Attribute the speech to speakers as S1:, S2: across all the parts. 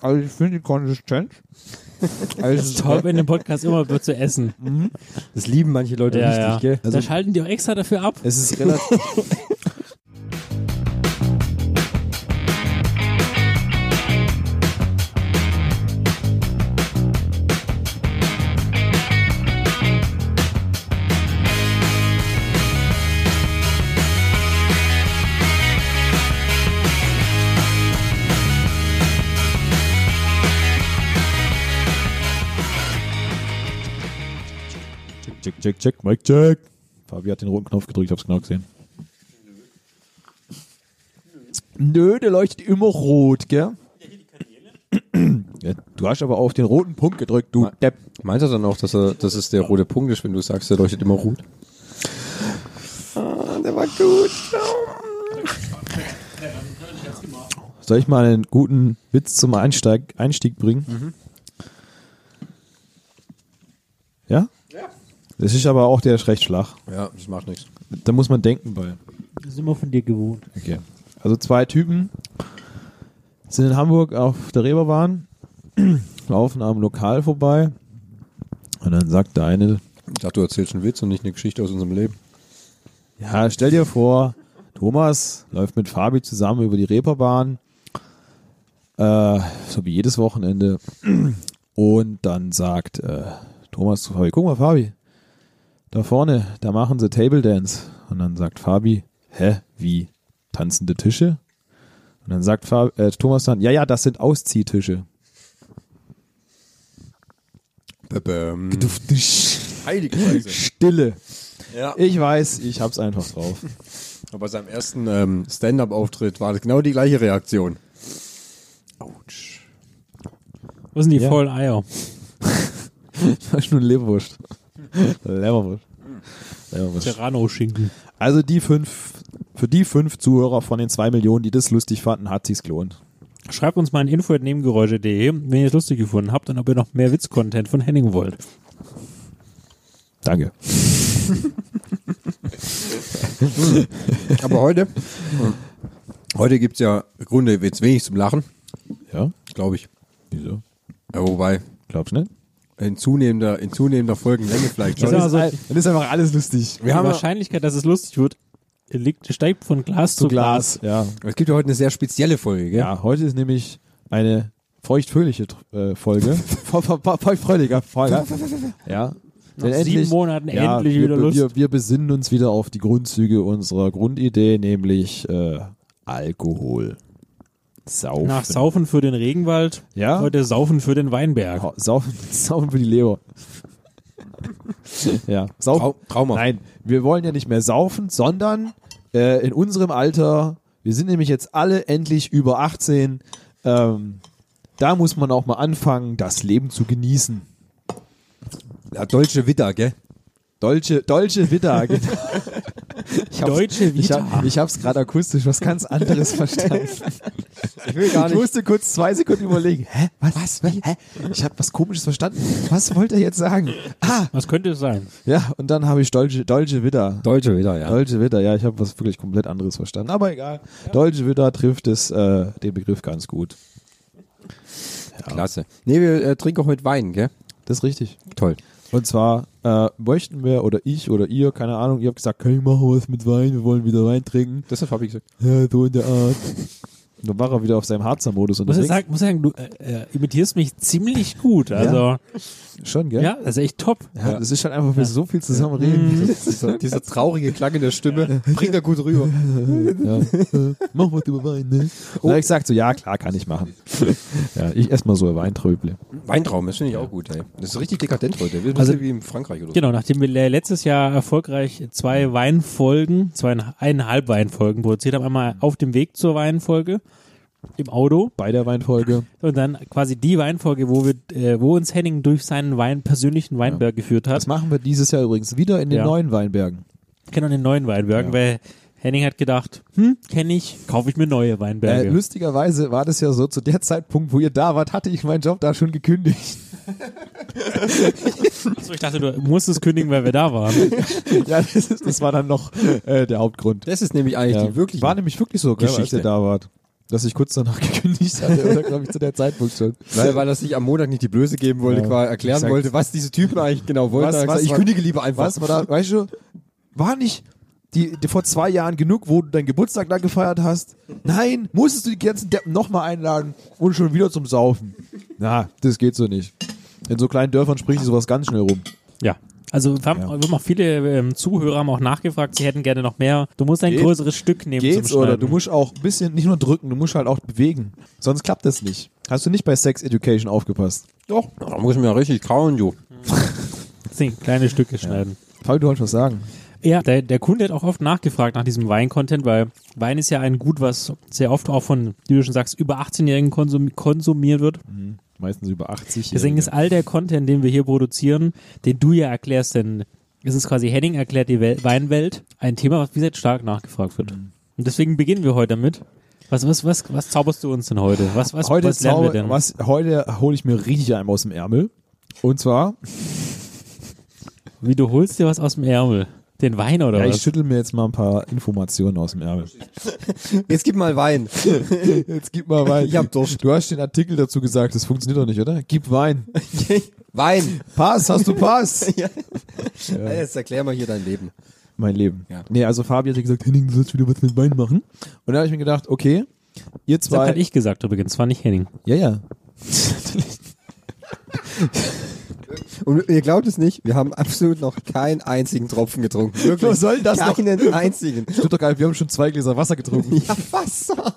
S1: Also ich finde die Konsistenz. Also,
S2: Es ist toll, wenn im Podcast immer wird zu essen. Also
S3: Das lieben manche Leute
S2: Ja,
S3: richtig,
S4: Also
S2: ja.
S3: gell? Also,
S2: da schalten die auch extra dafür ab.
S3: es ist relativ.
S4: Check, check, check, check, Mike, check. Fabi hat den roten Knopf gedrückt, ich hab's genau gesehen.
S3: Nö, der leuchtet immer rot, gell?
S4: Ja, du hast aber auf den roten Punkt gedrückt, du Depp.
S3: Meint er dann auch, dass er, das ist der rote Punkt ist, wenn du sagst, der leuchtet immer rot?
S4: Soll ich mal einen guten Witz zum Einsteig, Einstieg bringen?
S3: Mhm.
S4: Ja? Ja. Das ist aber auch der ist recht flach.
S3: Ja, das macht nichts.
S4: Da muss man denken bei.
S2: Das ist immer von dir gewohnt.
S4: Okay. Also zwei Typen sind in Hamburg auf der Reeperbahn, laufen am Lokal vorbei und dann sagt der eine,
S3: Ich dachte, du erzählst einen Witz und nicht eine Geschichte aus unserem Leben.
S4: ja, stell dir vor, Thomas läuft mit Fabi zusammen über die Reeperbahn, äh, so wie jedes Wochenende und dann sagt äh, Thomas zu Fabi, guck mal Fabi, da vorne, da machen sie Table Dance und dann sagt Fabi, hä, wie, tanzende Tische? Und dann sagt Fabi, äh, Thomas dann, ja, ja, das sind Ausziehtische.
S3: ähm. Heilige Scheiße.
S4: Stille.
S3: Ja.
S4: Ich weiß, ich hab's einfach drauf.
S3: Aber bei seinem ersten ähm, Stand-Up-Auftritt war das genau die gleiche Reaktion.
S2: Wo sind die
S4: Ja.
S2: faulen Eier?
S4: Das ist nur Leberwurst. Leberwurst. Leberwurst.
S2: Serrano-Schinken.
S4: Also die fünf, für die fünf Zuhörer von den zwei Millionen, die das lustig fanden, hat sich's gelohnt.
S2: Schreibt uns mal an info.nebengeräusche.de, wenn ihr es lustig gefunden habt und ob ihr noch mehr Witz-Content von Henning wollt.
S4: Danke.
S3: Aber heute, heute gibt's ja im Grunde jetzt wenig zum Lachen,
S4: Ja?
S3: glaube ich.
S4: Wieso?
S3: Ja, wobei,
S4: Glaubst du nicht?
S3: in zunehmender, in zunehmender Folgenlänge vielleicht schon.
S2: Ja, also-
S4: all- dann ist einfach alles lustig.
S3: Wir
S2: die
S3: haben ja-
S2: Wahrscheinlichkeit, dass es lustig wird, liegt, steigt von Glas zu, Glas.
S4: Ja.
S3: Es gibt ja heute eine sehr spezielle Folge, gell?
S4: ja, heute ist nämlich eine feuchtfröhliche äh, Folge. Fe- fe- fe- Feuchtfröhlicher Folge. Ja. Denn
S2: sieben Monaten endlich
S4: wir,
S2: wieder Lust.
S4: Wir, wir besinnen uns wieder auf die Grundzüge unserer Grundidee, nämlich äh, Alkohol. Saufen.
S2: Nach Saufen für den Regenwald,
S4: Ja.
S2: heute Saufen für den Weinberg.
S4: Hau- Saufen, saufen für die Leber. ja, saufen.
S3: Trau Trauma.
S4: Nein, wir wollen ja nicht mehr saufen, sondern äh, in unserem Alter, wir sind nämlich jetzt alle endlich über 18, ähm, da muss man auch mal anfangen, das Leben zu genießen.
S3: Ja, deutsche Witter, gell?
S4: Dolce, Dolce Vita. genau. Ich hab's-
S2: Deutsche
S4: Ich,
S2: Vita.
S4: hab, ich hab's gerade akustisch was ganz anderes verstanden.
S3: Ich will gar
S4: Ich musste kurz zwei Sekunden überlegen. Hä? Was? Wie? Hä? Ich habe was Komisches verstanden. Was wollte er jetzt sagen? Ah,
S2: Was könnte es sein?
S4: Ja, und dann habe ich Dolce, Dolce Vita.
S3: Deutsche Witter, ja.
S4: Dolce Vita, ja, ich habe was wirklich komplett anderes verstanden. Aber egal. Dolce Vita trifft es, äh, den Begriff ganz gut.
S3: Klasse. Nee, wir äh, trinken heute Wein, gell?
S4: Das ist richtig.
S3: Toll.
S4: Und zwar äh, möchten wir oder ich oder ihr, keine Ahnung, ihr habt gesagt, können wir machen was mit Wein, wir wollen wieder Wein trinken.
S3: Das hat Fabi gesagt.
S4: Ja, so in der Art. Und dann war er wieder auf seinem Harzer-Modus und
S2: Muss ich
S4: deswegen,
S2: sagen, muss ich sagen du äh, äh, imitierst mich ziemlich gut. Also,
S4: schon,
S2: ja,
S4: gell?
S2: das ist echt top.
S4: Ja, Das ist halt einfach, wenn wir so viel zusammen reden.
S3: Dieser, dieser Mhm. traurige Klang in der Stimme bringt er gut rüber.
S4: Ja. Mach was über Wein, ne? Und dann hab ich gesagt so, ja, klar, kann ich machen. ja, ich esse mal so ein Weintröble.
S3: Weintraum, das finde ich auch gut, ey. Das ist richtig dekadent heute. Das ist
S2: Also-
S3: also, wie in Frankreich oder so.
S2: Genau, nachdem wir le- letztes Jahr erfolgreich zwei Weinfolgen, zwei eineinhalb Weinfolgen produziert haben, einmal auf dem Weg zur Weinfolge im Auto
S4: Bei der Weinfolge.
S2: und dann quasi die Weinfolge, wo wir, äh, wo uns Henning durch seinen Wein, persönlichen Weinberg geführt hat.
S4: Das machen wir dieses Jahr übrigens wieder in den
S2: Ja.
S4: neuen Weinbergen.
S2: Kennen den neuen Weinbergen, weil Henning hat gedacht, hm, kenne ich, kaufe ich mir neue
S4: Äh,
S2: Weinberge.
S4: lustigerweise war das ja so, zu der Zeitpunkt, wo ihr da wart, hatte ich meinen Job da schon gekündigt.
S2: Achso, Also ich dachte, du musstest kündigen, weil wir da waren.
S4: ja, das, ist, das war dann noch äh, der Hauptgrund.
S3: Das ist nämlich eigentlich
S4: Ja.
S3: die wirklich.
S4: war nämlich wirklich so, gell, als
S3: Geschichte.
S4: ihr da wart. dass ich kurz danach gekündigt hatte, oder glaube ich zu der Zeitpunkt schon.
S3: Weil, weil er sich am Montag nicht die Blöße geben wollte,
S4: Ja.
S3: quasi erklären
S4: Exakt.
S3: wollte, was diese Typen eigentlich genau wollten.
S4: Was-
S3: Er hat
S4: was
S3: gesagt, ich
S4: war-
S3: kündige lieber einfach.
S4: Was war da, weißt du, war nicht die, die vor zwei Jahren genug, wo du deinen Geburtstag da gefeiert hast? Nein, musstest du die ganzen Deppen nochmal einladen und schon wieder zum Saufen. Na, das geht so nicht. In so kleinen Dörfern spricht sowas ganz schnell rum.
S2: Ja. Also wir haben, wir haben auch viele ähm, Zuhörer haben auch nachgefragt, sie hätten gerne noch mehr. Du musst ein
S4: Geht-
S2: größeres Stück nehmen
S4: Geht's
S2: zum
S4: oder
S2: Schneiden.
S4: du musst auch ein bisschen nicht nur drücken, du musst halt auch bewegen. Sonst klappt das nicht. Hast du nicht bei Sex Education aufgepasst?
S3: Doch, da muss ich mir richtig trauen, du.
S2: Zehn kleine Stücke schneiden.
S4: Fabi, du wolltest was sagen.
S2: Ja, der, der Kunde hat auch oft nachgefragt nach diesem Wein-Content, weil Wein ist ja ein Gut, was sehr oft auch von, wie du schon sagst, über 18-Jährigen konsum konsumiert wird.
S4: Meistens über 80.
S2: Deswegen ist all der Content, den wir hier produzieren, den du ja erklärst, denn es ist quasi Henning erklärt die Wel Weinwelt, ein Thema, was wie gesagt stark nachgefragt wird.
S4: Mhm.
S2: Und deswegen beginnen wir heute damit. Was, was, was, was zauberst du uns denn heute? Was, was,
S4: heute,
S2: was lernen wir
S4: zauber-
S2: denn?
S4: was, heute hole ich mir richtig einen aus dem Ärmel. Und zwar,
S2: Wie du holst dir was aus dem Ärmel? Den Wein oder
S4: ja, ich
S2: was?
S4: schüttel mir jetzt mal ein paar Informationen aus dem Ärmel.
S3: Jetzt gib mal Wein.
S4: Jetzt gib mal Wein. Ich hab Durst. Du hast den Artikel dazu gesagt, das funktioniert doch nicht, oder? Gib Wein.
S3: Wein.
S4: Pass, hast du Pass?
S3: Jetzt erklär mal hier dein Leben.
S4: mein Leben.
S3: Ja.
S4: Nee, also Fabi hatte gesagt, Henning, du sollst wieder was mit Wein machen. Und da habe ich mir gedacht, okay, ihr
S2: Das
S4: zwei.
S2: hat ich gesagt übrigens, war nicht Henning.
S4: Ja, ja.
S3: Und ihr glaubt es nicht, wir haben absolut noch keinen einzigen Tropfen getrunken. Wirklich.
S4: Was soll das noch?
S3: Keinen einzigen.
S4: Stimmt doch gar nicht, wir haben schon zwei Gläser Wasser getrunken.
S3: Ja, Wasser.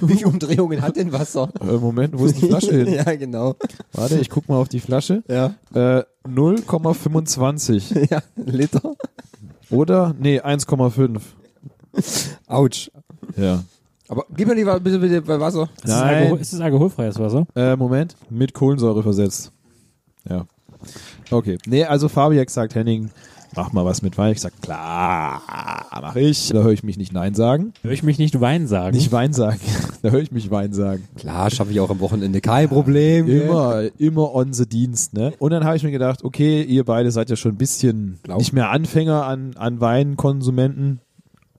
S3: Wie viele Umdrehungen hat denn Wasser?
S4: äh, Moment, wo ist die Flasche hin?
S3: ja, genau.
S4: Warte, ich guck mal auf die Flasche.
S3: Ja.
S4: Äh, 0,25.
S3: Ja, Liter.
S4: Oder? Nee, 1,5.
S3: Autsch.
S4: Ja.
S3: Aber gib mir lieber bitte, bitte bei Wasser.
S2: Ist es,
S4: Nein.
S2: Alkohol, ist es alkoholfreies Wasser?
S4: Äh, Moment, mit Kohlensäure versetzt. Ja. Okay. Nee, also Fabi hat gesagt, Henning, mach mal was mit Wein. Ich sag, klar, mach ich. Da höre ich mich nicht Nein sagen.
S2: Hör ich mich nicht Wein sagen?
S4: Nicht Wein sagen. Da höre ich mich Wein sagen.
S3: Klar, schaffe ich auch am Wochenende. Kein Problem.
S4: Immer, immer on the Dienst, ne? Und dann habe ich mir gedacht, okay, ihr beide seid ja schon ein bisschen
S3: Glaub.
S4: nicht mehr Anfänger an, an Weinkonsumenten,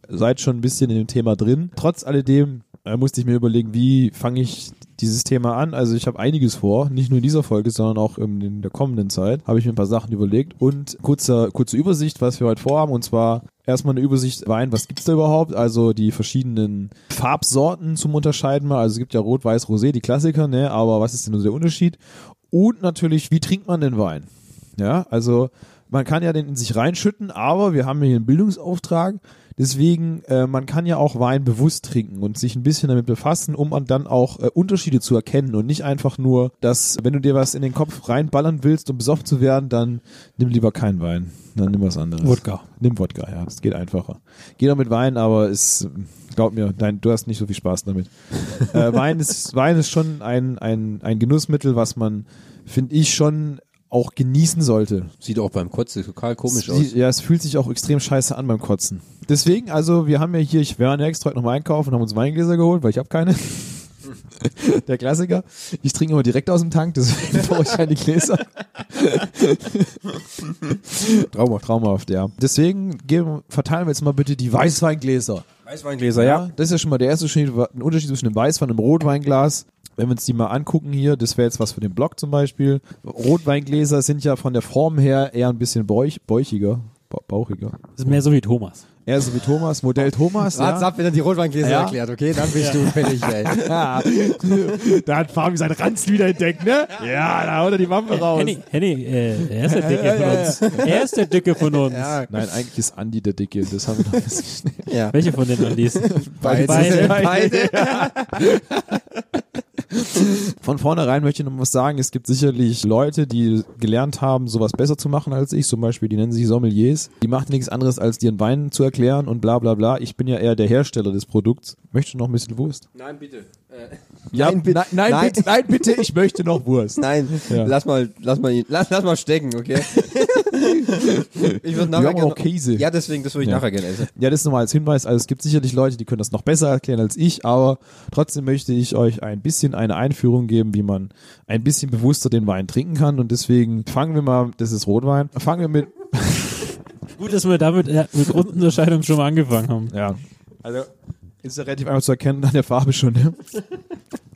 S4: seid schon ein bisschen in dem Thema drin. Trotz alledem äh, musste ich mir überlegen, wie fange ich dieses Thema an. Also ich habe einiges vor, nicht nur in dieser Folge, sondern auch ähm, in der kommenden Zeit, habe ich mir ein paar Sachen überlegt und kurzer, kurze Übersicht, was wir heute vorhaben und zwar erstmal eine Übersicht Wein, was gibt's da überhaupt? Also die verschiedenen Farbsorten zum Unterscheiden mal. Also es gibt ja Rot, Weiß, Rosé, die Klassiker, ne? Aber was ist denn so der Unterschied? Und natürlich, wie trinkt man den Wein? Ja, also man kann ja den in sich reinschütten, aber wir haben hier einen Bildungsauftrag. Deswegen, äh, man kann ja auch Wein bewusst trinken und sich ein bisschen damit befassen, um an- dann auch äh, Unterschiede zu erkennen und nicht einfach nur, dass wenn du dir was in den Kopf reinballern willst, um besoffen zu werden, dann nimm lieber keinen Wein, dann nimm was anderes.
S2: Wodka.
S4: Nimm Wodka, ja, das geht einfacher. Geht auch mit Wein, aber es, glaub mir, dein, du hast nicht so viel Spaß damit. äh, Wein, ist, Wein ist schon ein, ein, ein Genussmittel, was man, finde ich, schon auch genießen sollte.
S3: Sieht auch beim Kotze total komisch
S4: Es- Ja, es fühlt sich auch extrem scheiße an beim Kotzen. Deswegen, also wir haben ja hier, ich war extra heute nochmal einkaufen, haben uns Weingläser geholt, weil ich habe keine. Der Klassiker. Ich trinke immer direkt aus dem Tank, deswegen brauche ich keine Gläser. Traumhaft. Traumhaft, ja. Deswegen geben, verteilen wir jetzt mal bitte die Weißweingläser.
S3: Weißweingläser,
S4: Ja, das ist ja schon mal der erste Unterschied, ein Unterschied zwischen einem Weißwein und einem Rotweinglas. Wenn wir uns die mal angucken hier, das wäre jetzt was für den Blog zum Beispiel. Rotweingläser sind ja von der Form her eher ein bisschen bäuch, bäuchiger, ba bauchiger.
S2: Das ist mehr so wie Thomas.
S4: Eher so wie Thomas, Modell Thomas.
S3: Warte
S4: Ja.
S3: ab, wenn er die Rotweingläser
S4: Ja.
S3: erklärt, okay? Dann bist du fertig, ey.
S4: Ja. da hat Fabi seinen Ranz wieder entdeckt, ne? Ja, da haut er die Wampe
S3: Oh,
S4: raus.
S2: Henning, Henning äh, er ist der Dicke von uns. Er ist der Dicke von uns.
S4: Nein, eigentlich ist Andi der Dicke, das haben wir noch nicht.
S3: Ja.
S2: Welche von denen Andis?
S3: Beide.
S2: Beide.
S3: Beide.
S4: Von vornherein möchte ich noch was sagen. Es gibt sicherlich Leute, die gelernt haben, sowas besser zu machen als ich. Zum Beispiel, die nennen sich Sommeliers. Die machen nichts anderes, als dir einen Wein zu erklären und bla bla bla. Ich bin ja eher der Hersteller des Produkts. Möchtest du noch ein bisschen Wurst? Äh,
S3: Nein, bitte.
S4: Ja,
S3: Nein, bitte.
S4: nein, nein,
S3: Nein.
S4: bitte, nein, bitte, ich möchte noch Wurst.
S3: Nein,
S4: Ja.
S3: lass mal, lass mal, ihn- lass, lass mal stecken, okay? ich würde nachher
S4: haben auch Käse.
S3: Ja, deswegen, das würde ich
S4: Ja.
S3: nachher gerne essen.
S4: Ja, das nur mal als Hinweis. Also es gibt sicherlich Leute, die können das noch besser erklären als ich, aber trotzdem möchte ich euch ein bisschen eine Einführung geben, wie man ein bisschen bewusster den Wein trinken kann. Und deswegen fangen wir mal, das ist Rotwein, fangen wir mit
S2: Gut, dass wir damit äh, mit Grundunterscheidung schon mal angefangen haben.
S4: Ja. Also, Ist ja relativ einfach zu erkennen an der Farbe schon, ne?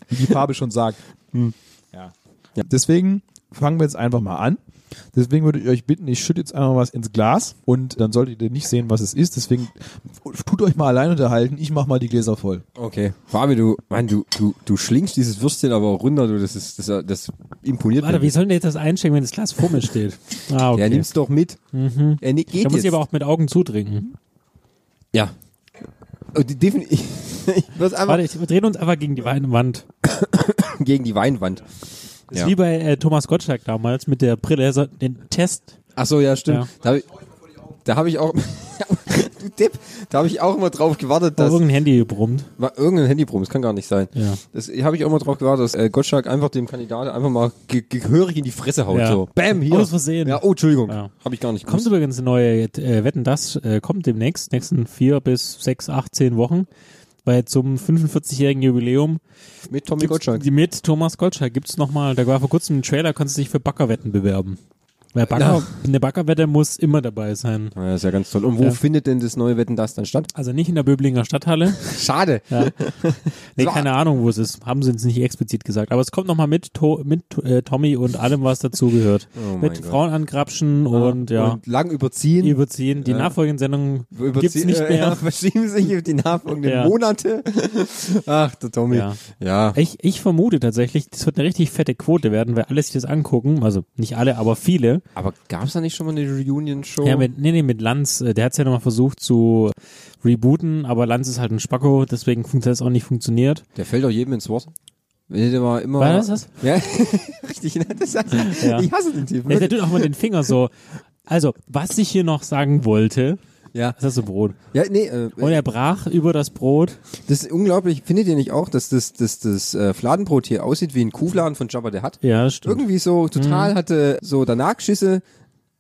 S4: Wie die Farbe schon sagt.
S2: Hm.
S4: Ja. ja. Deswegen fangen wir jetzt einfach mal an. Deswegen würde ich euch bitten, ich schütte jetzt einmal was ins Glas und dann solltet ihr nicht sehen, was es ist. Deswegen tut euch mal allein unterhalten. Ich mach mal die Gläser voll.
S3: Okay. Fabi, du, Mann, du, du, du schlingst dieses Würstchen aber auch runter, du, das ist, das, das imponiert
S2: Warte, wie
S3: mir.
S2: sollen denn jetzt das einschenken, wenn das Glas vor mir steht? Ah, okay.
S3: Ja, nimm's doch mit. Er ne- geht
S2: da muss
S3: jetzt.
S2: ich aber auch mit Augen zutrinken.
S3: ja. Und Oh, die defin- ich, ich muss einfach
S2: Warte, ich, wir drehen uns einfach gegen die Wein- Wand.
S3: gegen die Weinwand.
S2: Das
S3: Ja.
S2: ist wie bei äh, Thomas Gottschalk damals mit der Brille. Er soll den Test.
S3: Ach so, ja, stimmt.
S2: Ja.
S3: Da habe ich, da hab ich auch, du Depp, da habe ich auch immer drauf gewartet,
S2: Da
S3: dass
S2: irgendein Handy gebrummt.
S3: war irgendein Handybrumm, das kann gar nicht sein.
S2: Ja.
S3: Das habe ich auch immer drauf gewartet, dass äh, Gottschalk einfach dem Kandidaten einfach mal ge gehörig in die Fresse haut.
S2: Ja.
S3: So, bam, hier.
S2: Aus Versehen.
S3: Ja, oh, Entschuldigung,
S2: Ja.
S3: habe ich gar nicht.
S2: Kommt
S3: gewusst.
S2: übrigens eine neue äh, Wetten, das äh, kommt demnächst, nächsten vier bis sechs, acht, zehn Wochen. Weil zum 45-jährigen Jubiläum
S3: mit Tommy Gottschalk.
S2: Die mit Thomas Gottschalk gibt's nochmal, da war vor kurzem ein Trailer, konntest du dich für Baggerwetten bewerben. Weil Bagger, eine Baggerwette muss immer dabei sein.
S3: Ja, ist ja ganz toll. Und wo
S2: Ja.
S3: findet denn das neue Wetten das dann statt?
S2: Also nicht in der Böblinger Stadthalle.
S3: Schade.
S2: Nee,
S3: So.
S2: keine Ahnung, wo es ist. Haben sie uns nicht explizit gesagt. Aber es kommt nochmal mit, to mit äh, Tommy und allem, was dazugehört.
S3: Oh mein
S2: mit
S3: Gott. Ah,
S2: Frauen angrapschen und ja,
S3: Und lang überziehen.
S2: überziehen. Die
S3: Ja.
S2: nachfolgenden Sendungen
S3: Überzie-
S2: gibt's nicht
S3: äh, Ja,
S2: mehr.
S3: verschieben sich auf die nachfolgenden
S2: Ja.
S3: Monate. Ach, der Tommy.
S2: Ja.
S3: ja.
S2: Ich, ich vermute tatsächlich, das wird eine richtig fette Quote werden, weil alle sich das angucken. Also nicht alle, aber viele.
S3: Aber gab's da nicht schon mal eine Reunion-Show?
S2: Ja, mit, nee, nee, mit Lanz, äh, der hat's ja nochmal versucht zu rebooten, aber Lanz ist halt ein Spacko, deswegen hat es auch nicht funktioniert.
S3: Der fällt doch jedem ins Wort. Wenn der mal immer.
S2: War das das?
S3: Ja, richtig. Ne? Das heißt,
S2: Ja.
S3: Ich hasse den Typen.
S2: Ja, der
S3: wirklich.
S2: tut auch mal den Finger so. Also, was ich hier noch sagen wollte,
S3: Ja,
S2: das ist das so Brot.
S3: ja nee, äh,
S2: Und er brach über das Brot.
S3: das ist unglaublich. Findet ihr nicht auch, dass das, das, das äh, Fladenbrot hier aussieht wie ein Kuhfladen von Jabba der Hutt?
S2: Ja, stimmt.
S3: Irgendwie so total hatte so danach Schüsse,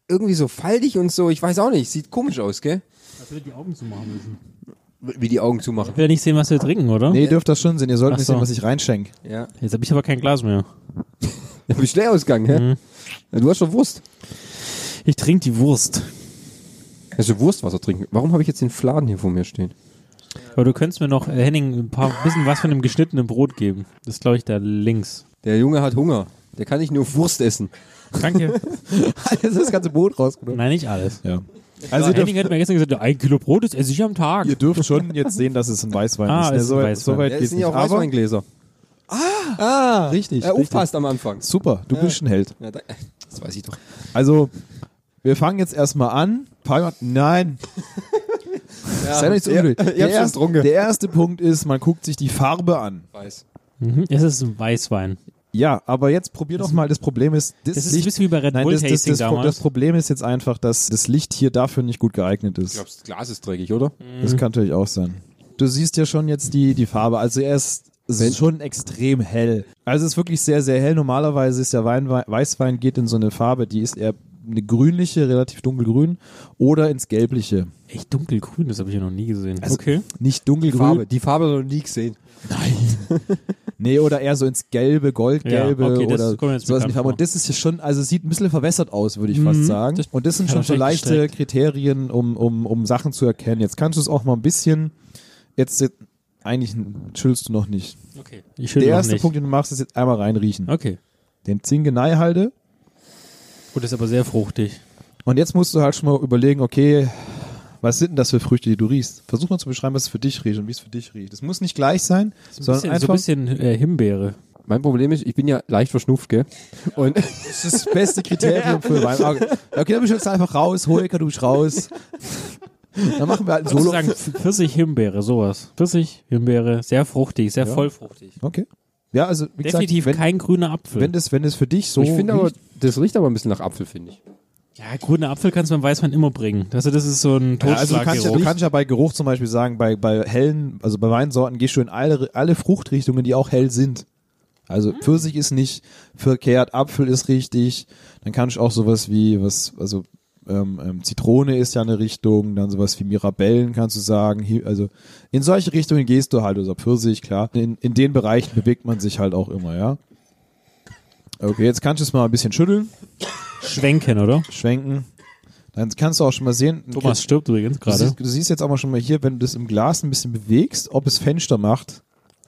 S3: irgendwie so faltig und so. Ich weiß auch nicht. Sieht komisch aus, gell?
S2: Das wird die Augen zumachen müssen.
S3: Wie die Augen zumachen.
S2: Ich will ja nicht sehen, was wir trinken, oder?
S4: Nee, ihr dürft das schon sehen. Ihr sollt
S2: Ach
S4: nicht
S2: so.
S4: sehen, was ich reinschenke.
S3: Ja.
S2: Jetzt habe ich aber kein Glas mehr.
S3: ja bist Schnellausgang, hä?
S4: Mhm.
S3: Ja, du hast schon Wurst.
S2: Ich trinke die Wurst.
S3: Hast du Wurstwasser trinken? Warum habe ich jetzt den Fladen hier vor mir stehen?
S2: Aber du könntest mir noch, äh, Henning, ein paar bisschen was von dem geschnittenen Brot geben. Das glaube ich da links.
S3: Der Junge hat Hunger. Der kann nicht nur Wurst essen.
S2: Danke.
S4: Jetzt ist das ganze Boot rausgenommen.
S2: Nein, nicht alles.
S4: Ja. Also ihr dürft,
S2: Henning hat mir gestern gesagt, ein Kilo Brot ist esse ich am Tag.
S4: ihr dürft schon jetzt sehen, dass es ein Weißwein ist.
S2: Ah,
S4: Ne?
S2: es ist
S4: So
S2: ein
S4: weit, so
S2: Weißwein.
S4: weit
S3: Der
S4: geht's
S3: ist
S4: nicht.
S3: nicht auch
S4: Aber
S3: Weißweingläser.
S4: richtig.
S3: Er
S4: richtig.
S3: aufpasst am Anfang.
S4: Super, du bist ein Held.
S3: Ja, da, das weiß ich doch.
S4: Also, wir fangen jetzt erstmal an. Paar- Nein, sei doch nicht so
S3: Ja,
S4: unruhig.
S3: ihr habt's
S4: Der,
S3: schon
S4: erste-
S3: getrunken.
S4: der erste Punkt ist, man guckt sich die Farbe an.
S3: Weiß.
S2: Mhm, es ist ein Weißwein.
S4: Ja, aber jetzt probier doch mal. Das Problem ist, das,
S2: Das ist ein
S4: Licht.
S2: bisschen wie bei Red
S4: Nein,
S2: Bull
S4: das, das,
S2: Tasting
S4: das, das
S2: damals.
S4: Problem ist jetzt einfach, dass das Licht hier dafür nicht gut geeignet ist.
S3: Ich glaube, das Glas ist dreckig, oder?
S4: Das kann natürlich auch sein. Du siehst ja schon jetzt die, die Farbe. Also er ist es ist schon extrem hell. Also es ist wirklich sehr, sehr hell. Normalerweise ist ja Wein, Wei- Weißwein geht in so eine Farbe, die ist eher eine grünliche, relativ dunkelgrün oder ins gelbliche.
S2: Echt dunkelgrün, das habe ich ja noch nie gesehen.
S4: Also
S2: okay.
S4: Nicht
S3: Die
S4: dunkelgrün.
S3: Farbe, die Farbe noch nie gesehen.
S4: Nee, oder eher so ins gelbe, goldgelbe
S2: Ja, okay, das
S4: oder
S2: kommt mir
S4: sowas.
S2: jetzt bekannt
S4: in die Farbe.
S2: vor.
S4: Und das ist ja schon, also es sieht ein bisschen verwässert aus, würde ich fast sagen.
S2: das
S4: Und das sind
S2: hat
S4: schon
S2: er
S4: so
S2: vielleicht
S4: leichte
S2: gestreckt.
S4: Kriterien, um, um, um Sachen zu erkennen. Jetzt kannst du es auch mal ein bisschen, jetzt, jetzt eigentlich chillst du noch nicht.
S2: okay. Ich schüttel
S4: Der
S2: noch
S4: erste
S2: nicht.
S4: Punkt, den du machst, ist jetzt einmal reinriechen.
S2: Okay.
S4: Den Zingenei halte.
S2: Gut, das ist aber sehr fruchtig.
S4: Und jetzt musst du halt schon mal überlegen, okay, was sind denn das für Früchte, die du riechst? Versuch mal zu beschreiben, was es für dich riecht und wie es für dich riecht. Es muss nicht gleich sein,
S2: So ein
S4: sondern
S2: bisschen, so
S4: einfach,
S2: ein bisschen äh, Himbeere.
S3: Mein Problem ist, ich bin ja leicht verschnupft, gell? Und
S4: das ist das beste Kriterium für Wein. Okay, okay dann bist du jetzt einfach raus, Hoeker, du bist raus. Dann machen wir halt ein
S2: Solo.
S4: Solo.
S2: sagen Pfirsich-Himbeere, sowas. Pfirsich-Himbeere, sehr fruchtig, sehr vollfruchtig.
S4: Okay. Ja, also wie gesagt,
S2: Definitiv
S4: wenn,
S2: kein grüner Apfel.
S4: wenn, das, wenn das für dich so
S3: ich finde aber,
S4: riecht,
S3: das riecht aber ein bisschen nach Apfel, finde ich.
S2: ja, grüner Apfel kannst du beim Weißwein immer bringen. Also das ist so ein
S4: Ja, also du kannst, ja, du
S2: Totschlaggeruch.
S4: kannst ja bei Geruch zum Beispiel sagen, bei, bei hellen, also bei Weinsorten gehst du in alle, alle Fruchtrichtungen, die auch hell sind. Also Pfirsich ist nicht verkehrt, Apfel ist richtig, dann kannst du auch sowas wie, was, also ähm, ähm, Zitrone ist ja eine Richtung, dann sowas wie Mirabellen kannst du sagen. Hier, also in solche Richtungen gehst du halt, also Pfirsich, klar. In, in den Bereichen bewegt man sich halt auch immer, ja. Okay, jetzt kannst du es mal ein bisschen schütteln,
S2: Schwenken, oder?
S4: schwenken. Dann kannst du auch schon mal sehen.
S2: Thomas stirbt übrigens
S4: du,
S2: gerade.
S4: siehst, du siehst jetzt auch mal schon mal hier, wenn du das im Glas ein bisschen bewegst, ob es Fenster macht.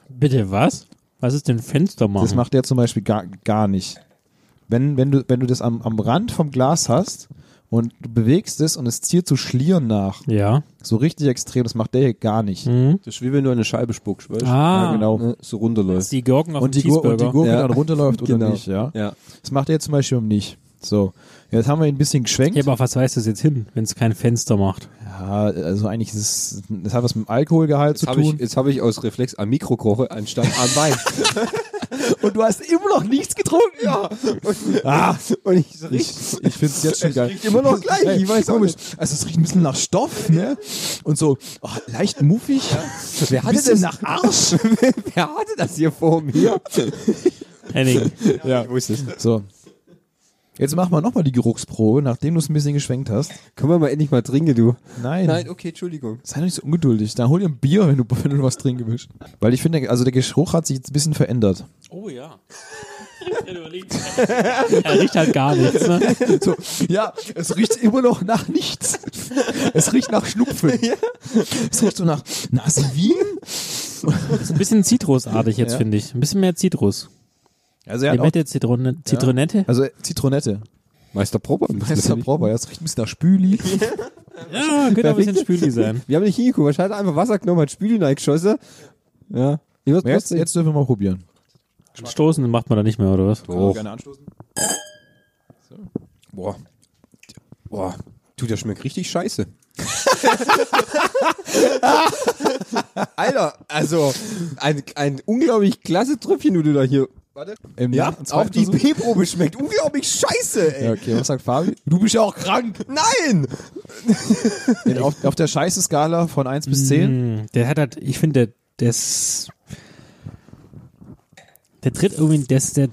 S2: Bitte was? Was ist denn Fenster machen?
S4: Das macht der zum Beispiel gar, gar nicht. Wenn, wenn, du, wenn du das am, am Rand vom Glas hast und du bewegst es und es zielt so Schlieren nach,
S2: ja.
S4: so richtig extrem, das macht der hier gar nicht.
S2: Mhm.
S3: Das ist wie wenn du eine Scheibe spuckst, weißt du?
S2: Ah,
S4: Ja, genau.
S3: Ne, So runterläuft.
S2: die Gurken auf
S4: Und
S2: dem
S4: die, Gur- und die
S2: Cheeseburger.
S4: Gurke
S3: Ja.
S4: dann runterläuft
S3: Genau.
S4: oder nicht, ja.
S3: Ja.
S4: Das macht er zum Beispiel um nicht. So, jetzt haben wir ihn ein bisschen geschwenkt.
S2: ja, aber auf was weist das jetzt hin, wenn es kein Fenster macht?
S4: Ja, also eigentlich ist es, das hat was mit dem Alkoholgehalt
S3: Jetzt
S4: zu
S3: habe
S4: tun.
S3: ich, jetzt hab ich aus Reflex am Mikro koche anstatt am Wein.
S4: und du hast immer noch nichts getrunken.
S3: ja. Und,
S4: Ah,
S3: und ich so
S4: ich,
S3: richtig.
S4: ich finde es jetzt schon geil.
S3: riecht immer noch gleich, ich weiß auch
S4: komisch. Also es riecht ein bisschen nach Stoff, ne? Und so ach, leicht muffig.
S3: Wer
S4: Ein
S3: hatte
S4: bisschen
S3: das?
S4: nach Arsch.
S3: Wer hatte das hier vor mir?
S2: Henning,
S4: ja.
S3: Ich wusste es.
S4: So. Jetzt machen wir nochmal die Geruchsprobe, nachdem du es ein bisschen geschwenkt hast.
S3: Können wir mal endlich mal trinken, du?
S4: Nein.
S3: okay, Entschuldigung.
S4: Sei doch nicht so ungeduldig. Dann hol dir ein Bier, wenn du, wenn du was trinken willst. Weil ich finde, also der Geruch hat sich jetzt ein bisschen verändert.
S2: Oh ja. er riecht halt gar nichts. Ne?
S4: So, ja, es riecht immer noch nach nichts. Es riecht nach Schnupfen. Es riecht so nach Nasewien.
S2: Ist ein bisschen zitrusartig jetzt,
S4: Ja.
S2: finde ich. Ein bisschen mehr Zitrus.
S4: Also er hat auch,
S2: Limette, Zitrone, Zitronette.
S4: also Zitronette.
S3: Meister Proper.
S4: Meister Proper, ja, es riecht ein bisschen nach Spüli.
S2: Ja, könnte auch ein bisschen Spüli sein.
S3: Wir haben nicht hingeguckt. Wahrscheinlich hat er einfach Wasser genommen, hat Spüle reingeschossen. Ja. Ich muss
S4: Aber Jetzt, jetzt dürfen wir mal probieren.
S2: Stoßen macht man da nicht mehr, oder was?
S3: Doch.
S4: Gerne anstoßen.
S3: Boah. Boah. Du, der schmeckt richtig scheiße. Alter, also ein, ein unglaublich klasse Tröpfchen, du du da hier. Warte.
S4: Im
S3: Ja,
S4: zweiten
S3: auch die
S4: Versuch.
S3: B-Probe schmeckt unglaublich scheiße, ey.
S4: Ja, okay, was sagt Fabi? Du bist ja auch krank.
S3: Nein!
S4: In, auf, auf der scheiße Skala von 1 bis 10.
S2: Mm, Der hat halt, ich finde, der, der ist. Der tritt irgendwie, der ist der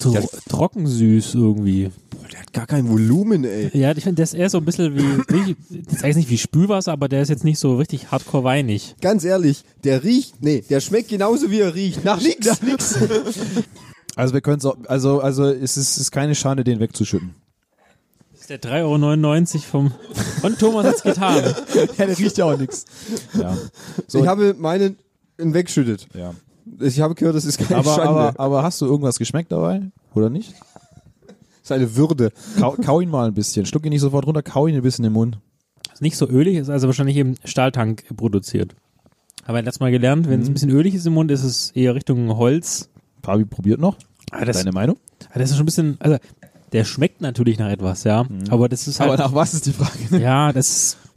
S2: tro
S3: Der-
S2: trocken süß irgendwie.
S3: Boah, der hat gar kein Volumen, ey.
S2: Ja, ich finde, der ist eher so ein bisschen wie, nicht, ich weiß nicht wie Spülwasser, aber der ist jetzt nicht so richtig hardcore weinig.
S3: Ganz ehrlich, der riecht, nee, der schmeckt genauso wie er riecht. Nach nix. Nach nix.
S4: Also wir können es auch, also, also es ist, es ist keine Schande, den wegzuschütten.
S2: Das ist der 3,99 Euro vom, von Thomas hat's getan.
S4: Ja, der riecht ja auch nichts. Ja. So,
S3: Ich habe meinen wegschüttet.
S4: ja.
S3: Ich habe gehört, das ist keine
S4: Aber,
S3: Schande.
S4: aber, aber hast du irgendwas geschmeckt dabei? Oder nicht?
S3: das ist eine Würde.
S4: Kau, kau ihn mal ein bisschen. Schluck ihn nicht sofort runter, kau ihn ein bisschen im Mund.
S2: Ist nicht so ölig, ist also wahrscheinlich im Stahltank produziert. Haben wir letztes Mal gelernt, wenn es
S4: Mhm.
S2: ein bisschen ölig ist im Mund, ist es eher Richtung Holz.
S4: Fabi probiert noch.
S2: Ah, das-
S4: Deine Meinung?
S2: Aber das ist schon ein bisschen, also der schmeckt natürlich nach etwas, ja. Aber das ist
S4: Mhm. Aber
S2: halt,
S4: nach was ist die Frage?
S2: ja, das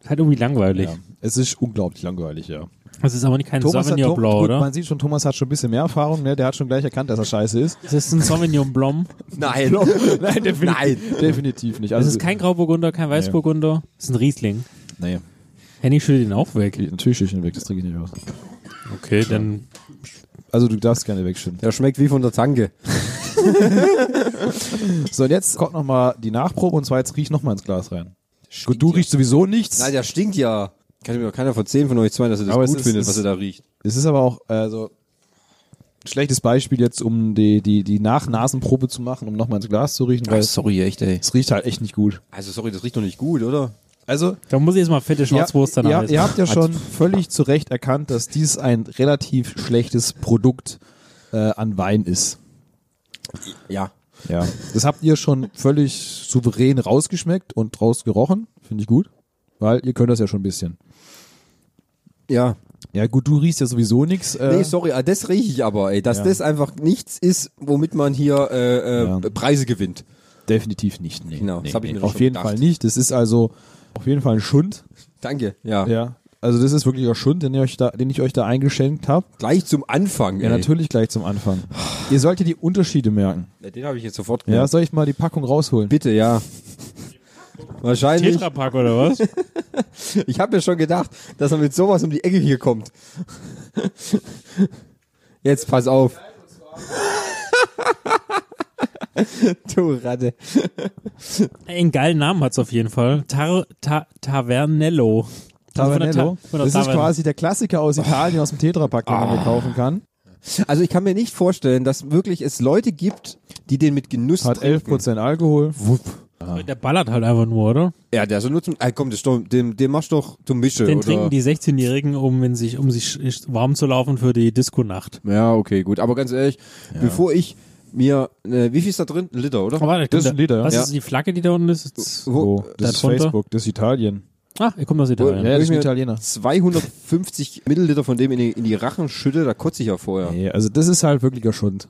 S2: ist halt irgendwie langweilig.
S4: Ja. Es ist unglaublich langweilig, ja.
S2: Das ist aber nicht kein
S4: hat,
S2: Sauvignon
S4: Tom-
S2: Blanc,
S4: gut,
S2: oder?
S4: Man sieht schon, Thomas hat schon ein bisschen mehr Erfahrung, ne? Der hat schon gleich erkannt, dass er scheiße ist.
S2: Das ist ein Sauvignon Blanc.
S3: Nein. Nein, definitiv. Nein.
S4: Definitiv nicht.
S2: Das
S4: Also,
S2: ist kein Grauburgunder, kein Weißburgunder. Das ist ein Riesling.
S4: Nee,
S2: Henning schüttelt ihn auch weg.
S4: natürlich schütte ich ihn weg, das trinke ich nicht aus.
S2: Okay, dann
S4: Also du darfst gerne wegschütten.
S3: Der schmeckt wie von der Tanke.
S4: So, und jetzt kommt nochmal die Nachprobe und zwar jetzt riech nochmal ins Glas rein. Gut, du riechst sowieso nichts.
S3: Nein, der stinkt ja. Kann mir doch keiner von zehn von euch zwei, dass er das
S4: Aber es
S3: gut
S4: ist-
S3: findet,
S4: es-
S3: was er da riecht.
S4: Es ist aber auch äh, so ein schlechtes Beispiel jetzt, um die, die, die Nachnasenprobe zu machen, um nochmal ins Glas zu riechen, weil es
S3: sorry, echt, ey.
S4: riecht halt echt nicht gut.
S3: Also, sorry, das riecht doch nicht gut, oder?
S4: Also,
S2: Da muss ich jetzt mal fette Schwarzwurst
S4: ja,
S2: danach
S4: ihr habt ja
S2: essen.
S4: schon völlig zu Recht erkannt, dass dies ein relativ schlechtes Produkt äh, an Wein ist.
S3: Ja.
S4: Ja. Das habt ihr schon völlig souverän rausgeschmeckt und rausgerochen. Finde ich gut. Weil ihr könnt das ja schon ein bisschen.
S3: Ja.
S4: Ja, gut, du riechst ja sowieso nichts. Äh,
S3: Nee, sorry, ah, das rieche ich aber, ey. Dass
S4: Ja.
S3: das einfach nichts ist, womit man hier äh, äh,
S4: Ja.
S3: Preise gewinnt.
S4: definitiv nicht. Nee,
S3: Genau,
S4: nee,
S3: das hab ich
S4: nee.
S3: mir doch
S4: Auf
S3: schon
S4: jeden
S3: gedacht.
S4: Fall nicht. Das ist also auf jeden Fall ein Schund.
S3: Danke. Ja.
S4: Ja. Also das ist wirklich ein Schund, den, ihr euch da, den ich euch da eingeschenkt habe.
S3: Gleich zum Anfang,
S4: Ja,
S3: ey.
S4: natürlich gleich zum Anfang. Ihr solltet die Unterschiede merken.
S3: Ja, Den habe ich jetzt sofort
S4: Ja,
S3: genommen.
S4: soll ich mal die Packung rausholen?
S3: Bitte, ja. Wahrscheinlich.
S2: Tetrapack oder was?
S3: Ich habe mir schon gedacht, dass er mit sowas um die Ecke hier kommt. Jetzt pass auf. Du Ratte.
S2: Ey, einen geilen Namen hat's auf jeden Fall. Tar Ta Tavernello. Also von der
S4: Tavernello.
S2: Ta- von der
S4: Das ist
S2: Tavern.
S4: quasi der Klassiker aus Italien, aus dem Tetrapack, den
S3: Ah.
S4: man hier kaufen kann.
S3: Also ich kann mir nicht vorstellen, dass wirklich es Leute gibt, die den mit Genuss
S4: Hat
S3: trinken.
S4: 11% Alkohol.
S3: Wupp.
S2: Der ballert halt einfach nur, oder?
S3: Ja, der so nutzen. Ah, komm, das ist doch, den, den machst du doch zum Mische.
S2: Den
S3: oder?
S2: trinken die 16-Jährigen, um, in sich, um sich sch- warm zu laufen für die Disco-Nacht.
S3: Ja, okay, gut. Aber ganz ehrlich, bevor ich mir, äh, wie viel ist da drin? Ein Liter, oder?
S2: Oh, warte,
S4: Das ist
S2: kommt
S4: ein
S2: da-
S4: Liter, ja.
S2: Was
S3: Ja.
S2: ist die Flagge, die da unten ist? Ist-
S3: Wo-
S4: Oh, das ist
S2: darunter?
S4: Facebook, das ist Italien.
S2: Ah, ihr kommt aus Italien.
S4: Ja, das ist
S3: Wenn
S4: ein
S3: ich mir
S4: Italiener.
S3: 250 Milliliter von dem in die, in die Rachen schütte, da kotze ich ja vorher.
S4: Nee, also das ist halt wirklicher Schund.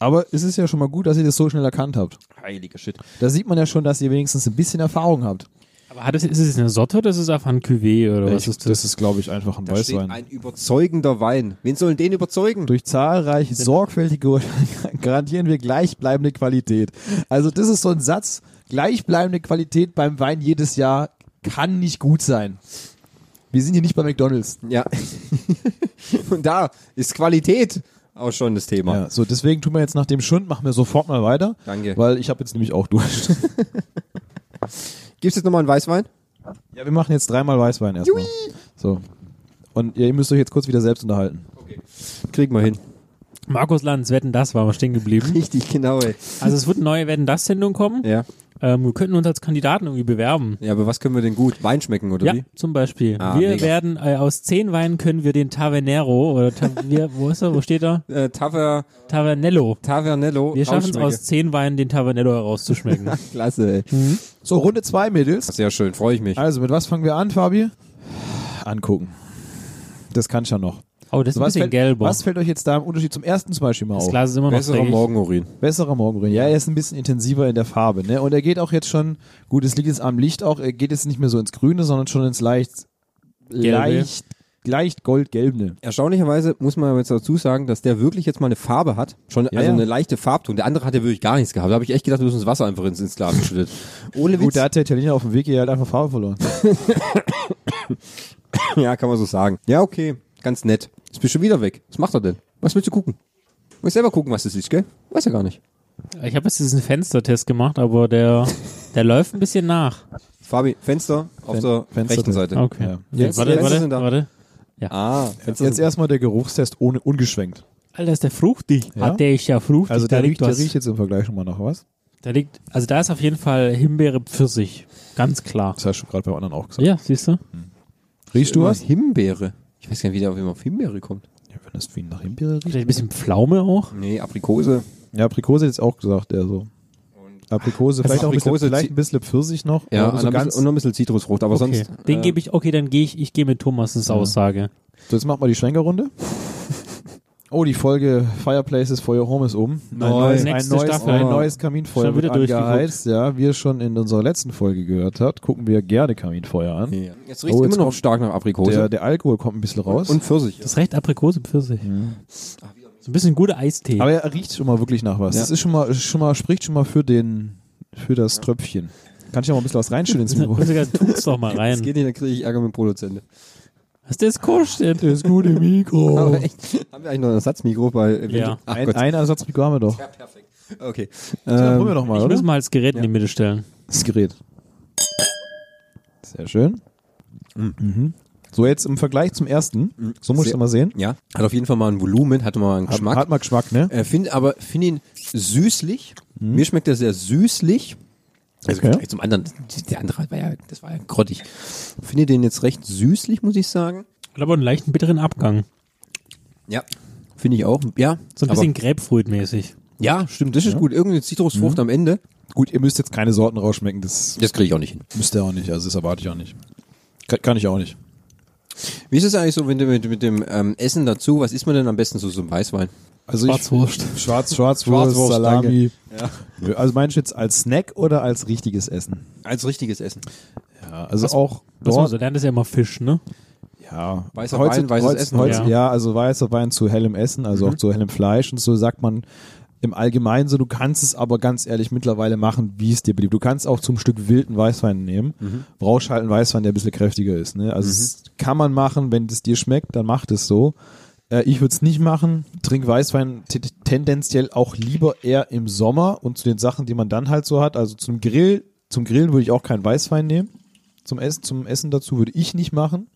S4: Aber es ist ja schon mal gut, dass ihr das so schnell erkannt habt.
S3: Heiliger Shit.
S4: Da sieht man ja schon, dass ihr wenigstens ein bisschen Erfahrung habt.
S2: Aber hat es, ist es eine Sorte oder ist es einfach ein Cuvée oder was
S4: Ich-
S2: ist das?
S4: ist, glaube ich, einfach ein
S3: Da steht ein überzeugender Wein. Wen sollen den überzeugen?
S4: Durch zahlreiche sorgfältige Urteile garantieren wir gleichbleibende Qualität. Also das ist so ein Satz, gleichbleibende Qualität beim Wein jedes Jahr kann nicht gut sein. Wir sind hier nicht bei McDonald's.
S3: Ja. Und da ist Qualität auch schon das Thema.
S4: Ja, so deswegen tun wir jetzt nach dem Schund, machen wir sofort mal weiter.
S3: Danke.
S4: Weil ich habe jetzt nämlich auch durch.
S3: Gibt's jetzt nochmal einen Weißwein?
S4: ja, wir machen jetzt dreimal Weißwein erstmal. So. Und ihr müsst euch jetzt kurz wieder selbst unterhalten.
S3: Kriegen wir hin.
S2: Markus Lanz, Wetten, das war mal stehen geblieben.
S3: Richtig, genau, ey.
S2: Also es wird eine neue Wetten, das Sendung kommen.
S3: Ja.
S2: Ähm, wir könnten uns als Kandidaten irgendwie bewerben.
S3: Ja, aber was können wir denn gut? Wein schmecken, oder
S2: Ja,
S3: wie?
S2: zum Beispiel.
S3: Ah,
S2: wir
S3: mega.
S2: werden, äh, aus zehn Weinen können wir den Tavernero oder Ta wir, wo ist er, wo steht er?
S3: Äh, Taver,
S2: Tavernello.
S3: Tavernello.
S2: Wir schaffen es
S3: Rauschmecke.
S2: aus zehn Weinen, den Tavernello herauszuschmecken.
S3: Klasse, ey.
S4: So, Runde zwei, Mädels.
S3: Sehr schön, freue ich mich.
S4: Also, mit was fangen wir an, Fabi? Angucken. Das kann ich ja noch.
S2: Oh, das ist ein
S4: was,
S2: bisschen
S4: fällt,
S2: gelber.
S4: was fällt euch jetzt da im Unterschied zum ersten zum Beispiel mal
S2: Das
S4: auf?
S2: Glas ist immer noch
S3: Besserer
S2: dreckig.
S3: Morgenurin.
S4: Besserer Morgengrün. Ja, er ist ein bisschen intensiver in der Farbe. Ne? Und er geht auch jetzt schon, gut, es liegt jetzt am Licht auch, er geht jetzt nicht mehr so ins Grüne, sondern schon ins leicht,
S2: Gelbe.
S4: leicht, leicht goldgelbene.
S3: Erstaunlicherweise muss man jetzt dazu sagen, dass der wirklich jetzt mal eine Farbe hat. Schon, also
S4: ja.
S3: eine leichte Farbton. Der andere hat ja wirklich gar nichts gehabt. Da habe ich echt gedacht, du hast das Wasser einfach ins, ins Glas geschüttet. Ohne Witz.
S4: Gut, da hat der Italiener auf dem Weg hier halt einfach Farbe verloren.
S3: ja, kann man so sagen. Ja, okay. Ganz nett. Jetzt bist du wieder weg. Was macht er denn? Was willst du gucken? Muss selber gucken, was das ist, gell? Weiß ja gar nicht.
S2: Ich habe jetzt diesen Fenstertest gemacht, aber der, der läuft ein bisschen nach.
S3: Fabi, Fenster auf
S4: Fen-
S3: der
S4: Fenster
S3: rechten
S4: drin.
S3: Seite.
S2: Okay.
S4: Ja.
S2: Jetzt,
S4: Jetzt-
S2: warte,
S3: jetzt
S2: warte,
S3: sind da-
S2: warte.
S3: Ah, Fenster
S4: Jetzt erstmal der Geruchstest ohne ungeschwenkt.
S2: Alter, ist der fruchtig.
S4: Ja.
S2: Hat der ist ja fruchtig.
S4: Also
S2: da
S4: der,
S2: liegt
S4: riecht, der
S2: was.
S4: riecht jetzt im Vergleich schon mal nach was.
S2: Da liegt, also da ist auf jeden Fall Himbeere Pfirsich. Ganz klar.
S4: Das hast du gerade bei anderen auch gesagt.
S2: Ja, siehst du?
S4: Riechst du was?
S3: Himbeere. Ich weiß gar nicht, wie der auf, wie man auf Himbeere kommt.
S4: Ja, wenn das wie nach Himbeere riecht.
S2: Vielleicht ein bisschen Pflaume auch.
S3: Nee, Aprikose.
S4: Ja, Aprikose hat jetzt auch gesagt, er so. Aprikose,
S3: Also
S4: vielleicht auch ein bisschen,
S3: Aprikose-
S4: vielleicht ein bisschen Pfirsich noch.
S3: Ja,
S4: aber
S3: und,
S4: so
S3: ein
S4: ganz.
S3: bisschen, und noch ein bisschen Zitrusfrucht, aber
S2: Okay.
S3: sonst.
S2: Den
S3: äh,
S2: gebe ich, okay, dann gehe ich, ich gehe mit Thomas' Aussage.
S4: So, jetzt machen wir die Schwenkerrunde. Oh, die Folge Fireplaces for Your Home ist um. Ein
S3: Neu.
S4: neues, ein
S2: Nächste
S4: neues,
S2: Staffel.
S4: ein neues Kaminfeuer
S2: Schon
S4: wird
S2: wieder durchgeguckt.
S4: angeheizt. Ja, wie ihr schon in unserer letzten Folge gehört habt, gucken wir gerne Kaminfeuer an.
S3: Ja. Jetzt riecht
S4: Oh, jetzt
S3: immer noch stark nach
S4: Der,
S3: Aprikose.
S4: der Alkohol kommt ein bisschen raus.
S3: und Pfirsich.
S2: Das ist recht Aprikose Pfirsich. So ein bisschen guter Eistee.
S4: Mhm. aber er riecht schon mal wirklich nach was.
S3: Ja.
S4: Das ist schon mal, schon mal, spricht schon mal für den, für das Tröpfchen. Kann ich ja mal ein bisschen was reinschütten ins Mikro.
S2: Sogar tu's doch mal
S3: Das
S2: rein.
S3: geht nicht, dann kriege ich Ärger mit dem Produzenten.
S2: Was das kostet?
S4: Das gute Mikro.
S3: Aber echt, haben wir eigentlich noch ein Ersatzmikro bei
S2: Ja.
S3: Ach
S4: Ein,
S3: Gott.
S4: ein Ersatzmikro haben wir doch.
S3: Ja, perfekt. Okay.
S4: Ja,
S3: Ähm,
S4: probieren wir doch mal,
S2: Ich
S4: oder?
S2: muss mal das Gerät in die Mitte stellen.
S4: Das Gerät. Sehr schön. Mhm. So, jetzt im Vergleich zum ersten. So muss ich
S3: Sehr-
S4: es mal sehen.
S3: ja, hat auf jeden Fall mal ein Volumen, hat mal einen
S4: Hat,
S3: Geschmack.
S4: hat mal Geschmack, ne?
S3: Äh, find, aber finde ihn süßlich. Mir schmeckt er sehr süßlich. Also
S4: Okay.
S3: gleich zum anderen, der andere war ja, das war ja grottig. Finde den jetzt recht süßlich, muss ich sagen.
S2: Hat aber einen leichten bitteren Abgang.
S3: Ja. Finde ich auch. Ja.
S2: So ein
S3: aber-
S2: bisschen Grapefruit-mäßig.
S3: Ja, stimmt, das ist gut. Irgendeine Zitrusfrucht am Ende.
S4: Gut, ihr müsst jetzt keine Sorten rausschmecken. Das
S3: Das kriege ich auch nicht hin.
S4: müsst ihr auch nicht. Also, das erwarte ich auch nicht. Kann, kann ich auch nicht.
S3: Wie ist es eigentlich so wenn du mit, mit dem ähm, Essen dazu? Was isst man denn am besten so zum Weißwein?
S4: Also
S2: Schwarzwurst.
S4: Ich, Schwarz, Schwarzwurst,
S3: Schwarzwurst,
S4: Salami. Nö, Also, meinst du jetzt als Snack oder als richtiges Essen?
S3: Als richtiges Essen.
S4: Ja, also auch
S2: Was man so
S4: dort.
S2: lernt, ist ja immer Fisch, ne?
S4: Ja,
S3: Weißer Wein, weißes Essen, Mhm.
S4: Heutz,
S2: ja.
S4: ja. also weißer Wein zu hellem Essen, also auch zu hellem Fleisch und so sagt man im Allgemeinen so, du kannst es aber ganz ehrlich mittlerweile machen, wie es dir beliebt. Du kannst auch zum Stück wilden Weißwein nehmen,
S3: Mhm.
S4: brauchst halt einen Weißwein, der ein bisschen kräftiger ist. Ne? Also es kann man machen, wenn es dir schmeckt, dann macht es so. Äh, ich würde es nicht machen, trink Weißwein t- tendenziell auch lieber eher im Sommer und zu den Sachen, die man dann halt so hat, also zum Grill, zum Grillen würde ich auch keinen Weißwein nehmen. Zum Essen, zum Essen dazu würde ich nicht machen.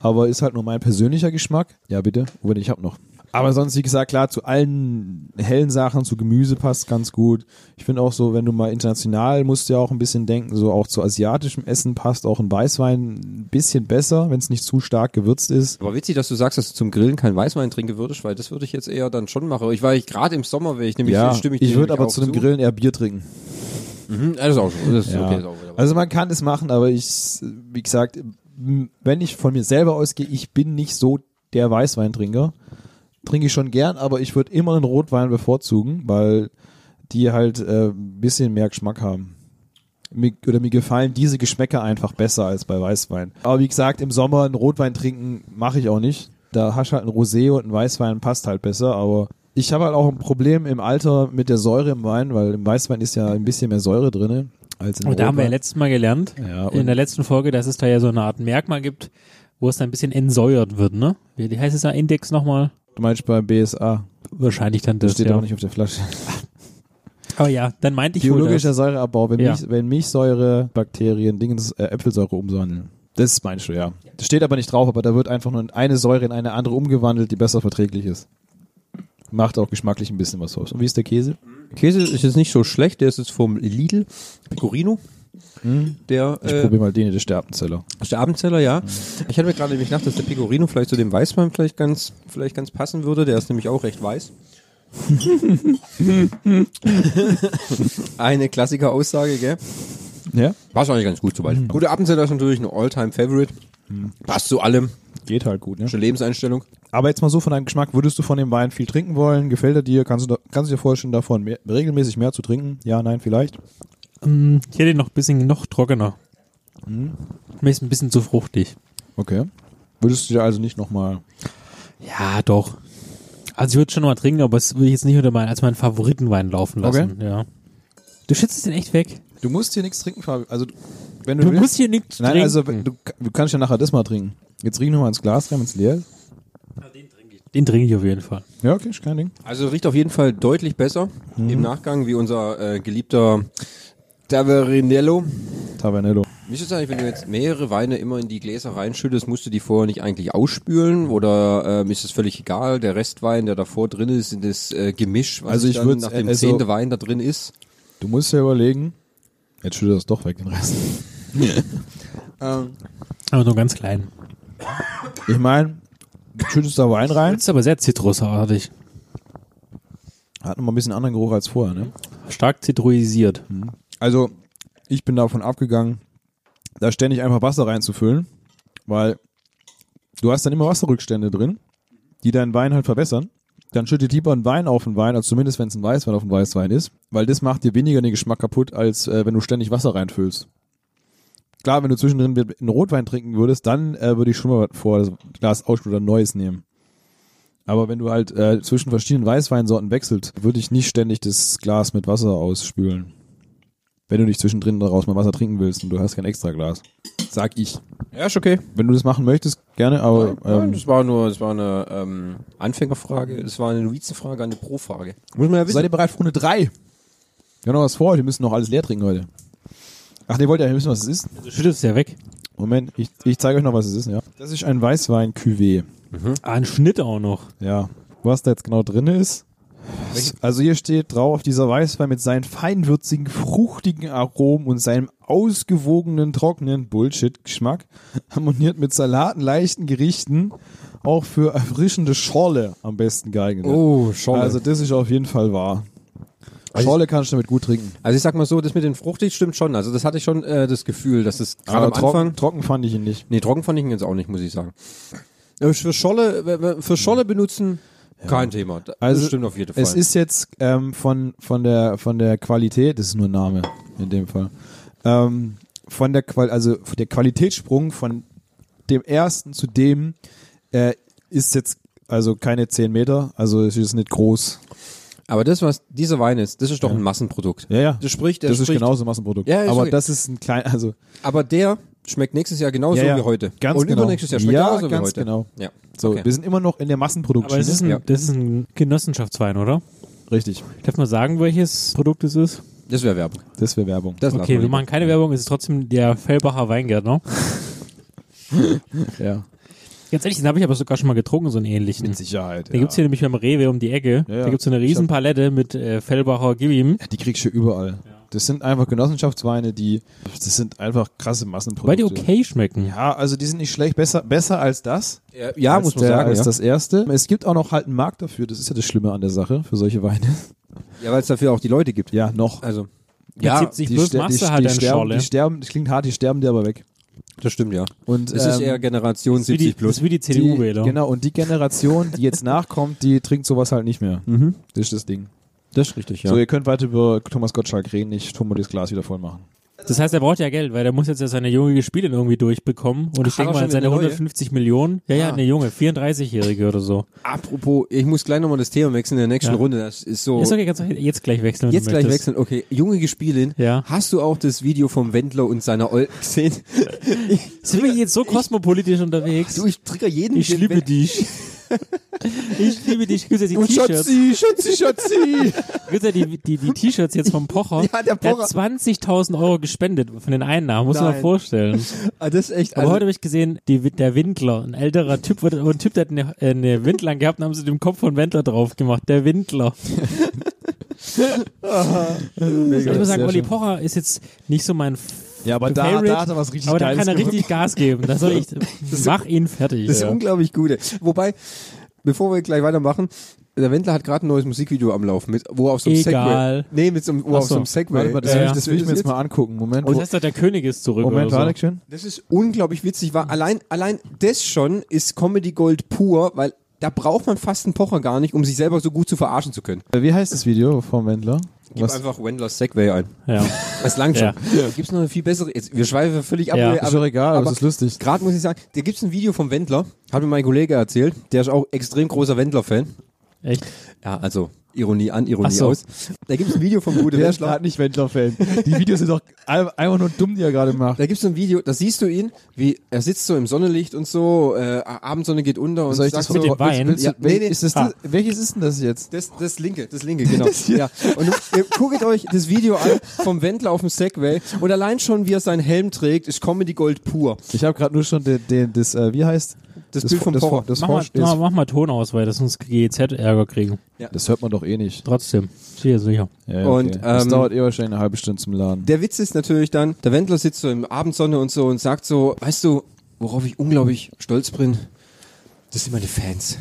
S4: Aber ist halt nur mein persönlicher Geschmack. Ja, bitte. Oder ich habe noch. Aber sonst, wie gesagt, klar, zu allen hellen Sachen, zu Gemüse passt ganz gut. Ich finde auch so, wenn du mal international musst, du ja auch ein bisschen denken, so auch zu asiatischem Essen passt auch ein Weißwein ein bisschen besser, wenn es nicht zu stark gewürzt ist.
S3: Aber witzig, dass du sagst, dass du zum Grillen keinen Weißwein trinken würdest, weil das würde ich jetzt eher dann schon machen. Ich war ich gerade im Sommer, wäre ich nämlich
S4: ja,
S3: stimme
S4: ich,
S3: ich dir
S4: würde
S3: nämlich
S4: aber
S3: auch
S4: zu dem
S3: zu.
S4: Grillen eher Bier trinken.
S3: Mhm, das ist auch schon. Das ist
S4: Ja.
S3: okay, ist auch wieder was.
S4: also man kann es machen, aber ich, wie gesagt, m- wenn ich von mir selber ausgehe, ich bin nicht so der Weißweintrinker. Trinke ich schon gern, aber ich würde immer einen Rotwein bevorzugen, weil die halt äh, ein bisschen mehr Geschmack haben. Mir, oder mir gefallen diese Geschmäcker einfach besser als bei Weißwein. Aber wie gesagt, im Sommer einen Rotwein trinken mache ich auch nicht. Da hast du halt ein Rosé und ein Weißwein passt halt besser, aber ich habe halt auch ein Problem im Alter mit der Säure im Wein, weil im Weißwein ist ja ein bisschen mehr Säure drinne als in
S2: Und da haben wir ja
S4: Rotwein.
S2: letztes Mal gelernt,
S4: Ja, und-
S2: in der letzten Folge, dass es da ja so eine Art Merkmal gibt, wo es dann ein bisschen entsäuert wird, ne? Wie heißt es da Index nochmal?
S4: Du meinst beim BSA.
S2: Wahrscheinlich dann
S4: Das
S2: das.
S4: steht
S2: ja.
S4: auch nicht auf der Flasche.
S2: Aber ja, dann meinte ich wohl das.
S4: Biologischer Säureabbau, wenn,
S2: Ja.
S4: Milch, wenn Milchsäure, Bakterien, Dingens, äh, Äpfelsäure umwandeln. Das meinst du, ja. Das steht aber nicht drauf, aber da wird einfach nur eine Säure in eine andere umgewandelt, die besser verträglich ist. Macht auch geschmacklich ein bisschen was aus. Und wie ist der Käse?
S3: Käse ist jetzt nicht so schlecht, der ist jetzt vom Lidl, Pecorino. Der,
S4: Hm. Ich
S3: äh,
S4: probier Hm. mal den, der Sterbenzeller.
S3: ist der Abendzeller, ja. Ich hatte mir gerade nämlich gedacht, dass der Pecorino vielleicht zu dem Weißwein vielleicht ganz, vielleicht ganz passen würde. Der ist nämlich auch recht weiß. Eine Klassiker-Aussage, gell?
S4: Ja?
S3: Passt eigentlich ganz gut zum
S4: Hm.
S3: Beispiel. Gute Appenzeller ist natürlich ein All-Time-Favorite. Passt zu allem.
S4: Geht halt gut, ne?
S3: Schöne Lebenseinstellung.
S4: Aber jetzt mal so von deinem Geschmack, würdest du von dem Wein viel trinken wollen? Gefällt er dir? Kannst du, da, kannst du dir vorstellen, davon mehr, regelmäßig mehr zu trinken? Ja, nein, vielleicht?
S2: Mm, Ich hätte ihn noch ein bisschen noch trockener. Mir ist ein bisschen zu fruchtig.
S4: Okay. Würdest du dir also nicht nochmal...
S2: Ja, doch. Also ich würde schon mal trinken, aber das will ich jetzt nicht unter meinen, als meinen Favoritenwein laufen lassen. Ja. Du schützt den echt weg.
S4: Du musst hier nichts trinken, Fabi. Also, wenn
S2: Du musst hier nichts
S4: Nein,
S2: trinken.
S4: also wenn- du, du kannst ja nachher das mal trinken. Jetzt riech noch mal ins Glas rein, wenn es leer ist.
S2: den trinke ich auf jeden Fall.
S4: Ja, okay, ist kein Ding.
S3: Also riecht auf jeden Fall deutlich besser
S4: Hm.
S3: im Nachgang, wie unser äh, geliebter Tavernello.
S4: Tavernello.
S3: Wie ist es eigentlich, wenn du jetzt mehrere Weine immer in die Gläser reinschüttest, musst du die vorher nicht eigentlich ausspülen? Oder ähm, ist es völlig egal? Der Restwein, der davor drin ist, in das äh, Gemisch, was
S4: Also ich
S3: dann
S4: würd's-
S3: nach dem
S4: also-
S3: zehnte Wein da drin ist?
S4: Du musst ja überlegen. Jetzt schüttet das doch weg, den Rest.
S2: Aber nur ganz klein.
S4: Ich meine, du schüttest da Wein rein.
S2: Das ist aber sehr zitrusartig.
S4: Hat nochmal ein bisschen anderen Geruch als vorher, ne?
S2: Stark zitruisiert.
S4: Also, ich bin davon abgegangen, da ständig einfach Wasser reinzufüllen, weil du hast dann immer Wasserrückstände drin, die deinen Wein halt verbessern. Dann schüttet lieber einen Wein auf den Wein, als zumindest wenn es ein Weißwein auf den Weißwein ist, weil das macht dir weniger den Geschmack kaputt, als äh, wenn du ständig Wasser reinfüllst. Klar, wenn du zwischendrin mit- einen Rotwein trinken würdest, dann äh, würde ich schon mal vor das Glas ausspülen oder ein neues nehmen. Aber wenn du halt äh, zwischen verschiedenen Weißweinsorten wechselt, würde ich nicht ständig das Glas mit Wasser ausspülen. Wenn du nicht zwischendrin daraus mal Wasser trinken willst und du hast kein extra Glas. Sag ich.
S3: Ja, ist okay.
S4: Wenn du das machen möchtest, gerne, aber
S3: Nein,
S4: ähm,
S3: das war nur, das war eine ähm, Anfängerfrage, das war eine Novizenfrage, eine Profrage. Muss man ja
S4: seid ihr bereit für Runde 3? Wir haben noch was vor, wir müssen noch alles leer trinken heute. Ach, ihr wollt ja wissen, was es ist?
S2: Du schüttest ja weg.
S4: Moment, ich, ich zeige euch noch, was es ist, ja. Das ist ein Weißwein-Cuvée.
S2: Ah, ein Schnitt auch noch.
S4: Ja. Was da jetzt genau drin ist. Also hier steht drauf, dieser Weißwein mit seinen feinwürzigen, fruchtigen Aromen und seinem ausgewogenen, trockenen Bullshit-Geschmack harmoniert mit Salaten, leichten Gerichten, auch für erfrischende Schorle am besten geeignet.
S3: Oh, Also Schorle.
S4: Also das ist auf jeden Fall wahr. Schorle kannst du damit gut trinken.
S3: Also ich sag mal so, das mit den fruchtig stimmt schon. Also das hatte ich schon äh, das Gefühl, dass es gerade am
S4: Aber trocken,
S3: Anfang.
S4: trocken fand ich ihn nicht.
S3: Nee, trocken fand ich ihn jetzt auch nicht, muss ich sagen. Aber Für Scholle, wenn wir- für Scholle benutzen, kein Thema. Das
S4: Also
S3: stimmt auf jeden Fall.
S4: Es ist jetzt ähm, von, von, der, von der Qualität, das ist nur Name in dem Fall, ähm, von der Qual also von der Qualitätssprung von dem ersten zu dem äh, ist jetzt also keine 10 Meter, also es ist nicht groß.
S3: Aber das, was dieser Wein ist, das ist doch ein Massenprodukt.
S4: Ja, ja.
S3: Das genau- spricht, der
S4: das ist
S3: spricht.
S4: genauso ein Massenprodukt.
S3: Ja, ist
S4: Aber
S3: okay.
S4: das ist ein klein, also
S3: Aber der schmeckt nächstes Jahr genauso
S4: ja, ja,
S3: wie heute.
S4: Ganz
S3: Und
S4: genau.
S3: übernächstes Jahr schmeckt
S4: ja,
S3: er genauso
S4: ganz
S3: wie heute.
S4: genau.
S3: Ja,
S4: So,
S3: okay.
S4: wir sind immer noch in der Massenproduktion.
S2: Aber es ist ein,
S3: Ja.
S2: das ist ein Genossenschaftswein, oder?
S4: Richtig.
S2: Darf man sagen, welches Produkt es ist?
S3: Das wäre Werbung.
S4: Das wäre Werbung.
S3: Das lassen
S2: Okay, wir
S3: lieber.
S2: machen keine Werbung, es ist trotzdem der Fellbacher Weingärtner.
S4: ja.
S2: Ganz ehrlich, den habe ich aber sogar schon mal getrunken, so einen ähnlichen.
S4: Mit Sicherheit.
S2: Den gibt's hier nämlich beim Rewe um die Ecke.
S4: Ja, ja.
S2: Da gibt's so eine riesen Palette mit äh, Fellbacher Gib ihm.
S4: Die kriegst du überall. Das sind einfach Genossenschaftsweine, die, das sind einfach krasse Massenprodukte.
S2: Weil die okay schmecken.
S4: Ja, also die sind nicht schlecht, besser, besser als das.
S3: Ja, ja
S4: als
S3: muss man
S4: der,
S3: sagen.
S4: Als
S3: Ja,
S4: das erste. Es gibt auch noch halt einen Markt dafür, das ist ja das Schlimme an der Sache, für solche Weine.
S3: ja weil es dafür auch die Leute gibt.
S4: Ja, noch.
S3: Also,
S2: Mit 70 plus
S4: ster-
S2: machst du halt
S4: die
S2: eine
S4: sterben,
S2: Scholle.
S4: die sterben, das klingt hart, die sterben dir aber weg.
S3: das stimmt, ja.
S4: Und,
S3: Es ist
S4: ähm,
S3: eher Generation
S2: Wie die,
S3: 70
S2: das
S3: plus.
S2: ist wie die
S4: die,
S2: CDU-Wähler.
S4: genau, und die Generation, die jetzt nachkommt, die trinkt sowas halt nicht mehr.
S3: Mhm.
S4: Das ist das Ding.
S3: Das ist richtig, ja.
S4: So, ihr könnt weiter über Thomas Gottschalk reden, ich tu mir das Glas wieder voll machen.
S2: Das heißt, er braucht ja Geld, weil der muss jetzt ja seine junge Spielin irgendwie durchbekommen. Und ich denke
S3: Ach, hat er
S2: mal,
S3: schon
S2: seine
S3: eine neue?
S2: 150 Millionen. Ja, ja,
S3: Ah.
S2: eine junge, 34-Jährige oder so.
S3: Apropos, ich muss gleich nochmal das Thema wechseln in der nächsten
S2: Ja.
S3: Runde. Das ist so.
S2: Ist okay, kannst du jetzt gleich wechseln. wenn
S3: Oh. Jetzt
S2: du
S3: gleich
S2: möchtest.
S3: wechseln. Okay, junge Gespielin.
S2: Ja.
S3: Hast du auch das Video vom Wendler und seiner Ol gesehen?
S2: Sind wir jetzt so kosmopolitisch unterwegs?
S3: Du, ich trigger jeden.
S2: ich
S3: den
S2: liebe
S3: Wend-
S2: dich. ich liebe dich. Gibt's ja die
S3: Und
S2: T-Shirts.
S3: Schotzi, Schotzi, Schotzi.
S2: Gibt's ja die, die, die T-Shirts jetzt vom Pocher.
S3: Ja, der Pocher.
S2: hat 20.000 Euro gespendet von den Einnahmen. Muss man mal
S3: Nein.
S2: vorstellen.
S4: Also
S3: Ah, das ist echt.
S2: Aber heute habe ich gesehen, die, der Windler, ein älterer Typ, wurde, aber ein Typ, der hat eine, äh, eine Windlang gehabt und haben sie den Kopf von Wendler drauf gemacht. Der Windler. ich muss sagen,
S4: sehr
S2: Olli
S4: schön.
S2: Pocher ist jetzt nicht so mein F-
S4: Ja, aber da,
S2: Favorite,
S4: da hat er was richtig
S2: aber da
S4: Geiles
S2: kann er
S4: gemacht.
S2: richtig Gas geben. Da soll ich, mach ihn fertig.
S3: Das ist
S2: Ja.
S3: unglaublich gut. ey. Wobei, bevor wir gleich weitermachen, der Wendler hat gerade ein neues Musikvideo am Laufen, mit, wo er auf so einem
S2: Egal.
S3: Segway. Nee, mit so einem, wo er
S2: Ach
S3: auf so einem
S2: so.
S3: Segway.
S4: Warte mal, das,
S2: Ja,
S4: will
S2: ja.
S4: ich, das will ich mir jetzt mal angucken. Moment,
S2: Das
S4: wo,
S2: heißt doch, Oh, der König ist zurück
S4: Moment,
S2: oder
S4: warte
S2: so.
S4: schön.
S3: Das ist unglaublich witzig, war allein, allein das schon ist Comedy Gold pur, weil da braucht man fast einen Pocher gar nicht, um sich selber so gut zu verarschen zu können.
S4: Äh, Wie heißt das Video vom Wendler?
S3: Gib einfach Wendlers Segway ein.
S2: Ja.
S3: Das langt schon.
S2: Ja.
S3: Da gibt's noch eine viel bessere. Jetzt, wir schweifen völlig ab. ne,
S2: Ja.
S3: aber-
S4: ist doch egal, aber, es ist lustig.
S3: Gerade muss ich sagen, da gibt's ein Video vom Wendler, hat mir mein Kollege erzählt, der ist auch extrem großer Wendler-Fan.
S2: Echt?
S3: Ja, also Ironie an, Ironie
S2: Ach so.
S3: aus. Da gibt's ein Video vom Gute
S4: Wer ist
S3: Wendler.
S4: gerade nicht Wendler-Fan? Die Videos sind doch ein- einfach nur dumm, die er gerade macht.
S3: Da gibt's ein Video, da siehst du ihn, wie er sitzt so im Sonnenlicht und so, äh, Abendsonne geht unter und
S4: Soll ich
S3: sagt
S4: das
S3: so,
S2: mit dem Wein?
S4: Willst du-
S3: Ja, nee, nee.
S4: Ist das,
S2: Ah.
S4: Welches ist denn das jetzt?
S3: Das, das linke, das linke, genau. ja. Und ihr guckt euch das Video an vom Wendler auf dem Segway und allein schon, wie er seinen Helm trägt, ist Comedy Gold pur.
S4: Ich habe gerade nur schon den, den das, äh, wie heißt?
S3: Das Bild vom
S4: das,
S3: Pocher.
S4: Das,
S2: Mach mal,
S4: Vor-
S2: mach,
S4: das,
S2: mach mal Ton aus, weil das sonst GEZ-Ärger kriegen.
S4: das hört man doch eh nicht.
S2: Trotzdem. Sicher, sicher.
S4: Ja,
S3: Und,
S4: das
S3: ähm,
S4: dauert eh wahrscheinlich eine halbe Stunde zum Laden.
S3: Der Witz ist natürlich dann, der Wendler sitzt so im Abendsonne und so und sagt so, weißt du, worauf ich unglaublich stolz bin? Das sind meine Fans.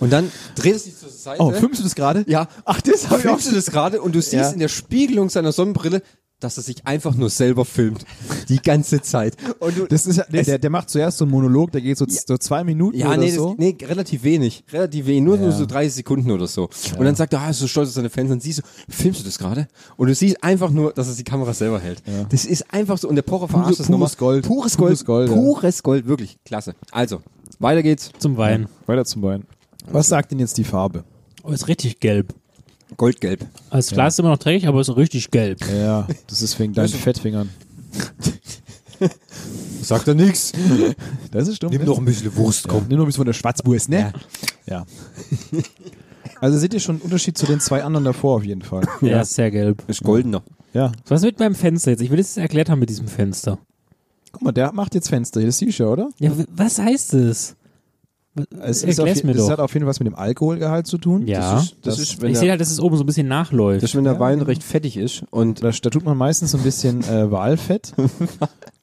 S3: Und dann dreht er sich zur Seite.
S4: oh, filmst du das gerade?
S3: Ja, ach, das
S4: hab ich auch-
S3: Filmst du das gerade und du siehst
S4: Ja.
S3: in der Spiegelung seiner Sonnenbrille, dass er sich einfach nur selber filmt. Die ganze Zeit. Und du,
S4: Das ist ja, nee,
S3: Es-
S4: der, der macht zuerst so einen Monolog, der geht so, z- so zwei Minuten
S3: Ja,
S4: oder
S3: nee,
S4: so.
S3: das, nee, relativ wenig. Relativ wenig. Nur, nur so 30 Sekunden oder so. Und dann sagt er, ah, er ist so stolz auf seine Fans. Dann siehst du, filmst du das gerade? Und du siehst einfach nur, dass er die Kamera selber hält. Das ist einfach so. Und der Pocher verarscht
S4: pures
S3: das nochmal.
S4: Gold.
S3: Pures Gold.
S4: Pures Gold, ja.
S3: Pures Gold, wirklich. Klasse. Also, weiter geht's.
S2: Zum Wein.
S4: Weiter zum Wein. Was sagt denn jetzt die Farbe?
S2: Oh, ist richtig gelb.
S3: Goldgelb.
S2: Also das Glas ist immer noch dreckig, aber ist richtig gelb.
S4: Ja, das ist wegen deinen Fettfingern.
S3: Sagt er nix.
S4: Das ist stumm.
S3: Nimm
S4: ne?
S3: noch ein bisschen Wurst, komm.
S4: Nimm noch ein bisschen von der Schwarzwurst, ne? Ja. Also seht ihr schon einen Unterschied zu den zwei anderen davor auf jeden Fall.
S2: Ja, ist sehr gelb.
S3: Ist goldener.
S4: Ja.
S2: Was mit meinem Fenster jetzt? Ich will das jetzt erklärt haben mit diesem Fenster.
S4: Guck mal, der macht jetzt Fenster. Das siehst du ja, oder?
S2: Ja, w- was heißt das? W-
S4: Es ist auf,
S2: Erklär's
S4: je-
S2: mir
S4: das
S2: doch.
S4: hat auf jeden Fall was mit dem Alkoholgehalt zu tun.
S2: Ja.
S3: Das ist, das
S4: Das-
S3: ist wenn
S2: Ich sehe
S3: der,
S2: halt, dass es oben so ein bisschen nachläuft.
S3: das ist, wenn der Wein recht fettig ist. Und
S4: Da, da tut man meistens so ein bisschen äh, Walfett.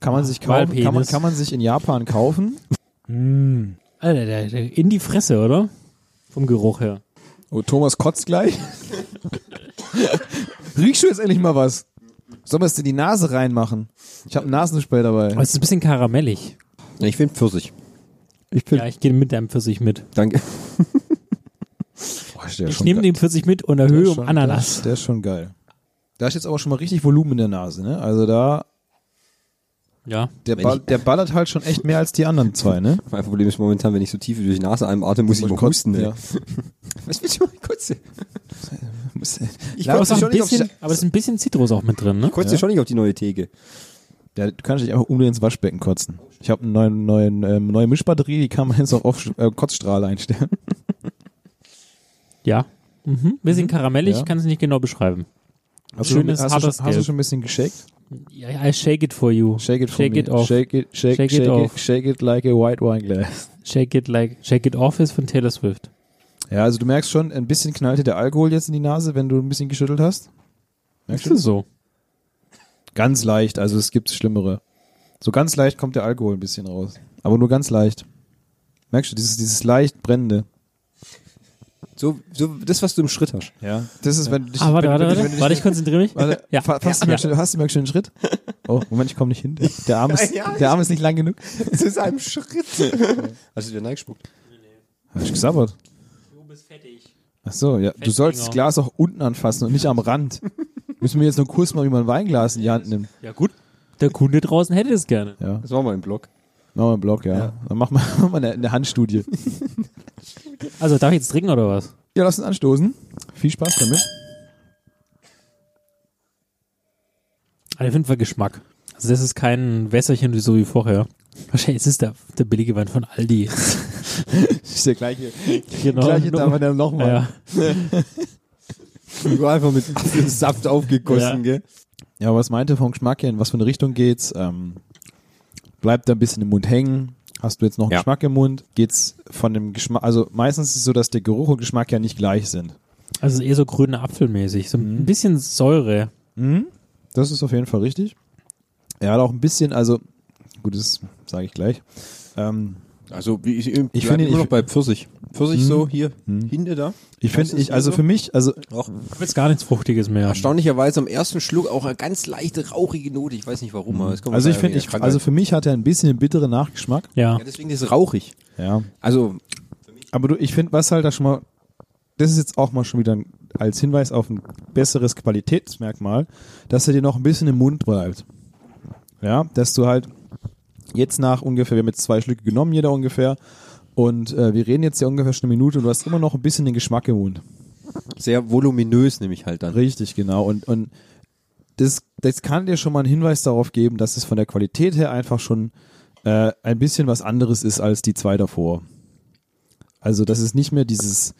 S4: Kann man sich kaufen,
S2: Walpenis.
S4: kann man, kann man sich in Japan kaufen.
S2: Alter, der, der, in die Fresse, oder? Vom Geruch her.
S4: Oh, Thomas kotzt gleich. Riechst du jetzt endlich mal was? Sollen wir es in die Nase reinmachen? Ich habe ein Nasenspray
S2: Aber
S4: dabei.
S2: es ist ein bisschen karamellig.
S3: ich finde Pfirsich. Ich finde,
S2: Ja, ich gehe mit deinem Pfirsich mit.
S3: danke.
S4: Boah, ist der
S2: Ich
S4: schon
S2: nehme
S4: geil.
S2: den Pfirsich mit und
S4: Der
S2: erhöhe
S4: ist
S2: um
S4: schon-
S2: Ananas.
S4: Der, der ist schon geil. Da ist jetzt aber schon mal richtig Volumen in der Nase, ne? Also da,
S2: Ja.
S4: der,
S3: Wenn
S4: ball,
S3: ich-
S4: der ballert halt schon echt mehr als die anderen zwei, ne?
S3: Mein Problem ist momentan, wenn ich so tief durch die Nase einatme, muss ich mal husten. ey.
S4: Ja.
S3: Was willst du? Ich kotze. Ich
S2: Aber, es
S3: kotze
S2: ist
S3: schon
S2: ein
S3: nicht auf,
S2: bisschen, aber es ist ein bisschen Zitrus auch mit drin, ne?
S3: kotze schon nicht auf die neue Theke.
S4: Ja, du kannst dich einfach um ins Waschbecken kotzen. Ich habe einen neuen, neuen, ähm, neue Mischbatterie, die kann man jetzt auch auf äh, Kotzstrahl einstellen.
S2: Ja. Mhm. Bisschen karamellig,
S4: Ja.
S2: ich kann es nicht genau beschreiben.
S4: Hast,
S2: Schönes,
S4: du, schon- hast, du,
S2: hartes
S4: schon- hast du
S2: Gelb.
S4: schon ein bisschen geschickt?
S2: I I shake it for you.
S4: Shake it for
S2: Shake
S4: me.
S2: it off.
S4: Shake it, shake,
S2: Shake
S4: shake,
S2: it
S4: it,
S2: off.
S4: shake it like a white wine glass.
S2: Shake it like Shake it off ist von Taylor Swift.
S4: Ja, also du merkst schon, ein bisschen knallte der Alkohol jetzt in die Nase, wenn du ein bisschen geschüttelt hast. Merkst
S2: Ist
S4: du
S2: das so?
S4: Ganz leicht, also es gibt schlimmere. So ganz leicht kommt der Alkohol ein bisschen raus. Aber nur ganz leicht. Merkst du, dieses, dieses leicht brennende.
S3: So, so das, was du im Schritt hast.
S4: Ja. Das ist, wenn du dich.
S2: Ah, warte,
S4: wenn,
S2: warte,
S4: wenn,
S2: warte. Warte, ich konzentriere mich.
S4: Warte,
S2: Ja.
S4: fa- Hast, du
S2: Ja.
S4: mal schon, hast du mal schon einen Schritt? Oh, Moment, ich komme nicht hin. Der Arm ist,
S3: Ja, ja.
S4: der Arm ist nicht lang genug.
S3: Das ist ein Schritt. Hast du dir reingespuckt?
S4: Hab ich gesabbert.
S2: Du bist fettig.
S4: Ach so, ja. Du sollst das Glas auch unten anfassen und nicht am Rand. Müssen wir jetzt nur kurz mal, wie man ein Weinglas in die Hand nimmt.
S2: Ja gut. Der Kunde draußen hätte es gerne.
S4: Ja.
S3: Das war mal im Block.
S4: Machen wir einen Blog, ja. Dann machen wir, machen wir eine, eine Handstudie.
S2: Also darf ich jetzt trinken oder was?
S4: Ja, lass uns anstoßen. Viel Spaß damit.
S2: Also auf jeden Fall Geschmack. Also das ist kein Wässerchen so wie vorher. Wahrscheinlich ist es der, der billige Wein von Aldi.
S4: Ist der gleiche.
S2: Genau.
S4: Gleiche darf man dann nochmal.
S2: ja.
S3: Du einfach mit Apfelsaft aufgegossen, gell?
S4: Ja, aber was meinte vom Geschmack her, in was für eine Richtung geht's? Ähm, bleibt da ein bisschen im Mund hängen? Hast du jetzt noch einen
S3: Ja.
S4: Geschmack im Mund? Geht's von dem Geschmack, also meistens ist es so, dass der Geruch und Geschmack ja nicht gleich sind.
S2: Also eher so grüne Apfelmäßig. So ein bisschen Säure.
S4: Das ist auf jeden Fall richtig. Er hat auch ein bisschen, also, gut, das sage ich gleich. Ähm,
S3: Also wie ich, ich
S4: finde,
S3: immer
S4: ich- Mhm.
S3: noch bei Pfirsich. Pfirsich so hier, hinter da.
S4: ich
S3: Weißt
S4: finde,
S3: du,
S4: ich, also
S3: so?
S4: für mich, also,
S3: Auch
S2: Ich hab jetzt gar nichts Fruchtiges mehr.
S3: erstaunlicherweise am ersten Schluck auch eine ganz leichte rauchige Note. Ich weiß nicht warum, aber es kommt
S4: also ich
S3: wahrscheinlich
S4: finde, ich,
S3: wegen der
S4: also
S3: Krankheit.
S4: für mich hat er ein bisschen einen bitteren Nachgeschmack.
S2: Ja.
S3: ja, deswegen ist es rauchig.
S4: Ja.
S3: Also
S4: Aber du, ich finde, was halt da schon mal, das ist jetzt auch mal schon wieder ein, als Hinweis auf ein besseres Qualitätsmerkmal, dass er dir noch ein bisschen im Mund bleibt. Ja, dass du halt jetzt nach ungefähr, wir haben jetzt zwei Schlücke genommen, jeder ungefähr, und äh, wir reden jetzt ja ungefähr schon eine Minute und du hast immer noch ein bisschen den Geschmack im Mund.
S3: sehr voluminös nehme ich halt dann.
S4: Richtig, genau. Und, und das, das kann dir schon mal einen Hinweis darauf geben, dass es von der Qualität her einfach schon äh, ein bisschen was anderes ist als die zwei davor. Also, dass es nicht mehr dieses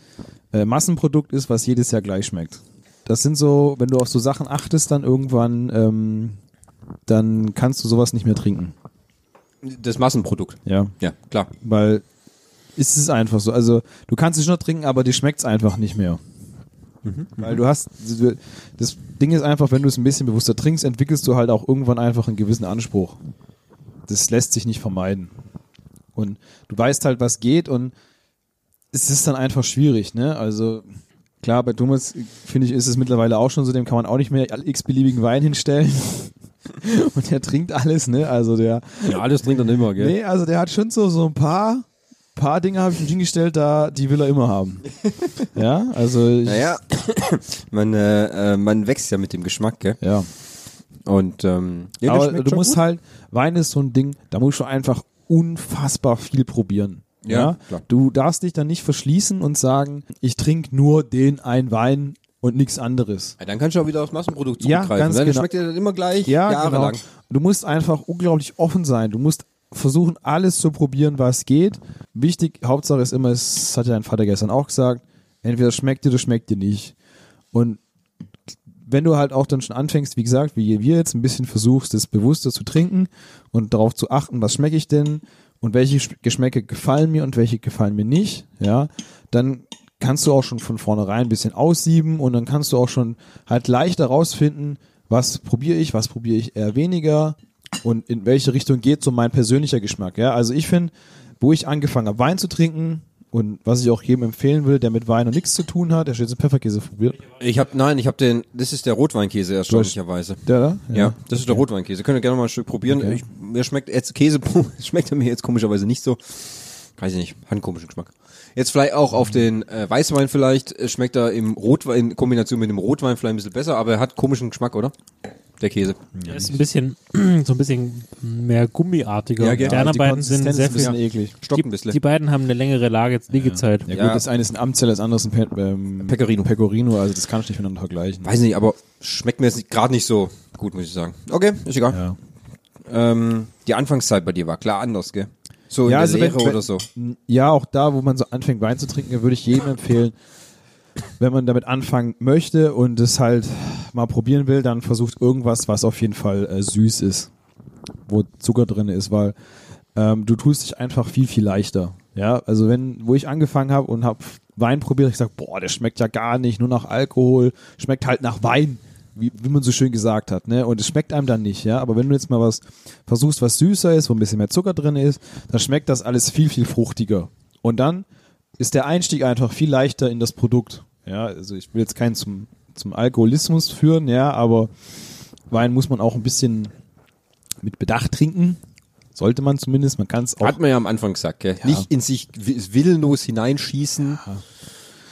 S4: äh, Massenprodukt ist, was jedes Jahr gleich schmeckt. Das sind so, wenn du auf so Sachen achtest, dann irgendwann, ähm, dann kannst du sowas nicht mehr trinken.
S3: Das Massenprodukt.
S4: Ja,
S3: Ja, klar.
S4: weil ist es einfach so. Also, du kannst es schon noch trinken, aber dir schmeckt es einfach nicht mehr. Weil du hast, das Ding ist einfach, wenn du es ein bisschen bewusster trinkst, entwickelst du halt auch irgendwann einfach einen gewissen Anspruch. Das lässt sich nicht vermeiden. Und du weißt halt, was geht und es ist dann einfach schwierig, ne? Also klar, bei Thomas, finde ich, ist es mittlerweile auch schon so, dem kann man auch nicht mehr x-beliebigen Wein hinstellen. Und der trinkt alles, ne? Also der,
S3: Ja, alles trinkt dann immer, gell?
S4: Nee, also der hat schon so, so ein paar, paar Dinge habe ich ihm hingestellt, da die will er immer haben. ja, also ich,
S3: Naja, man, äh, äh, man wächst ja mit dem Geschmack, gell?
S4: ja.
S3: Und ähm, ja, das
S4: Aber
S3: schmeckt
S4: du
S3: schon
S4: musst
S3: gut.
S4: halt, Wein ist so ein Ding, da musst du einfach unfassbar viel probieren.
S3: Ja, klar.
S4: Du darfst dich dann nicht verschließen und sagen, ich trinke nur den einen Wein und nichts anderes.
S3: ja, dann kannst du auch wieder aufs Massenprodukt
S4: Ja,
S3: zugreifen.
S4: ganz
S3: ne?
S4: genau.
S3: Das schmeckt dir dann immer gleich,
S4: Ja,
S3: jahrelang.
S4: genau. Du musst einfach unglaublich offen sein. Du musst versuchen, alles zu probieren, was geht. Wichtig, Hauptsache ist immer, es hat ja dein Vater gestern auch gesagt, entweder es schmeckt dir, das schmeckt dir nicht. Und wenn du halt auch dann schon anfängst, wie gesagt, wie wir jetzt, ein bisschen versuchst, das bewusster zu trinken und darauf zu achten, was schmecke ich denn und welche Sch- Geschmäcke gefallen mir und welche gefallen mir nicht, ja, dann kannst du auch schon von vornherein ein bisschen aussieben und dann kannst du auch schon halt leichter rausfinden, was probiere ich, was probiere ich eher weniger und in welche Richtung geht so mein persönlicher Geschmack, ja. Also ich finde, wo ich angefangen habe, Wein zu trinken und was ich auch jedem empfehlen will, der mit Wein noch nichts zu tun hat, der steht jetzt Pfefferkäse probiert.
S3: Ich hab, nein, ich hab den, das ist der Rotweinkäse erstaunlicherweise.
S4: Der da?
S3: Ja, das ist der Rotweinkäse. Könnt ihr gerne mal ein Stück probieren.
S4: Okay.
S3: Ich, mir schmeckt jetzt Käse, schmeckt er mir jetzt komischerweise nicht so. Weiß ich nicht, hat einen komischen Geschmack. Jetzt vielleicht auch auf den äh, Weißwein vielleicht, äh, schmeckt er im Rotwein, in Kombination mit dem Rotwein vielleicht ein bisschen besser, aber er hat komischen Geschmack, oder? Der Käse.
S2: Der ist ein bisschen, so ein bisschen mehr gummiartiger.
S3: Ja,
S2: Und
S3: genau.
S2: die anderen
S4: die
S2: beiden sind
S4: Konsistenz
S2: sehr
S4: ist ein
S2: viel.
S4: bisschen eklig.
S3: Stockt ein
S2: Die
S3: bisschen.
S2: beiden haben eine längere Lage, Liegezeit.
S4: Ja,
S3: Ja.
S4: gut, das eine ist ein Amtzeller, das andere ist ein Pe ähm,
S3: Pecorino.
S4: Pecorino, also das kann ich nicht miteinander vergleichen.
S3: Weiß nicht, aber schmeckt mir jetzt gerade nicht so gut, muss ich sagen. Okay, ist egal.
S4: Ja,
S3: Ähm, die Anfangszeit bei dir war klar anders, gell? So in
S4: Ja,
S3: der
S4: also wenn-
S3: Lehre
S4: wenn-
S3: oder so.
S4: ja, auch da, wo man so anfängt Wein zu trinken, würde ich jedem empfehlen, wenn man damit anfangen möchte und es halt mal probieren will, dann versucht irgendwas, was auf jeden Fall äh, süß ist, wo Zucker drin ist, weil ähm, du tust dich einfach viel, viel leichter. Ja, also wenn, wo ich angefangen habe und habe Wein probiert, hab ich gesagt, boah, der schmeckt ja gar nicht, nur nach Alkohol, schmeckt halt nach Wein, wie, wie man so schön gesagt hat, ne? Und es schmeckt einem dann nicht, ja. Aber wenn du jetzt mal was versuchst, was süßer ist, wo ein bisschen mehr Zucker drin ist, dann schmeckt das alles viel, viel fruchtiger. Und dann ist der Einstieg einfach viel leichter in das Produkt. Ja, also ich will jetzt keinen zum, zum Alkoholismus führen, ja, aber Wein muss man auch ein bisschen mit Bedacht trinken. Sollte man zumindest, man kann es auch
S3: Hat man ja am Anfang gesagt, gell? Nicht in sich wi- willenlos hineinschießen,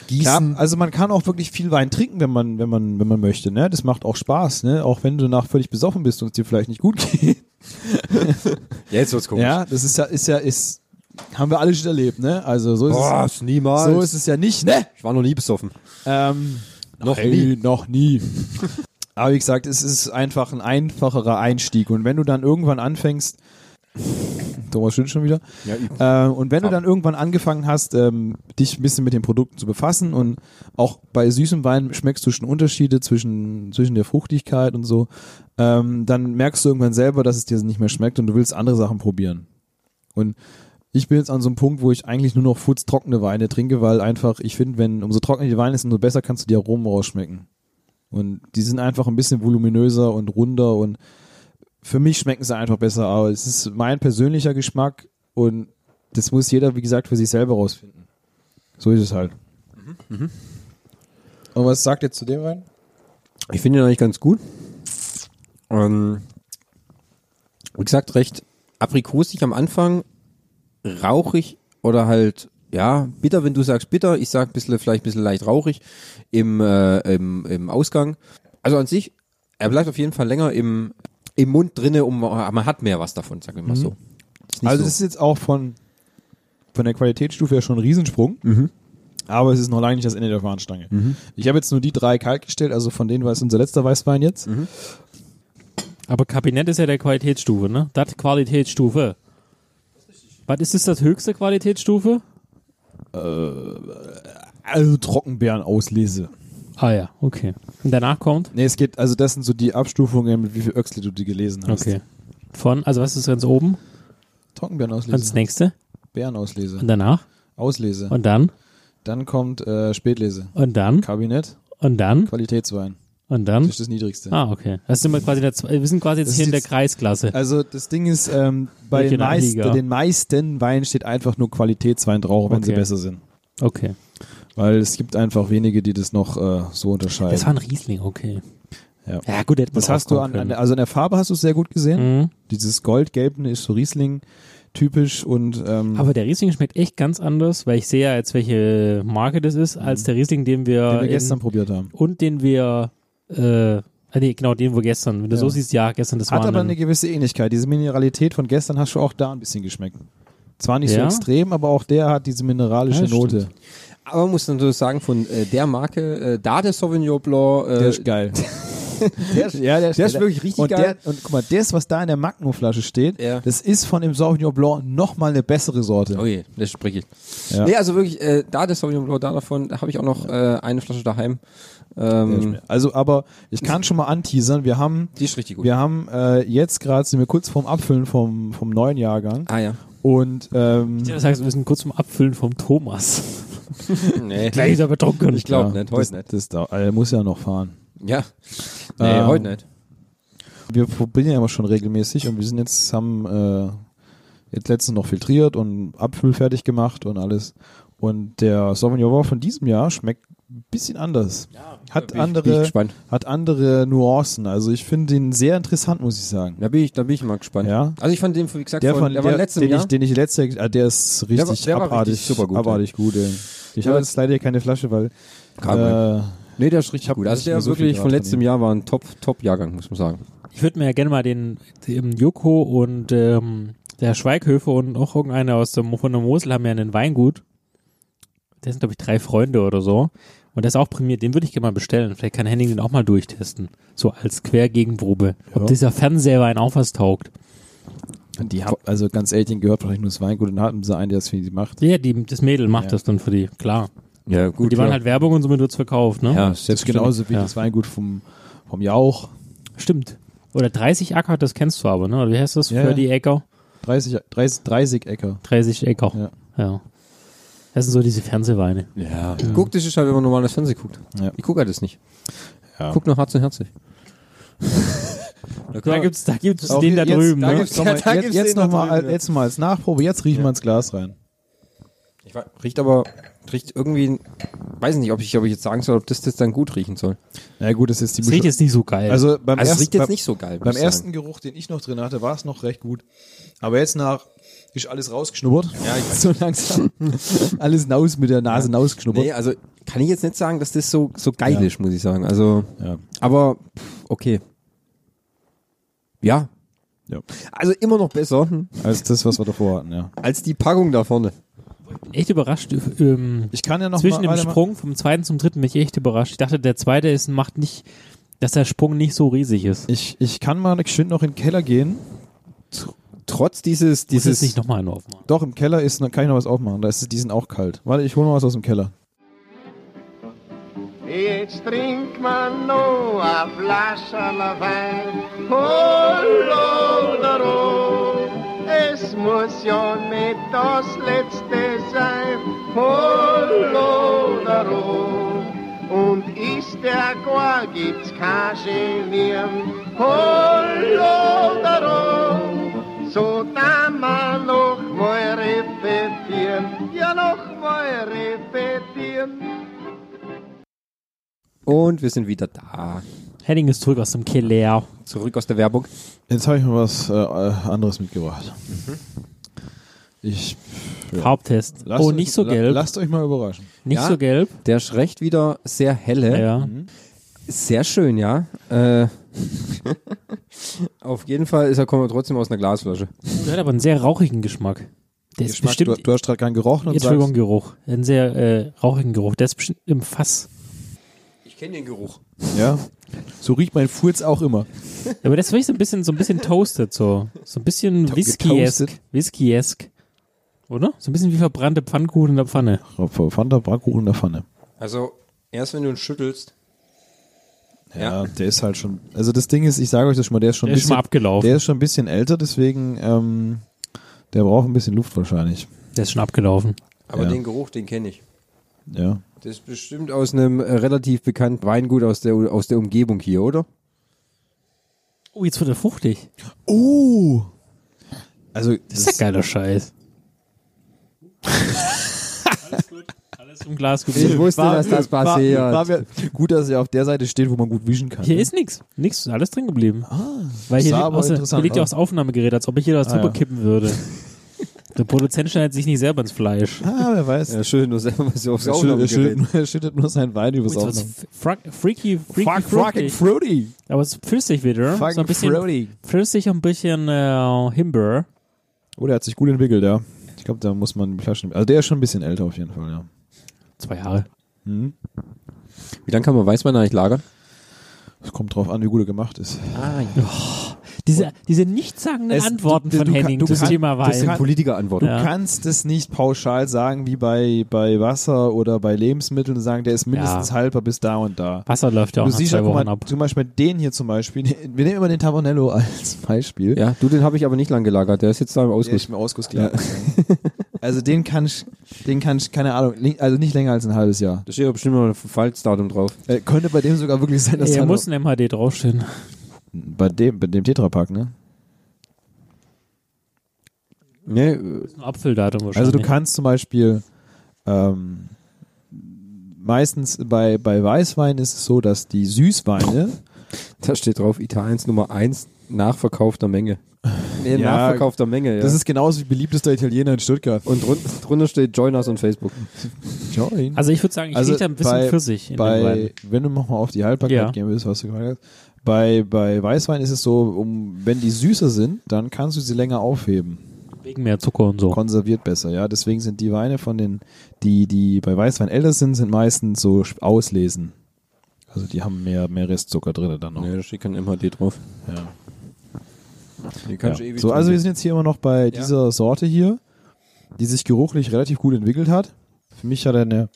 S4: Klar,
S3: gießen.
S4: also man kann auch wirklich viel Wein trinken, wenn man, wenn man, wenn man möchte. Ne? Das macht auch Spaß, ne? Auch wenn du danach völlig besoffen bist und es dir vielleicht nicht gut geht.
S3: Jetzt wird's komisch.
S4: Ja, das ist ja, ist ja, ist, haben wir alle schon erlebt, ne? Also so ist
S3: Boah,
S4: es.
S3: ist niemals.
S4: So ist es ja nicht, ne?
S3: ich war noch nie besoffen.
S4: Ähm,
S3: Noch nie.
S4: Noch nie. Aber wie gesagt, es ist einfach ein einfacherer Einstieg. Und wenn du dann irgendwann anfängst, Thomas schön schon wieder.
S3: Ja, ich-
S4: Ähm, und wenn du dann irgendwann angefangen hast, ähm, dich ein bisschen mit den Produkten zu befassen und auch bei süßem Wein schmeckst du schon Unterschiede zwischen, zwischen der Fruchtigkeit und so, ähm, dann merkst du irgendwann selber, dass es dir nicht mehr schmeckt und du willst andere Sachen probieren. Und ich bin jetzt an so einem Punkt, wo ich eigentlich nur noch furztrockene Weine trinke, weil einfach, ich finde, wenn umso trockener die Weine sind, umso besser kannst du die Aromen rausschmecken. Und die sind einfach ein bisschen voluminöser und runder und für mich schmecken sie einfach besser, aber es ist mein persönlicher Geschmack und das muss jeder, wie gesagt, für sich selber rausfinden. So ist es halt. Und was sagt ihr zu dem Wein?
S3: Ich finde ihn eigentlich ganz gut. Ähm, wie gesagt, recht aprikosig am Anfang, rauchig oder halt, ja, bitter, wenn du sagst bitter. Ich sag bisschen, vielleicht ein bisschen leicht rauchig im, äh, im, im Ausgang. Also an sich, er bleibt auf jeden Fall länger im, im Mund drinne, um, aber man hat mehr was davon, sagen wir mal so. Ist nicht
S4: Mhm. Also
S3: so.
S4: es ist jetzt auch von, von der Qualitätsstufe her schon ein Riesensprung,
S2: Mhm.
S4: aber es ist noch lange nicht das Ende der Fahnenstange. Ich habe jetzt nur die drei kaltgestellt, also von denen war es unser letzter Weißwein jetzt.
S2: Mhm. Aber Kabinett ist ja der Qualitätsstufe, ne? Das Qualitätsstufe. Was ist das, das höchste Qualitätsstufe?
S4: Also Trockenbeerenauslese.
S2: Ah ja, okay. Und danach kommt?
S4: Nee, es geht, also das sind so die Abstufungen, mit wie viel Öxle du die gelesen hast.
S2: Okay. Von, also was ist ganz oben? Und das
S4: Trockenbeerenauslese.
S2: nächste?
S4: Bärenauslese.
S2: Und danach?
S4: Auslese.
S2: Und dann?
S4: Dann kommt äh, Spätlese.
S2: Und dann?
S4: Kabinett,
S2: Und dann?
S4: Qualitätswein.
S2: Und
S4: Das
S2: dann?
S4: ist das Niedrigste.
S2: Hm? Ah, okay. Das sind wir quasi in der, zwe- wir sind quasi jetzt
S4: Das
S2: hier
S4: ist
S2: in der
S4: jetzt-
S2: Kreisklasse.
S4: Also das Ding ist, ähm, bei
S2: Nicht
S4: den
S2: in der
S4: meisten,
S2: Liga.
S4: den meisten Weinen steht einfach nur Qualitätswein drauf, wenn sie
S2: Okay.
S4: besser sind.
S2: Okay.
S4: Weil es gibt einfach wenige, die das noch äh, so unterscheiden.
S2: Das war ein Riesling, okay.
S4: Ja.
S2: gut, der hätte man
S4: Das hast du an,
S2: rauskommen
S4: an,
S2: können.
S4: also an der Farbe hast du es sehr gut gesehen.
S2: Mhm.
S4: Dieses Goldgelbene ist so Riesling typisch und ähm,
S2: Aber der Riesling schmeckt echt ganz anders, weil ich sehe ja jetzt, welche Marke das ist, als der Riesling, den wir,
S4: den wir
S2: in-
S4: gestern probiert haben.
S2: und den wir, äh, ah, nee, genau, den wir gestern, wenn du
S4: Ja.
S2: so siehst, ja, gestern, das
S4: Hat
S2: war
S4: aber
S2: ein-
S4: eine gewisse Ähnlichkeit. Diese Mineralität von gestern hast du auch da ein bisschen geschmeckt. Zwar nicht so
S2: Ja?
S4: extrem, aber auch der hat diese mineralische
S2: Ja, stimmt.
S4: Note.
S3: Aber man muss natürlich sagen, von äh, der Marke, äh, da der Sauvignon Blanc, äh,
S4: Der ist geil. Der, ja, der,
S3: der ist wirklich richtig
S4: und
S3: geil.
S4: Der, und guck mal, das, was da in der Magnum-Flasche steht,
S3: Ja.
S4: das ist von dem Sauvignon Blanc nochmal eine bessere Sorte.
S3: Oh je, das spreche ich.
S4: Ja.
S3: Nee, also wirklich, äh, da der Sauvignon Blanc, da davon habe ich auch noch äh, eine Flasche daheim. Ähm,
S4: Also, aber ich kann schon mal anteasern, wir haben,
S3: die ist richtig gut.
S4: wir haben äh, jetzt gerade, sind wir kurz vorm Abfüllen vom, vom neuen Jahrgang
S3: Ah ja.
S4: und ähm,
S2: Ja, das heißt, wir sind kurz zum Abfüllen vom Thomas.
S3: Nee.
S2: Gleich ist er betrunken.
S3: Ich glaub nicht, heute
S4: das,
S3: nicht.
S4: Das da, er muss ja noch fahren.
S3: Ja. Nee,
S4: Ähm,
S3: heute nicht.
S4: Wir probieren ja immer schon regelmäßig und wir sind jetzt, haben äh, jetzt letztens noch filtriert und Abfüll fertig gemacht und alles. Und der Sauvignon Blanc von diesem Jahr schmeckt ein bisschen anders. hat,
S3: bin ich-
S4: andere,
S3: bin ich gespannt.
S4: hat andere Nuancen. Also ich finde ihn sehr interessant, muss ich sagen.
S3: Da bin ich, da bin ich mal gespannt.
S4: Ja.
S3: Also ich fand den, wie gesagt,
S4: Der
S3: von,
S4: von
S3: der
S4: der,
S3: war letztes
S4: den,
S3: Jahr.
S4: ich, den ich letztes Jahr, ah, der ist
S3: war-
S4: richtig
S3: der war richtig
S4: abartig,
S3: supergut,
S4: abartig gut. ey. Ich habe
S3: Ja.
S4: jetzt leider hier keine Flasche, weil
S3: Kein
S4: äh,
S3: nee, der ist richtig
S4: hab
S3: gut. Also
S4: nicht
S3: der
S4: mehr so viel
S3: wirklich von
S4: gehört
S3: letztem
S4: von ihm.
S3: Jahr war ein Top, Top Jahrgang, muss man sagen.
S2: Ich würde mir ja gerne mal den, den Joko und ähm, der Schweighöfe und auch irgendeiner aus dem, von der Mosel haben ja einen Weingut. Das sind, glaube ich, drei Freunde oder so. Und der ist auch prämiert. Den würde ich gerne mal bestellen. Vielleicht kann Henning den auch mal durchtesten. So als Quergegenprobe.
S4: Ja.
S2: Ob dieser Fernsehwein auch was taugt.
S4: die haben, also ganz ehrlich, den gehört vielleicht nur das Weingut und hatten sie einen, der das für die macht.
S2: Ja, die, das Mädel macht
S4: Ja.
S2: das dann für die. Klar.
S3: Ja, gut.
S2: Die waren
S3: ja.
S2: halt Werbung und somit wird's verkauft, ne?
S3: ja,
S4: Das ist genauso wie
S2: Ja.
S4: das Weingut vom, vom Jauch.
S2: Stimmt. Oder 30 Acker, das kennst du aber, ne? Oder wie heißt das?
S4: Ja,
S2: Für
S4: ja.
S2: die Äcker?
S4: 30, 30, 30 Äcker.
S2: 30 Äcker.
S4: Ja.
S2: Ja. Das sind so diese Fernsehweine.
S3: Ja. Guck, das ist halt, wenn man normal das Fernsehen guckt.
S4: Ja.
S3: Ich gucke halt das nicht.
S4: Ja.
S3: Guck nur Herz und Herzig.
S2: Da gibt's, da gibt's
S4: Auch
S2: den da
S4: jetzt-
S2: drüben,
S3: da
S2: ne?
S3: gibt's-
S4: Nochmal,
S3: Ja, da
S4: jetzt
S3: gibt's
S4: jetzt
S3: den da
S4: nochmal
S3: drüben, ja.
S4: jetzt mal als Nachprobe, jetzt riechen wir ins Glas rein.
S3: Ich weiß, riecht aber, riecht irgendwie, weiß nicht, ob ich, ob ich jetzt sagen soll, ob das jetzt dann gut riechen soll.
S4: Na gut, das ist die
S2: Das riecht
S4: Mischung.
S2: jetzt nicht so geil.
S4: Also beim
S3: Also es
S4: ersten,
S3: riecht jetzt
S4: beim,
S3: nicht so geil, muss
S4: Beim
S3: ich sagen.
S4: ersten Geruch, den ich noch drin hatte, war es noch recht gut. Aber jetzt nach ist alles rausgeschnuppert. Ja, ich so langsam. alles naus mit der Nase nausgeschnuppert.
S3: Nee, also kann ich jetzt nicht sagen, dass das so, so geil ist, muss ich sagen. Also,
S4: Ja.
S3: aber pff, okay. Ja.
S4: Ja.
S3: Also immer noch besser hm,
S4: Also das, was wir davor hatten, ja.
S3: als die Packung da vorne.
S2: echt überrascht. Ähm,
S4: Ich kann ja noch
S2: zwischen
S4: mal,
S2: dem
S4: warte mal.
S2: Sprung vom zweiten zum dritten bin ich echt überrascht. Ich dachte, der zweite ist macht nicht, dass der Sprung nicht so riesig ist.
S4: Ich, ich kann mal schön noch in den Keller gehen.
S3: Trotz dieses,
S2: Muss
S3: dieses
S2: jetzt nicht nochmal einen aufmachen.
S4: Doch, im Keller ist, dann kann ich noch was aufmachen. Da ist, die sind auch kalt. Warte, ich hole noch was aus dem Keller.
S1: Jetzt trinkt man nur ein Flascherl Wein. Hol oder oh, es muss ja nicht das letzte sein. Hol oder oh, und ist der Gar, gibt's kein Genieren. Hol oder oh, so kann man noch mal repetieren. Ja, noch mal repetieren.
S3: Und wir sind wieder da.
S2: Henning ist zurück aus dem Keller.
S3: Zurück aus der Werbung.
S4: Jetzt habe ich mal was äh, anderes mitgebracht.
S3: Mhm.
S4: Ich. Ja.
S2: Farbtest.
S4: lasst
S2: oh,
S4: euch-
S2: nicht so
S4: la-
S2: gelb.
S4: Lasst euch mal überraschen.
S2: nicht
S3: Ja.
S2: so gelb.
S3: Der schrecht wieder sehr helle.
S2: Ja.
S3: Sehr schön, ja. Äh, auf jeden Fall ist er kommt er trotzdem aus einer Glasflasche.
S2: Der hat aber einen sehr rauchigen Geschmack. Der ist
S4: Geschmack, du,
S2: bestimmt.
S4: du hast gerade keinen gerochen und
S2: Entschuldigung,
S4: sagst,
S2: Geruch. Einen sehr äh, rauchigen Geruch. Der ist bestimmt im Fass.
S3: Ich kenne den Geruch.
S4: ja, so riecht mein Furz auch immer.
S2: Aber das ist wirklich so ein bisschen, so ein bisschen toasted, so. So ein bisschen
S4: To-
S2: Whisky-esk.
S4: getoastet.
S2: Whisky-esk. Oder? So ein bisschen wie verbrannte Pfannkuchen in der Pfanne.
S4: Fanta, Backkuchen in der Pfanne.
S3: Also erst wenn du ihn schüttelst.
S4: Ja, der ist halt schon. Also das Ding ist, ich sage euch das schon mal, der ist schon
S2: Der
S4: ein
S2: ist schon
S4: bisschen,
S2: mal abgelaufen.
S4: der ist schon ein bisschen älter, deswegen ähm, der braucht ein bisschen Luft wahrscheinlich.
S2: Der ist schon abgelaufen.
S3: Aber
S4: Ja.
S3: den Geruch, den kenne ich.
S4: Ja.
S3: Das ist bestimmt aus einem äh, relativ bekannten Weingut aus der, aus der Umgebung hier, oder?
S2: Oh, jetzt wird er fruchtig.
S4: Oh. Also
S2: Das ist ja geiler Scheiß. Alles im Glas geblieben.
S3: wusste,
S4: War, war, gut, dass er auf der Seite steht, wo man gut wischen kann.
S2: Hier
S4: ne?
S2: ist nichts. Nichts, alles drin geblieben. Weil hier,
S4: Ah. sah
S2: liegt,
S4: aber
S2: außer, hier
S4: interessant
S2: liegt ja auch
S4: aus.
S2: das Aufnahmegerät, als ob ich hier was
S4: Ah, ja.
S2: drüber kippen würde. Der Produzent schneidet sich nicht selber ins Fleisch.
S4: ah, wer weiß.
S3: Ja, schön, nur selber was aufs
S4: er, schüttet, er, schüttet,
S3: Aufnahmegerät.
S4: nur- er schüttet nur sein Wein übers
S2: Oh, jetzt
S4: Aufnehmen.
S2: wird's fra- freaky, freaky,
S4: fucking
S2: fruchtig.
S4: fruity.
S2: Aber es ist flüssig wieder. so ein
S4: Fucking
S2: bisschen
S4: fruity.
S2: flüssig und ein bisschen äh, Himbeer.
S4: Oh, der hat sich gut entwickelt, ja. Ich glaube, da muss man die Flaschen. Also der ist schon ein bisschen älter auf jeden Fall, ja.
S2: Zwei Jahre.
S4: Hm?
S3: Wie lange kann man Weißwein eigentlich lagern?
S4: Es kommt drauf an, wie gut er gemacht ist.
S2: Diese, diese nichtssagenden
S4: Es-
S2: Antworten
S4: du-
S2: von
S4: du kann-
S2: Henning
S4: du
S2: zum
S4: kann-
S2: Thema
S4: das
S2: Wein.
S4: kann-
S3: Politikerantworten.
S2: Ja.
S4: Du kannst es nicht pauschal sagen, wie bei, bei Wasser oder bei Lebensmitteln, sagen, der ist mindestens
S2: Ja.
S4: haltbar bis da und da.
S2: Wasser läuft ja auch
S4: du
S2: nach
S4: siehst ja,
S2: zwei
S4: guck
S2: Wochen
S4: mal,
S2: ab.
S4: zum Beispiel den hier zum Beispiel. Wir nehmen immer den Tabanello als Beispiel.
S3: Ja, du, den habe ich aber nicht lang gelagert. Der ist jetzt da im
S4: Der
S3: Ausguss.
S4: ist mir Ausguss klar. also den kann ich, den kann ich, keine Ahnung, li- also nicht länger als ein halbes Jahr.
S3: Da steht aber bestimmt noch ein Verfallsdatum drauf.
S4: Äh, könnte bei dem sogar wirklich sein, dass
S2: Er
S4: da
S2: muss ein MHD draufstehen.
S4: noch, bei dem, bei dem Tetrapack, ne?
S3: Nee, äh,
S2: Ein Apfeldatum wahrscheinlich.
S4: Also du kannst zum Beispiel ähm, meistens bei, bei Weißwein ist es so, dass die Süßweine
S3: da steht drauf Italiens Nummer 1 nachverkaufter Menge. Nee,
S4: Ja,
S3: nachverkaufter Menge, ja.
S4: Das ist genauso wie beliebtester Italiener in Stuttgart.
S3: und drun drunter steht Join us on Facebook.
S4: Join.
S2: Also ich würde sagen, ich
S4: Also
S2: rieche da ein bisschen
S4: bei-
S2: Pfirsich in dem Wein.
S4: bei, wenn du nochmal auf die Haltbarkeit
S2: Ja.
S4: gehen willst, was du gefragt hast. Bei, bei Weißwein ist es so, um, wenn die süßer sind, dann kannst du sie länger aufheben.
S2: Wegen mehr Zucker und so.
S4: Konserviert besser, ja. Deswegen sind die Weine von den, die, die bei Weißwein älter sind, sind meistens so sch- auslesen. Also die haben mehr, mehr Restzucker drin dann noch.
S3: Nee, da steht kein MHD drauf.
S4: Ja.
S3: Den
S4: Ja.
S3: kannst du ewig
S4: So, also wir
S3: trinken.
S4: sind jetzt hier immer noch bei dieser Sorte hier, die sich geruchlich relativ gut entwickelt hat. Für mich hat er eine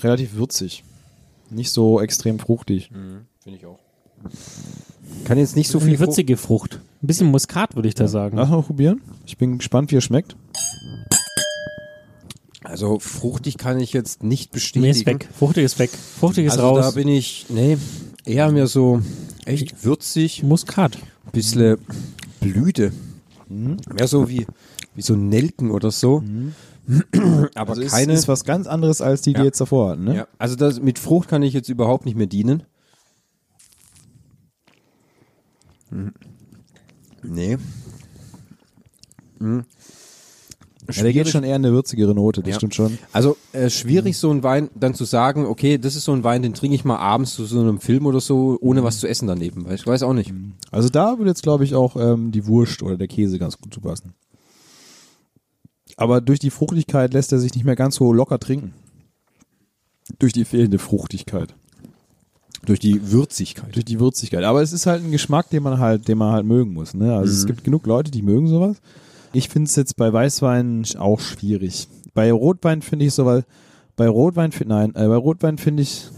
S4: relativ würzig. Nicht so extrem fruchtig.
S3: Mhm. Finde ich auch. Kann jetzt nicht so viel
S2: Eine würzige Frucht. Ein bisschen Muskat, würde ich da sagen.
S4: Lass mal probieren. Ich bin gespannt, wie er schmeckt.
S3: Frucht- Also fruchtig kann ich jetzt nicht bestätigen.
S2: Nee, ist weg. Fruchtig ist weg. Fruchtig ist
S3: also da
S2: raus.
S3: bin ich, nee, eher mir so echt würzig,
S2: Muskat.
S3: bisschen Blüte. Mehr so wie, wie so Nelken oder so. Aber
S4: Also ist,
S3: keine.
S4: ist was ganz anderes als die,
S3: Ja.
S4: die jetzt davor hatten. Ne?
S3: ja, also das, mit Frucht kann ich jetzt überhaupt nicht mehr dienen. Mhm. Nee. Mhm.
S4: Ja, der geht schon eher in eine würzigere Note, das
S3: Ja.
S4: stimmt schon.
S3: Also äh, schwierig, so einen Wein dann zu sagen, okay, das ist so ein Wein, den trinke ich mal abends zu so einem Film oder so, ohne was zu essen daneben. Weil ich weiß auch nicht.
S4: Also da würde jetzt, glaube ich, auch ähm, die Wurst oder der Käse ganz gut zu passen. Aber durch die Fruchtigkeit lässt er sich nicht mehr ganz so locker trinken. Durch die fehlende Fruchtigkeit.
S3: Durch die Würzigkeit.
S4: Durch die Würzigkeit. Aber es ist halt ein Geschmack, den man halt, den man halt mögen muss. Ne? Also es gibt genug Leute, die mögen sowas. Ich finde es jetzt bei Weißwein auch schwierig. Bei Rotwein finde ich sowas. Bei Rotwein finde nein, äh, bei Rotwein finde ich.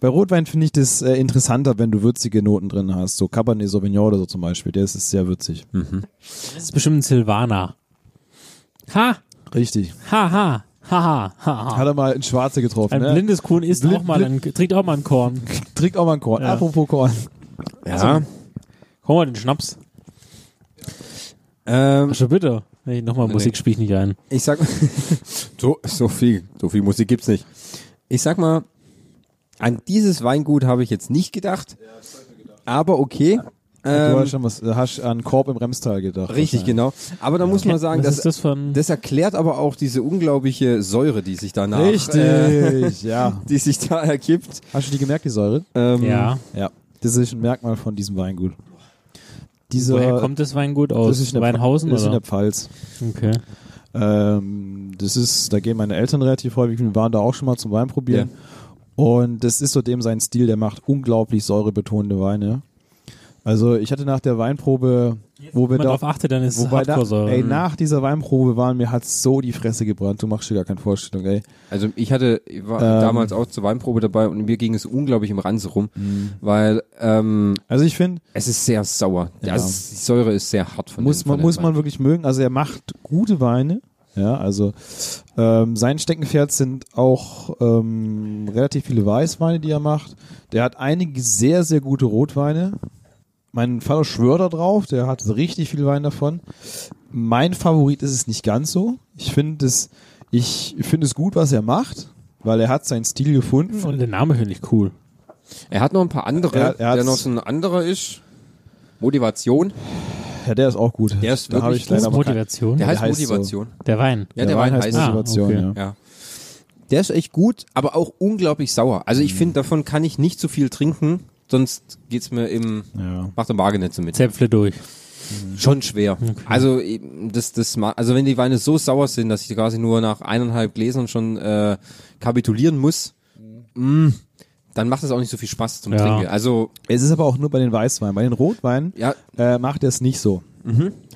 S4: Bei Rotwein finde ich das äh, interessanter, wenn du würzige Noten drin hast. So Cabernet Sauvignon oder so zum Beispiel. Der ist, ist sehr würzig.
S2: Hm. Das ist bestimmt ein Silvaner. Ha,
S4: Richtig.
S2: ha, ha, ha, ha, ha. ha.
S4: Hat er mal in Schwarze getroffen.
S2: Ein
S4: ne?
S2: blindes Kuhn isst
S4: Blind-
S2: auch mal ein, trinkt auch mal ein Korn.
S4: Trinkt auch mal ein Korn.
S2: Ja.
S4: Apropos Korn.
S3: Ja.
S2: Komm mal den Schnaps.
S3: Ähm,
S2: Schon Also bitte. Nee, nochmal
S3: Nee.
S2: Musik spiele ich nicht ein.
S3: ich sag so, so viel, so viel Musik gibt's nicht. Ich sag mal, an dieses Weingut habe ich jetzt nicht gedacht. Aber okay.
S4: du
S3: Ähm,
S4: hast schon was, hast an Korb im Remstal gedacht.
S3: richtig,
S4: wahrscheinlich.
S3: genau. Aber da muss man sagen,
S2: Was
S3: das,
S2: ist das für ein...
S3: das erklärt aber auch diese unglaubliche Säure, die sich danach, Äh,
S4: Richtig, ja.
S3: die sich da ergibt.
S4: Hast du die gemerkt, die Säure?
S3: Ähm,
S2: ja.
S4: Ja. Das ist ein Merkmal von diesem Weingut. Diese,
S2: Woher kommt das Weingut aus?
S4: das ist in der
S2: Weinhausen
S4: Das ist in
S2: oder?
S4: der Pfalz.
S2: Okay.
S4: Ähm, das ist, da gehen meine Eltern relativ häufig, wir waren da auch schon mal zum Wein probieren. Und das ist so dem sein Stil, der macht unglaublich säurebetonte Weine. Also ich hatte nach der Weinprobe, wo wir
S2: Wenn man
S4: da,
S2: darauf achtet, dann ist es
S4: wobei da,
S2: Hardcore-Säure.
S4: ey, nach dieser Weinprobe waren, mir hat's so die Fresse gebrannt, du machst dir gar keine Vorstellung, ey.
S3: Also ich hatte, ich war
S4: Ähm.
S3: damals auch zur Weinprobe dabei und mir ging es unglaublich im Ranz rum,
S4: Mhm.
S3: weil ähm,
S4: Also ich finde,
S3: es ist sehr sauer.
S4: Ja.
S3: Also die Säure ist sehr hart von
S4: muss
S3: dem,
S4: man
S3: von dem
S4: muss
S3: Wein.
S4: man wirklich mögen. Also er macht gute Weine. Ja, also ähm, sein Steckenpferd sind auch ähm, relativ viele Weißweine, die er macht. Der hat einige sehr sehr gute Rotweine. Mein Vater schwört da drauf, der hat richtig viel Wein davon. Mein Favorit ist es nicht ganz so. Ich finde es ich finde es gut, was er macht, weil er hat seinen Stil gefunden
S2: Und
S4: und
S2: der Name finde ich cool.
S3: Er hat noch ein paar andere,
S4: Er- er
S3: der
S4: hat's-
S3: noch so ein anderer ist. Motivation.
S4: ja, der ist auch gut.
S3: Der ist
S4: da habe
S3: wirklich
S4: ich
S3: gut.
S4: leider
S2: Das ist
S4: aber kein-
S2: Motivation.
S3: Der
S2: Der,
S3: heißt,
S4: heißt so.
S3: Motivation.
S2: Wein.
S3: Ja, der, Wein, heißt,
S2: Ah,
S4: Motivation,
S2: okay.
S4: ja.
S3: Ja. Der ist echt gut, aber auch unglaublich sauer. Also
S4: Mhm.
S3: ich finde, davon kann ich nicht zu viel trinken, sonst geht's mir im
S4: Ja.
S3: macht der Magen nicht so mit.
S2: Zäpfle durch.
S3: Schon schwer. Also eh, das, das ma- also wenn die Weine so sauer sind, dass ich quasi nur nach eineinhalb Gläsern schon äh, kapitulieren muss, mm, dann macht es auch nicht so viel Spaß zum
S2: Ja.
S3: Trinken. Also
S4: Es ist aber auch nur bei den Weißweinen, bei den Rotweinen
S3: ja,
S4: äh, macht er es nicht so.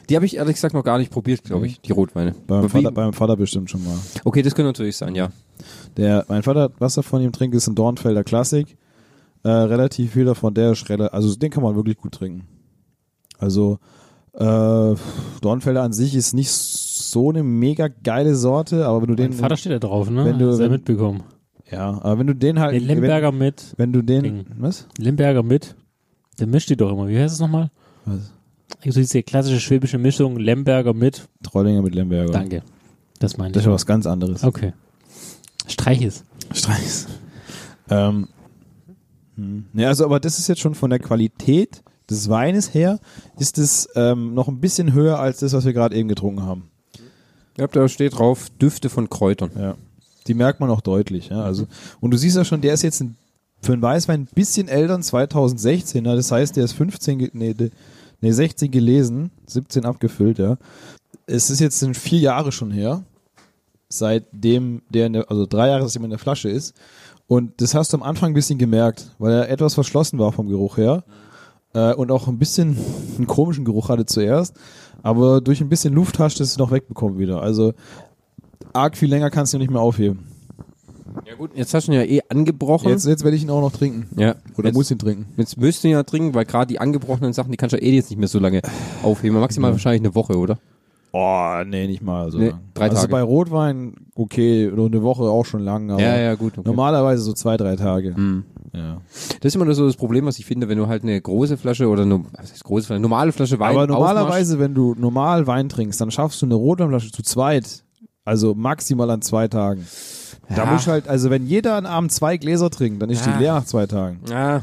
S3: die habe ich ehrlich gesagt noch gar nicht probiert, glaube ich, die Rotweine.
S4: Mhm. Beim
S3: Aber
S4: Vater,
S3: wie-
S4: beim Vater bestimmt schon mal.
S3: okay, das könnte natürlich sein, ja.
S4: Der, mein Vater, was er von ihm trinkt, ist ein Dornfelder Klassik. Äh, relativ viel davon, der ist rela- also den kann man wirklich gut trinken. Also äh, Dornfelder an sich ist nicht so eine mega geile Sorte, aber wenn du den,
S2: Mein Vater steht da drauf, ne?
S4: wenn du-
S2: Hast du ja
S4: wenn-
S2: mitbekommen.
S4: ja, aber wenn du den halt,
S2: Den Lemberger mit.
S4: wenn, wenn du den,
S2: Ding.
S4: was?
S2: Lemberger mit. Der mischt die doch immer. Wie heißt das nochmal?
S4: was?
S2: Also diese klassische schwäbische Mischung, Lemberger mit.
S4: Trollinger mit Lemberger.
S2: Danke. Das meine
S4: Das
S2: ich.
S4: ist ja was ganz anderes.
S2: Okay. Streich es.
S4: Streichs. Ähm, hm. ja, also, aber das ist jetzt schon von der Qualität des Weines her, ist es ähm, noch ein bisschen höher als das, was wir gerade eben getrunken haben.
S3: Ja, da steht drauf Düfte von Kräutern.
S4: Ja. Die merkt man auch deutlich. Ja, also, und du siehst ja schon, der ist jetzt ein, für einen Weißwein ein bisschen älter, ein 2016. Ja, das heißt, der ist 15, ge- nee, de- nee, 16 gelesen, 17 abgefüllt, ja. Es ist jetzt sind vier Jahre schon her, seitdem der, in der also drei Jahre, seitdem er in der Flasche ist. Und das hast du am Anfang ein bisschen gemerkt, weil er etwas verschlossen war vom Geruch her. Äh, und auch ein bisschen einen komischen Geruch hatte zuerst. Aber durch ein bisschen Luft hast du es noch wegbekommen wieder. Also arg viel länger kannst du nicht mehr aufheben.
S3: Ja gut, jetzt hast du ihn ja eh angebrochen.
S4: Jetzt, jetzt werde ich ihn auch noch trinken.
S3: ja.
S4: Oder
S3: jetzt,
S4: muss ihn trinken.
S3: Jetzt müsst ihr ja trinken, weil gerade die angebrochenen Sachen, die kannst du ja eh jetzt nicht mehr so lange aufheben. Maximal wahrscheinlich eine Woche, oder?
S4: Oh, nee, nicht mal so
S3: Nee,
S4: lang.
S3: drei
S4: also
S3: Tage.
S4: bei Rotwein, okay, oder eine Woche auch schon lang, aber
S3: gut. Okay.
S4: normalerweise so zwei, drei Tage. Ja.
S3: Das ist immer nur so das Problem, was ich finde, wenn du halt eine große Flasche oder eine was heißt große Flasche, normale Flasche Wein
S4: Aber normalerweise, wenn du normal Wein trinkst, dann schaffst du eine Rotweinflasche zu zweit. Also maximal an zwei Tagen. Da
S3: Ja.
S4: muss halt, also wenn jeder an Abend zwei Gläser trinkt, dann ist
S3: Ja.
S4: die leer nach zwei Tagen.
S3: aufmachst- Ah,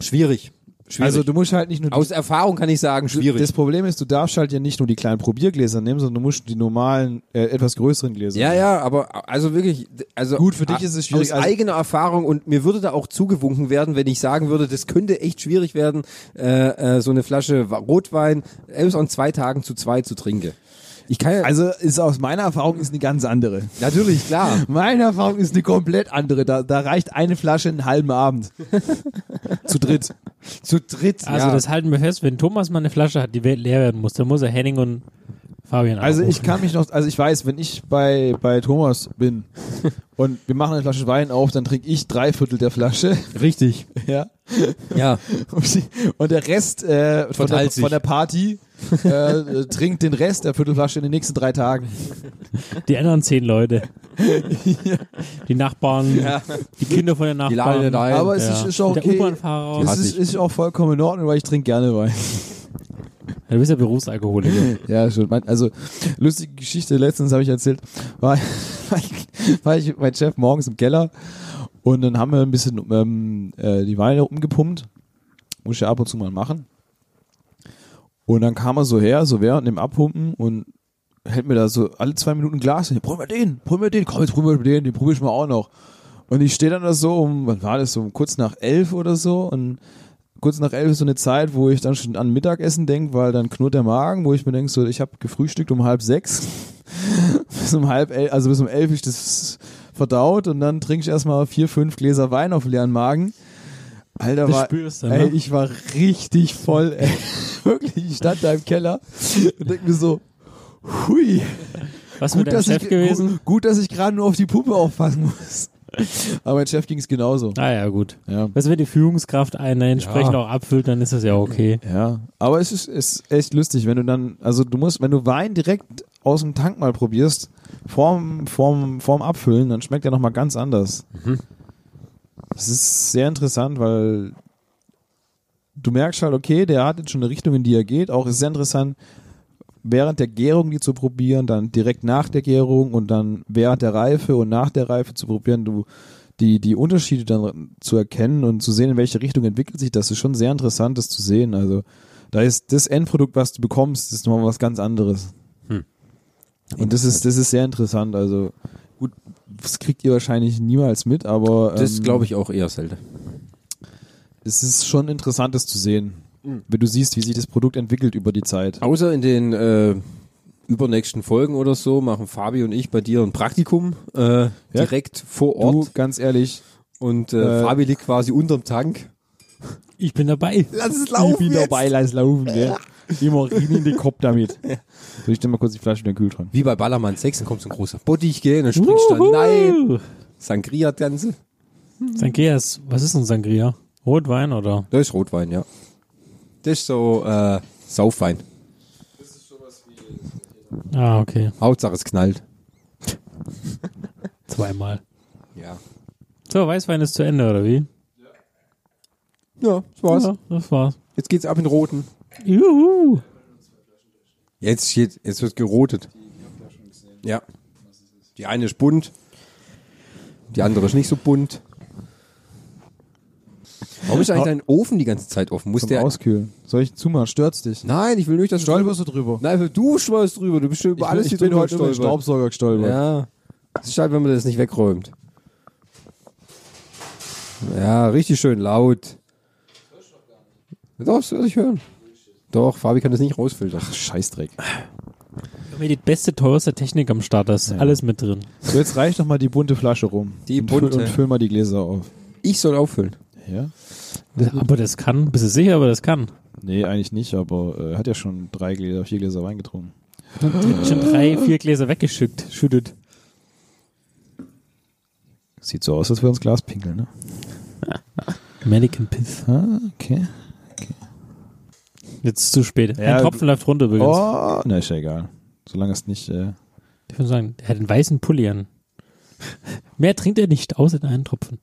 S3: schwierig. schwierig.
S4: Also du musst halt nicht nur die,
S3: Aus Erfahrung kann ich sagen, schwierig.
S4: Das Problem ist, du darfst halt ja nicht nur die kleinen Probiergläser nehmen, sondern du musst die normalen, äh, etwas größeren Gläser
S3: ja,
S4: nehmen.
S3: ja, aber also wirklich, also
S4: Gut, für dich
S3: a-
S4: ist es schwierig,
S3: Aus
S4: also-
S3: eigener Erfahrung und mir würde da auch zugewunken werden, wenn ich sagen würde, das könnte echt schwierig werden, äh, äh, so eine Flasche Wa- Rotwein selbst an zwei Tagen zu zwei zu trinken. Ich kann ja,
S4: Also ist aus meiner Erfahrung ist eine ganz andere.
S3: natürlich klar.
S4: Meine Erfahrung ist eine komplett andere. Da, da reicht eine Flasche einen halben Abend. Zu dritt.
S3: zu dritt.
S2: Also
S3: ja.
S2: das halten wir fest, wenn Thomas mal eine Flasche hat, die we- leer werden muss, dann muss er Henning und Fabian
S4: Also ich
S2: anrufen.
S4: kann mich noch, also ich weiß, wenn ich bei, bei Thomas bin und wir machen eine Flasche Wein auf, dann trinke ich drei Viertel der Flasche.
S3: richtig.
S4: Ja.
S3: Ja.
S4: Und die- und der Rest äh, von, der,
S3: Verteilt sich.
S4: von der Party äh, trinkt den Rest der Viertelflasche in den nächsten drei Tagen.
S2: Die anderen zehn Leute. die Nachbarn, die Kinder von den
S3: Die
S2: Nachbarn.
S3: laden da ein.
S4: Aber es
S2: Ja.
S4: ist, ist auch
S2: Der
S4: okay.
S2: U-Bahn-Fahrer.
S4: Es
S3: Hass
S4: ist,
S3: ich.
S4: ist auch vollkommen in Ordnung, weil ich trinke gerne Wein.
S2: Du bist ja Berufsalkoholiker.
S4: Ja, schon. Mein- Also, lustige Geschichte, letztens habe ich erzählt, war, war, ich, war ich mein Chef morgens im Keller und dann haben wir ein bisschen ähm, äh, die Weine umgepumpt. Muss ich ja ab und zu mal machen. Und dann kam er so her, so während dem Abpumpen und hält mir da so alle zwei Minuten ein Glas. hin. Probier mal den, probier mal den, komm, jetzt probier mal den, den probier ich mal auch noch. Und ich stehe dann da so um, wann war das, so um kurz nach elf oder so und kurz nach elf ist so eine Zeit, wo ich dann schon an Mittagessen denke, weil dann knurrt der Magen, wo ich mir denke, so, ich habe gefrühstückt um halb sechs. bis um halb elf, also bis um elf ist das verdaut und dann trinke ich erstmal vier, fünf Gläser Wein auf leeren Magen. Alter,
S2: Das
S4: war,
S2: spürst du, ne?
S4: ey, ich war richtig voll, ey. Wirklich, ich stand da im Keller und denke mir so, hui,
S2: Was mit deinem Chef
S4: ich,
S2: gewesen?
S4: Gut, gut, dass ich gerade nur auf die Puppe aufpassen muss. Aber mein Chef ging es genauso.
S2: Ah ja, gut.
S4: Ja.
S2: Was, wenn die Führungskraft einen entsprechend auch abfüllt, dann ist das ja okay.
S4: Ja, aber es ist, ist echt lustig, wenn du dann, also du musst, wenn du Wein direkt aus dem Tank mal probierst, vorm, vorm, vorm Abfüllen, dann schmeckt er nochmal ganz anders. Das ist sehr interessant, weil du merkst halt, okay, der hat jetzt schon eine Richtung, in die er geht. Auch ist sehr interessant, während der Gärung die zu probieren, dann direkt nach der Gärung und dann während der Reife und nach der Reife zu probieren, du die, die Unterschiede dann zu erkennen und zu sehen, in welche Richtung entwickelt sich das, ist schon sehr interessant, das zu sehen. Also da ist das Endprodukt, was du bekommst, ist nochmal was ganz anderes. Und das ist, das ist sehr interessant. Also gut, das kriegt ihr wahrscheinlich niemals mit, aber
S3: Das
S4: ähm,
S3: glaube ich auch eher selten.
S4: es ist schon interessant, das zu sehen.
S3: Mhm.
S4: Wenn du siehst, wie sich das Produkt entwickelt über die Zeit.
S3: Außer in den äh, übernächsten Folgen oder so machen Fabi und ich bei dir ein Praktikum äh, direkt vor
S4: Du,
S3: Ort
S4: ganz ehrlich,
S3: und äh,
S4: äh,
S3: Fabi liegt quasi unterm Tank.
S2: Ich bin dabei.
S3: Lass es
S4: ich bin dabei, lass laufen, gell? Immer rein in den Kopf damit. So, ich stelle mal kurz die Flasche in den Kühlschrank.
S3: Wie bei Ballermann 6, dann kommt so ein großer Bottich, gell, und dann springst du da, nein, Sangria-Tänze.
S2: Sangria ist, was ist denn Sangria? Rotwein oder?
S3: Das ist Rotwein, ja. Das ist so äh, Saufwein.
S2: Ah, okay.
S3: Hauptsache es knallt.
S2: Zweimal.
S3: Ja.
S2: So, Weißwein ist zu Ende, oder wie?
S3: Ja, das war's.
S2: Ja, das war's.
S3: Jetzt geht's ab in Roten.
S2: Juhu!
S3: Jetzt steht, jetzt wird gerotet. Ja. Die eine ist bunt, die andere ist nicht so bunt. Warum ist eigentlich dein Ofen die ganze Zeit offen? Muss
S4: Zum
S3: der
S4: Auskühlen. Soll ich zumachen? Stört's dich?
S3: Nein, ich will nicht, dass du drüber.
S4: Stolperst du drüber?
S3: Nein, du stolperst drüber. Du bist schon über alles
S4: ich
S3: hier
S4: bin
S3: drüber
S4: heute über den
S3: gestolpert.
S4: Staubsauger gestolpert.
S3: Ja. Das ist halt, wenn man das nicht wegräumt. Ja, richtig schön laut. Doch, das würde ich hören. Doch, Fabi kann das nicht rausfiltern.
S4: Scheißdreck.
S2: Wenn wir die beste, teuerste Technik am Start ist, alles mit drin.
S4: So, jetzt reich doch mal die bunte Flasche rum.
S3: Die
S4: und füll-
S3: bunte.
S4: Und füll mal die Gläser auf.
S3: Ich soll auffüllen.
S4: Ja?
S2: Aber das kann, bist du sicher, aber das kann.
S4: Nee, eigentlich nicht, aber äh, hat ja schon drei Gläser, vier Gläser Wein getrunken.
S2: Ich hab schon drei, vier Gläser weggeschickt, schüttet.
S4: Sieht so aus, als wir uns Glas pinkeln, ne?
S2: American Piss.
S4: Ah, okay.
S2: Jetzt ist zu spät.
S4: Ja,
S2: Ein Tropfen läuft runter übrigens.
S4: Oh, na, ist ja egal. Solange es nicht. Äh,
S2: Ich würde sagen, er hat einen weißen Pulli an. Mehr trinkt er nicht, außer den einen Tropfen.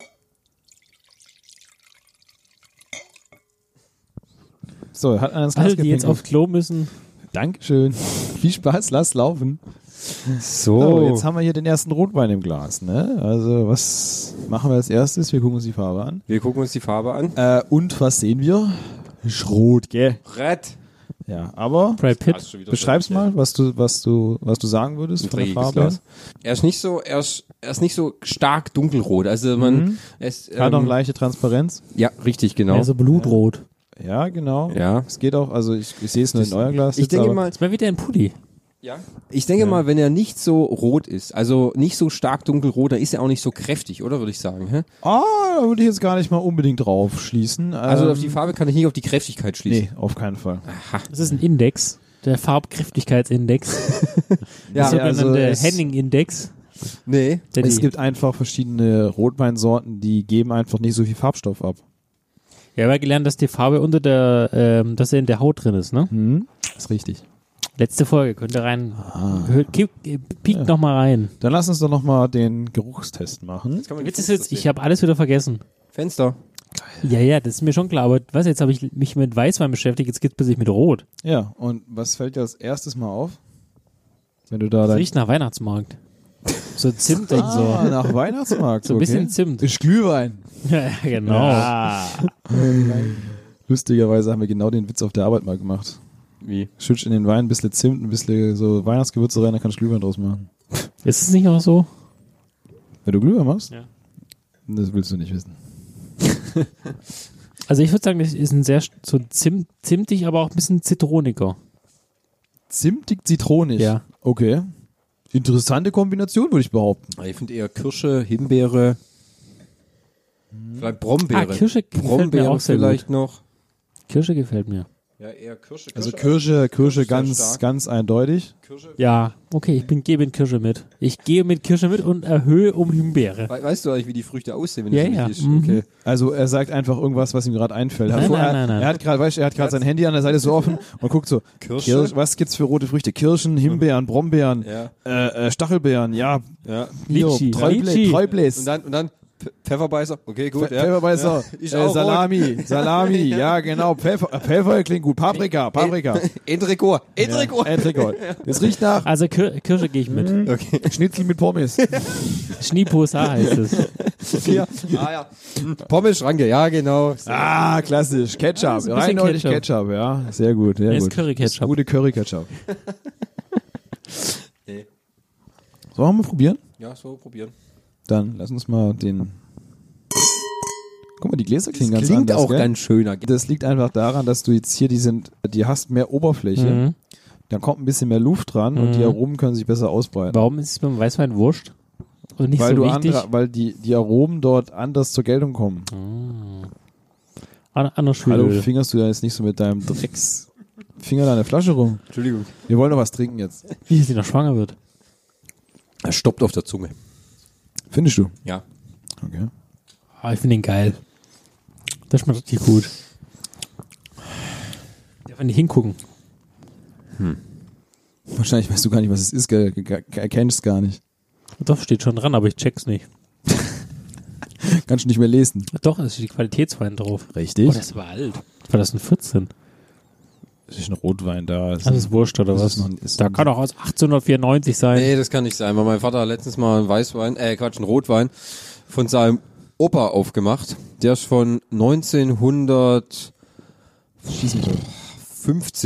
S4: so, hat einer ins Glas
S2: Alle, die jetzt
S4: gepinkelt.
S2: aufs Klo müssen,
S4: Dankeschön. Viel Spaß, lass laufen. So,
S3: So.
S4: jetzt haben wir hier den ersten Rotwein im Glas, ne? Also, was machen wir als erstes? Wir gucken uns die Farbe an.
S3: wir gucken uns die Farbe an.
S4: Äh, und was sehen wir? Ist rot, gell?
S3: Brett.
S4: Ja, aber
S2: Brad Pitt.
S4: beschreib's mal, was du, was du, was du sagen würdest von der
S3: dreckiges
S4: Farbe.
S3: Glas. Er ist nicht so, er ist, er ist nicht so stark dunkelrot. Also man er ist,
S4: Hat auch
S3: ähm,
S4: eine leichte Transparenz.
S3: Ja, richtig, genau.
S2: Ja, so blutrot.
S4: Ja, genau.
S3: Ja.
S4: Es geht auch, also ich, ich sehe es nur in euer Glas.
S3: ich
S4: jetzt,
S3: denke
S4: aber
S3: mal,
S2: Jetzt mal wieder ein Pulli.
S3: ja. ich denke mal, wenn er nicht so rot ist, also nicht so stark dunkelrot, dann ist er auch nicht so kräftig, oder würde ich sagen. Hä?
S4: Ah, da würde ich jetzt gar nicht mal unbedingt drauf schließen.
S3: Also
S4: Ähm,
S3: auf die Farbe kann ich nicht auf die Kräftigkeit schließen.
S4: Nee, auf keinen Fall.
S2: Das ist ein Index. Der Farbkräftigkeitsindex.
S3: Ja,
S2: der sogenannte
S4: also es-
S2: Henning-Index.
S3: Nee.
S2: Der
S4: Es
S2: die-
S4: gibt einfach verschiedene Rotweinsorten, die geben einfach nicht so viel Farbstoff ab.
S2: Wir haben ja gelernt, dass die Farbe unter der, ähm, dass er in der Haut drin ist,
S4: Hm.
S2: ne?
S4: Ist richtig.
S2: Letzte Folge, könnt ihr rein.
S4: Ah.
S2: Hört, kick, äh, piekt noch nochmal rein.
S4: Dann lass uns doch nochmal den Geruchstest machen.
S3: Kann man
S2: Witz
S3: nicht
S2: ist jetzt,
S3: sehen.
S2: ich habe alles wieder vergessen.
S3: Fenster.
S2: Ja, ja, das ist mir schon klar, aber was, jetzt habe ich mich mit Weißwein beschäftigt, jetzt geht's plötzlich mit Rot.
S4: Ja, und was fällt dir als erstes mal auf? Wenn du da
S2: Das
S4: dein
S2: riecht nach Weihnachtsmarkt. So Zimt und so.
S4: ah, nach Weihnachtsmarkt.
S2: So ein
S4: okay.
S2: bisschen Zimt.
S4: Ist Glühwein.
S2: Ja, genau.
S4: Lustigerweise haben wir genau den Witz auf der Arbeit mal gemacht.
S3: Wie?
S4: Schütz in den Wein, ein bisschen Zimt, ein bisschen so Weihnachtsgewürze rein, dann kannst du Glühwein draus machen.
S2: Ist es nicht auch so?
S4: Wenn du Glühwein machst?
S2: Ja.
S4: Das willst du nicht wissen.
S2: Also ich würde sagen, das ist ein sehr st- so Zimt, zimtig, aber auch ein bisschen zitroniger.
S4: Zimtig zitronisch.
S2: Ja.
S4: Okay. Interessante Kombination, würde ich behaupten.
S3: Ah, Ich finde eher Kirsche, Himbeere, vielleicht Brombeere.
S2: Ah, Kirsche gefällt mir
S3: Brombeere
S2: auch sehr
S3: vielleicht noch.
S2: Kirsche gefällt mir.
S3: Ja, eher Kirsche.
S4: Also Kirsche, Kirsche
S3: ist sehr
S4: ganz,
S3: stark.
S4: ganz eindeutig.
S2: Ja, okay, ich bin, gehe mit Kirsche mit. Ich gehe mit Kirsche mit und erhöhe um Himbeere.
S3: We weißt du eigentlich, wie die Früchte aussehen, wenn
S2: Ja,
S3: du sie
S2: ja.
S3: nicht isst?
S2: Mhm.
S3: Okay.
S4: Also er sagt einfach irgendwas, was ihm gerade einfällt. Er hat
S2: Nein,
S4: vorher-
S2: nein, nein, nein.
S4: Er hat gerade, weißt du, er hat gerade sein Handy an der Seite so offen und guckt so.
S3: Kirsche?
S4: Kirsch, was gibt's für rote Früchte? Kirschen, Himbeeren, Brombeeren,
S3: Ja.
S4: äh, äh, Stachelbeeren, ja.
S3: Ja.
S2: Litschi,
S4: Treublä,
S2: Litschi.
S4: Treubläs.
S3: Und dann, und dann P Pfefferbeißer. Okay, gut. ja.
S4: Pfefferbeißer,
S3: Ja. Ich
S4: äh,
S3: auch
S4: Salami, Salami, ja genau, Pfeffer, äh, Pfeffer klingt gut, Paprika, Paprika.
S3: Entricot. Entricot.
S4: Entricot. Es riecht nach
S2: Also Kir Kirsche gehe ich
S4: Mhm.
S2: mit.
S3: Okay.
S4: Schnitzel mit Pommes.
S2: Schnieposa heißt es.
S3: Ja. Ah, ja. Hm, Pommes-Schranke, ja, genau.
S4: Ah, klassisch. Ketchup.
S2: ist ein bisschen
S4: Reinhäutig Ketchup.
S2: Ketchup.
S4: ja. Sehr gut, sehr
S2: Das ist
S4: gut.
S2: Curry-Ketchup.
S4: Gute Curry-Ketchup.
S3: Nee.
S4: Sollen wir mal probieren?
S3: Ja, so probieren.
S4: Dann lass uns mal den... Guck mal, die Gläser klingen ganz
S3: Klingt
S4: anders,
S3: auch
S4: gell?
S3: dann schöner.
S4: Das liegt einfach daran, dass du jetzt hier, die sind, die hast mehr Oberfläche,
S2: Mhm.
S4: dann kommt ein bisschen mehr Luft dran und die Aromen können sich besser ausbreiten.
S2: Warum ist es beim Weißwein wurscht? Und nicht
S4: Weil,
S2: so
S4: du
S2: wichtig?
S4: andere, weil die, die Aromen dort anders zur Geltung kommen.
S2: An anders
S4: Hallo,
S2: Schule.
S4: fingerst du da jetzt nicht so mit deinem Drecksfinger da in der Flasche rum?
S3: Entschuldigung.
S4: Wir wollen doch was trinken jetzt.
S2: Wie sie noch schwanger wird.
S3: Er stoppt auf der Zunge.
S4: Findest du?
S3: Ja.
S4: Okay.
S2: Ah, ich finde den geil. Das schmeckt richtig gut. Darf man nicht hingucken.
S4: Wahrscheinlich weißt du gar nicht, was es ist, gell? Ge- ge- erkennst es gar nicht.
S2: Doch, steht schon dran, aber ich check's nicht.
S4: Kannst du nicht mehr lesen.
S2: Doch, es steht Qualitätswein drauf.
S4: Richtig.
S2: Oh, das war alt. 2014.
S4: ist ein Rotwein da.
S2: Das ist wurscht, oder
S4: Das
S2: was?
S4: ist noch ein- ist
S2: da
S4: ein-
S2: kann auch aus 1894 sein.
S3: Nee, das kann nicht sein, weil mein Vater hat letztens mal einen Weißwein, äh Quatsch, einen Rotwein von seinem Opa aufgemacht. Der ist von 1950
S4: Schieß mich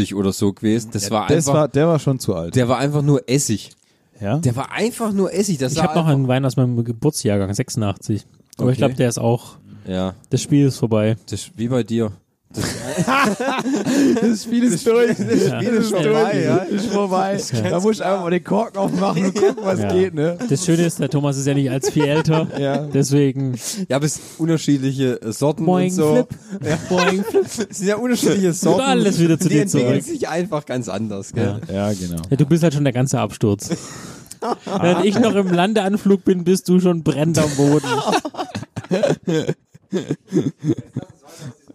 S4: tot.
S3: oder so gewesen. Das war
S4: Das
S3: einfach,
S4: war, der war schon zu alt.
S3: der war einfach nur Essig.
S4: ja?
S3: Der war einfach nur Essig. Das
S2: ich
S3: sah
S2: habe noch
S3: einfach-
S2: einen Wein aus meinem Geburtsjahrgang, 86. Aber ich
S3: Okay.
S2: glaube, der ist auch.
S3: Ja,
S2: Das Spiel ist vorbei.
S3: das ist wie bei dir.
S4: das Spiel ist durch. Das Spiel
S2: ist vorbei,
S4: ja. Ist vorbei. Da muss ich einfach mal den Korken aufmachen und gucken, was
S2: Ja.
S4: geht, ne?
S2: Das Schöne ist, der Thomas ist ja nicht als viel älter.
S4: Ja.
S2: Deswegen.
S3: Ja, aber es sind unterschiedliche äh, Sorten
S2: Boing,
S3: und so.
S2: Flip. Boing, Flip.
S3: Es sind ja unterschiedliche Sorten.
S2: alles wieder zu
S3: die
S2: dir
S3: entwickeln
S2: zurück.
S3: sich einfach ganz anders, gell?
S4: Ja, genau.
S2: Ja, du bist halt schon der ganze Absturz. Während ich noch im Landeanflug bin, bist du schon brennend am Boden.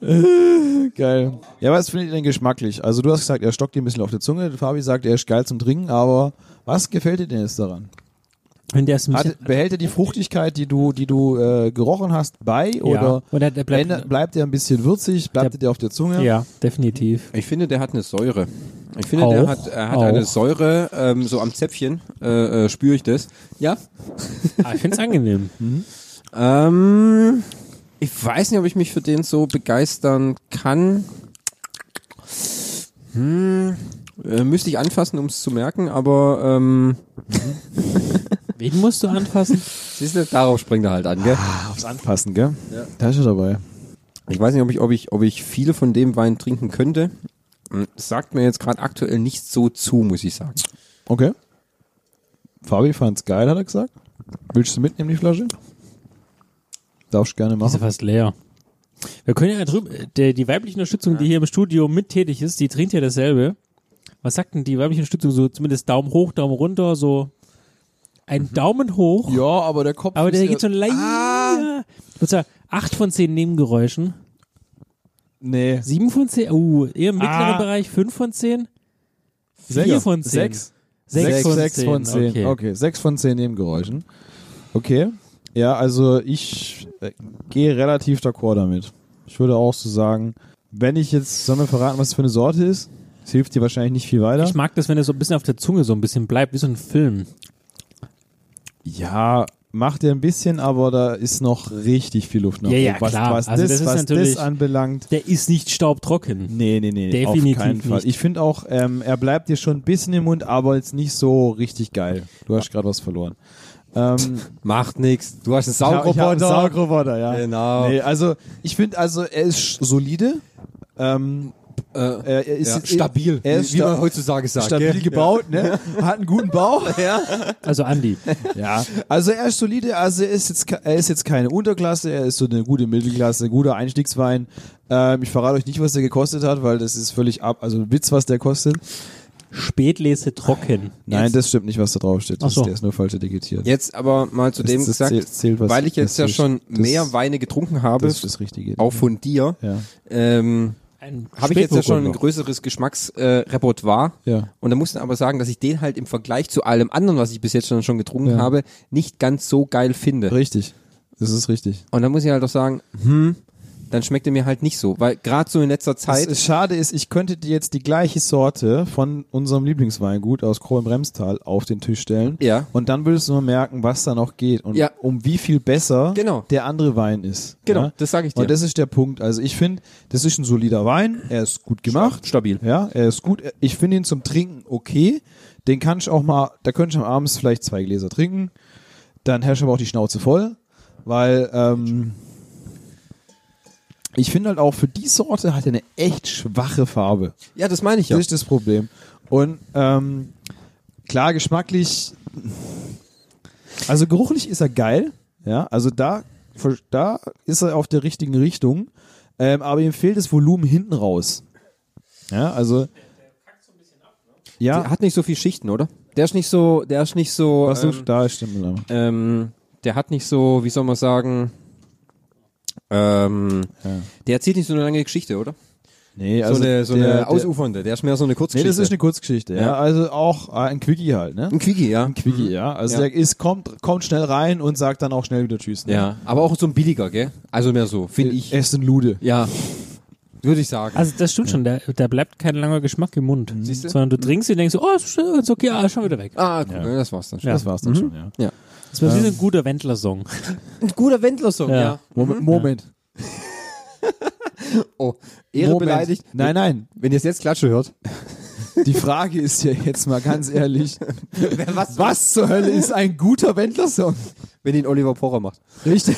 S4: Geil. Ja, was findet ihr denn geschmacklich? Also du hast gesagt, er stockt dir ein bisschen auf der Zunge. Fabi sagt, er ist geil zum Trinken, aber was gefällt dir denn jetzt daran?
S2: Und der ist ein bisschen,
S4: Hat, behält er die Fruchtigkeit, die du, die du äh, gerochen hast, bei? Oder
S2: Und er- er bleibt-
S4: ändert- bleibt er ein bisschen würzig? Bleibt
S2: Der-
S4: er dir auf der Zunge?
S2: ja, definitiv.
S3: Ich finde, der hat eine Säure. Ich finde,
S2: Auch,
S3: der hat, er hat
S2: auch.
S3: eine Säure, ähm, so am Zäpfchen äh, äh, spüre ich das. Ja.
S2: Ah, ich find's angenehm.
S3: Ähm, ich weiß nicht, ob ich mich für den so begeistern kann. Hm, äh, müsste ich anfassen, um es zu merken, aber ähm,
S2: Wen musst du anfassen?
S3: siehst du, darauf springt er halt an, gell?
S4: Ah, Aufs Anpassen, gell? Da ist er dabei.
S3: Ich weiß nicht, ob ich, ob ich, ob ich viele von dem Wein trinken könnte. Hm, Sagt mir jetzt gerade aktuell nicht so zu, muss ich sagen.
S4: Okay. Fabi fand's geil, hat er gesagt. Willst du mitnehmen, die Flasche? Darfst gerne
S2: Ist ja
S4: machen.
S2: fast leer. Wir können ja drüber, der, die weibliche Unterstützung, die hier im Studio mit tätig ist, die trinkt ja dasselbe. Was sagt denn die weibliche Unterstützung so? Zumindest Daumen hoch, Daumen runter, so ein Daumen hoch.
S4: Mhm. Ja, aber der Kopf
S2: Aber der
S4: ja- Ah!
S2: geht so leicht. Ich würde sagen, acht von zehn Nebengeräuschen.
S4: Nee.
S2: Sieben von zehn, uh, eher im mittleren
S4: Ah.
S2: Bereich, fünf von zehn,
S4: Sechs.
S2: vier von zehn.
S4: Sechs.
S2: Sechs von
S4: sechs
S2: zehn,
S4: von zehn.
S2: okay.
S4: Okay. sechs von zehn Nebengeräuschen. Okay. Ja, also ich äh, gehe relativ d'accord damit. Ich würde auch so sagen, wenn ich jetzt, sollen wir verraten, was es für eine Sorte ist? Das hilft dir wahrscheinlich nicht viel weiter.
S2: Ich mag das, wenn es so ein bisschen auf der Zunge so ein bisschen bleibt, wie so ein Film.
S4: Ja, macht er ein bisschen, aber da ist noch richtig viel Luft nach
S2: Ja,
S4: oben.
S2: ja,
S4: was,
S2: klar.
S4: Was,
S2: Also
S4: das,
S2: das ist
S4: was
S2: natürlich-
S4: das anbelangt.
S2: Der ist nicht staubtrocken.
S4: Nee, nee, nee.
S2: Definitiv
S4: auf keinen Fall.
S2: nicht.
S4: Ich finde auch, ähm, er bleibt dir schon ein bisschen im Mund, aber jetzt nicht so richtig geil. Du hast gerade was verloren. Ähm,
S3: Macht nichts. Du hast einen
S4: Ich hab- ich hab einen Saugroboter, ja.
S3: Genau.
S4: Nee, also ich finde, also er ist sch- solide. Ähm, er, er ist
S3: Äh, ja, stabil,
S4: Er ist
S3: wie
S4: sta
S3: man heutzutage sagt.
S4: stabil
S3: gell?
S4: gebaut, ne? Hat einen guten Bauch. ja.
S2: Also Andi,
S4: ja. Also er ist solide, also er ist jetzt ke- er ist jetzt keine Unterklasse, er ist so eine gute Mittelklasse, guter Einstiegswein. Ähm, ich verrate euch nicht, was der gekostet hat, weil das ist völlig ab, also ein Witz, was der kostet.
S2: Spätlese trocken.
S4: Nein, das stimmt nicht, was da drauf steht.
S2: Ach
S4: Das,
S2: so.
S4: Der ist nur falsch etikettiert.
S3: Jetzt aber mal zu
S4: Das-
S3: dem
S4: das
S3: gesagt,
S4: zählt- zählt, was-
S3: weil ich jetzt
S4: das
S3: ja
S4: ist-
S3: schon
S4: das-
S3: mehr Weine getrunken habe,
S4: Das ist das Richtige.
S3: auch von dir,
S4: Ja.
S3: ähm,
S2: Ein
S3: habe ich jetzt ja schon ein
S2: Spätburgunder.
S3: größeres Geschmacksrepertoire. Äh, Repertoire.
S4: Ja.
S3: Und da musste aber sagen, dass ich den halt im Vergleich zu allem anderen, was ich bis jetzt schon, schon getrunken
S4: Ja.
S3: habe, nicht ganz so geil finde.
S4: Richtig. Das ist richtig.
S3: Und dann muss ich halt auch sagen, hm, dann schmeckt er mir halt nicht so, weil gerade so in letzter Zeit
S4: Das Schade ist, ich könnte dir jetzt die gleiche Sorte von unserem Lieblingsweingut aus Kroh im Remstal auf den Tisch stellen.
S3: Ja.
S4: Und dann würdest du mal merken, was da noch geht und
S3: Ja.
S4: um wie viel besser
S3: Genau.
S4: der andere Wein ist.
S3: Genau,
S4: ja?
S3: das sag ich dir.
S4: Und das ist der Punkt. Also ich finde, das ist ein solider Wein. Er ist gut gemacht.
S3: stabil.
S4: Ja, er ist gut. Ich finde ihn zum Trinken okay. Den kann ich auch mal, da könnte ich am Abend vielleicht zwei Gläser trinken. Dann herrscht aber auch die Schnauze voll, weil ähm, ich finde halt auch für die Sorte hat er eine echt schwache Farbe.
S3: Ja, das meine ich ja.
S4: Das ist das Problem. Und ähm, klar, geschmacklich, also geruchlich ist er geil. Ja, also da, da ist er auf der richtigen Richtung. Ähm, aber ihm fehlt das Volumen hinten raus. Ja, also.
S3: Der
S4: Ja,
S3: hat nicht so viel Schichten, oder? Der ist nicht so, der ist nicht so,
S4: was du,
S3: ähm,
S4: da ist Stimme.
S3: ähm, der hat nicht so, wie soll man sagen, ähm, der erzählt nicht so eine lange Geschichte, oder?
S4: Nee, also
S3: so eine, so eine
S4: der- der-
S3: ausufernde, Also der ist mehr so eine
S4: Nee,
S3: Kurzgeschichte.
S4: das ist eine Kurzgeschichte. Ja,
S3: Ja.
S4: also auch äh, ein Quickie halt, ne?
S3: ein Quickie, ja.
S4: Quickie, ja. Also
S3: Ja.
S4: der ist, kommt, kommt schnell rein und sagt dann auch schnell wieder Tschüss. Ne?
S3: Ja, aber auch so ein billiger, gell? Also mehr so, finde ich.
S4: Er ist ein Lude.
S3: Ja, würde ich sagen.
S2: Also das stimmt schon, da, da bleibt kein langer Geschmack im Mund.
S4: Mhm.
S3: du?
S2: Sondern du trinkst ihn und denkst, oh, ist ist okay, ah, ist schon wieder weg.
S3: ah, gut, ne, das war's dann schon.
S4: Das war's dann schon, ja.
S3: Ja.
S2: Das ist wie so ein guter Wendler-Song.
S3: Ein guter Wendler-Song, ja.
S4: Moment. Moment.
S3: Oh, Ehre
S4: Moment.
S3: beleidigt.
S4: Nein, nein.
S3: Wenn ihr es jetzt Klatsche hört.
S4: Die Frage ist ja jetzt mal ganz ehrlich,
S3: Was?
S4: was zur Hölle ist ein guter Wendler-Song?
S3: Wenn ihn Oliver Pocher macht.
S4: Richtig.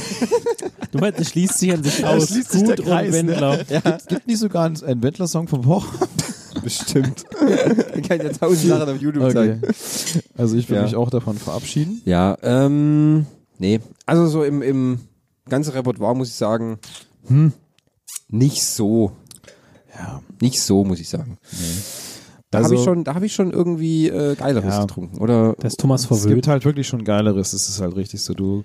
S2: Du meinst, das schließt sich an sich
S4: Da
S2: aus.
S4: schließt sich
S2: Gut
S4: der Kreis, ne?
S2: und Wendler.
S4: Gibt, gibt nicht sogar einen, einen Wendler-Song vom Poch?
S3: Bestimmt. Dann kann ich ja tausend Sachen auf YouTube zeigen.
S4: Also ich will
S3: Ja.
S4: mich auch davon verabschieden.
S3: Ja, ähm, nee. Also so im, im ganzen Repertoire muss ich sagen, hm, nicht so.
S4: Ja.
S3: Nicht so, muss ich sagen. Da
S4: Also-
S3: habe ich schon, da habe ich schon irgendwie äh, geileres
S4: Ja.
S3: getrunken. Oder
S2: Das ist Thomas
S4: Es gibt
S2: verwöhnt.
S4: halt wirklich schon geileres, das ist halt richtig so. Du,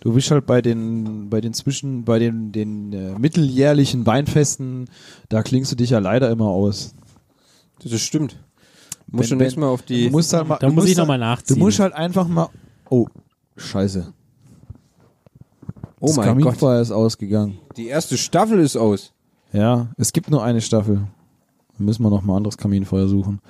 S4: du bist halt bei den, bei den Zwischen, bei den, den äh, mitteljährlichen Weinfesten, da klingst du dich ja leider immer aus.
S3: das stimmt. Muss
S4: Wenn-
S3: schon
S4: wenn-
S3: nächstes Mal auf die.
S4: Du musst halt mal,
S2: Da
S4: du
S2: muss
S4: musst
S2: ich noch
S4: halt-
S2: mal
S4: Du
S2: nachziehen.
S4: musst halt einfach mal. Oh, scheiße.
S3: oh
S4: das
S3: mein Gott,
S4: Kaminfeuer ist ausgegangen.
S3: die erste Staffel ist aus.
S4: Ja, es gibt nur eine Staffel. Dann müssen wir noch mal anderes Kaminfeuer suchen.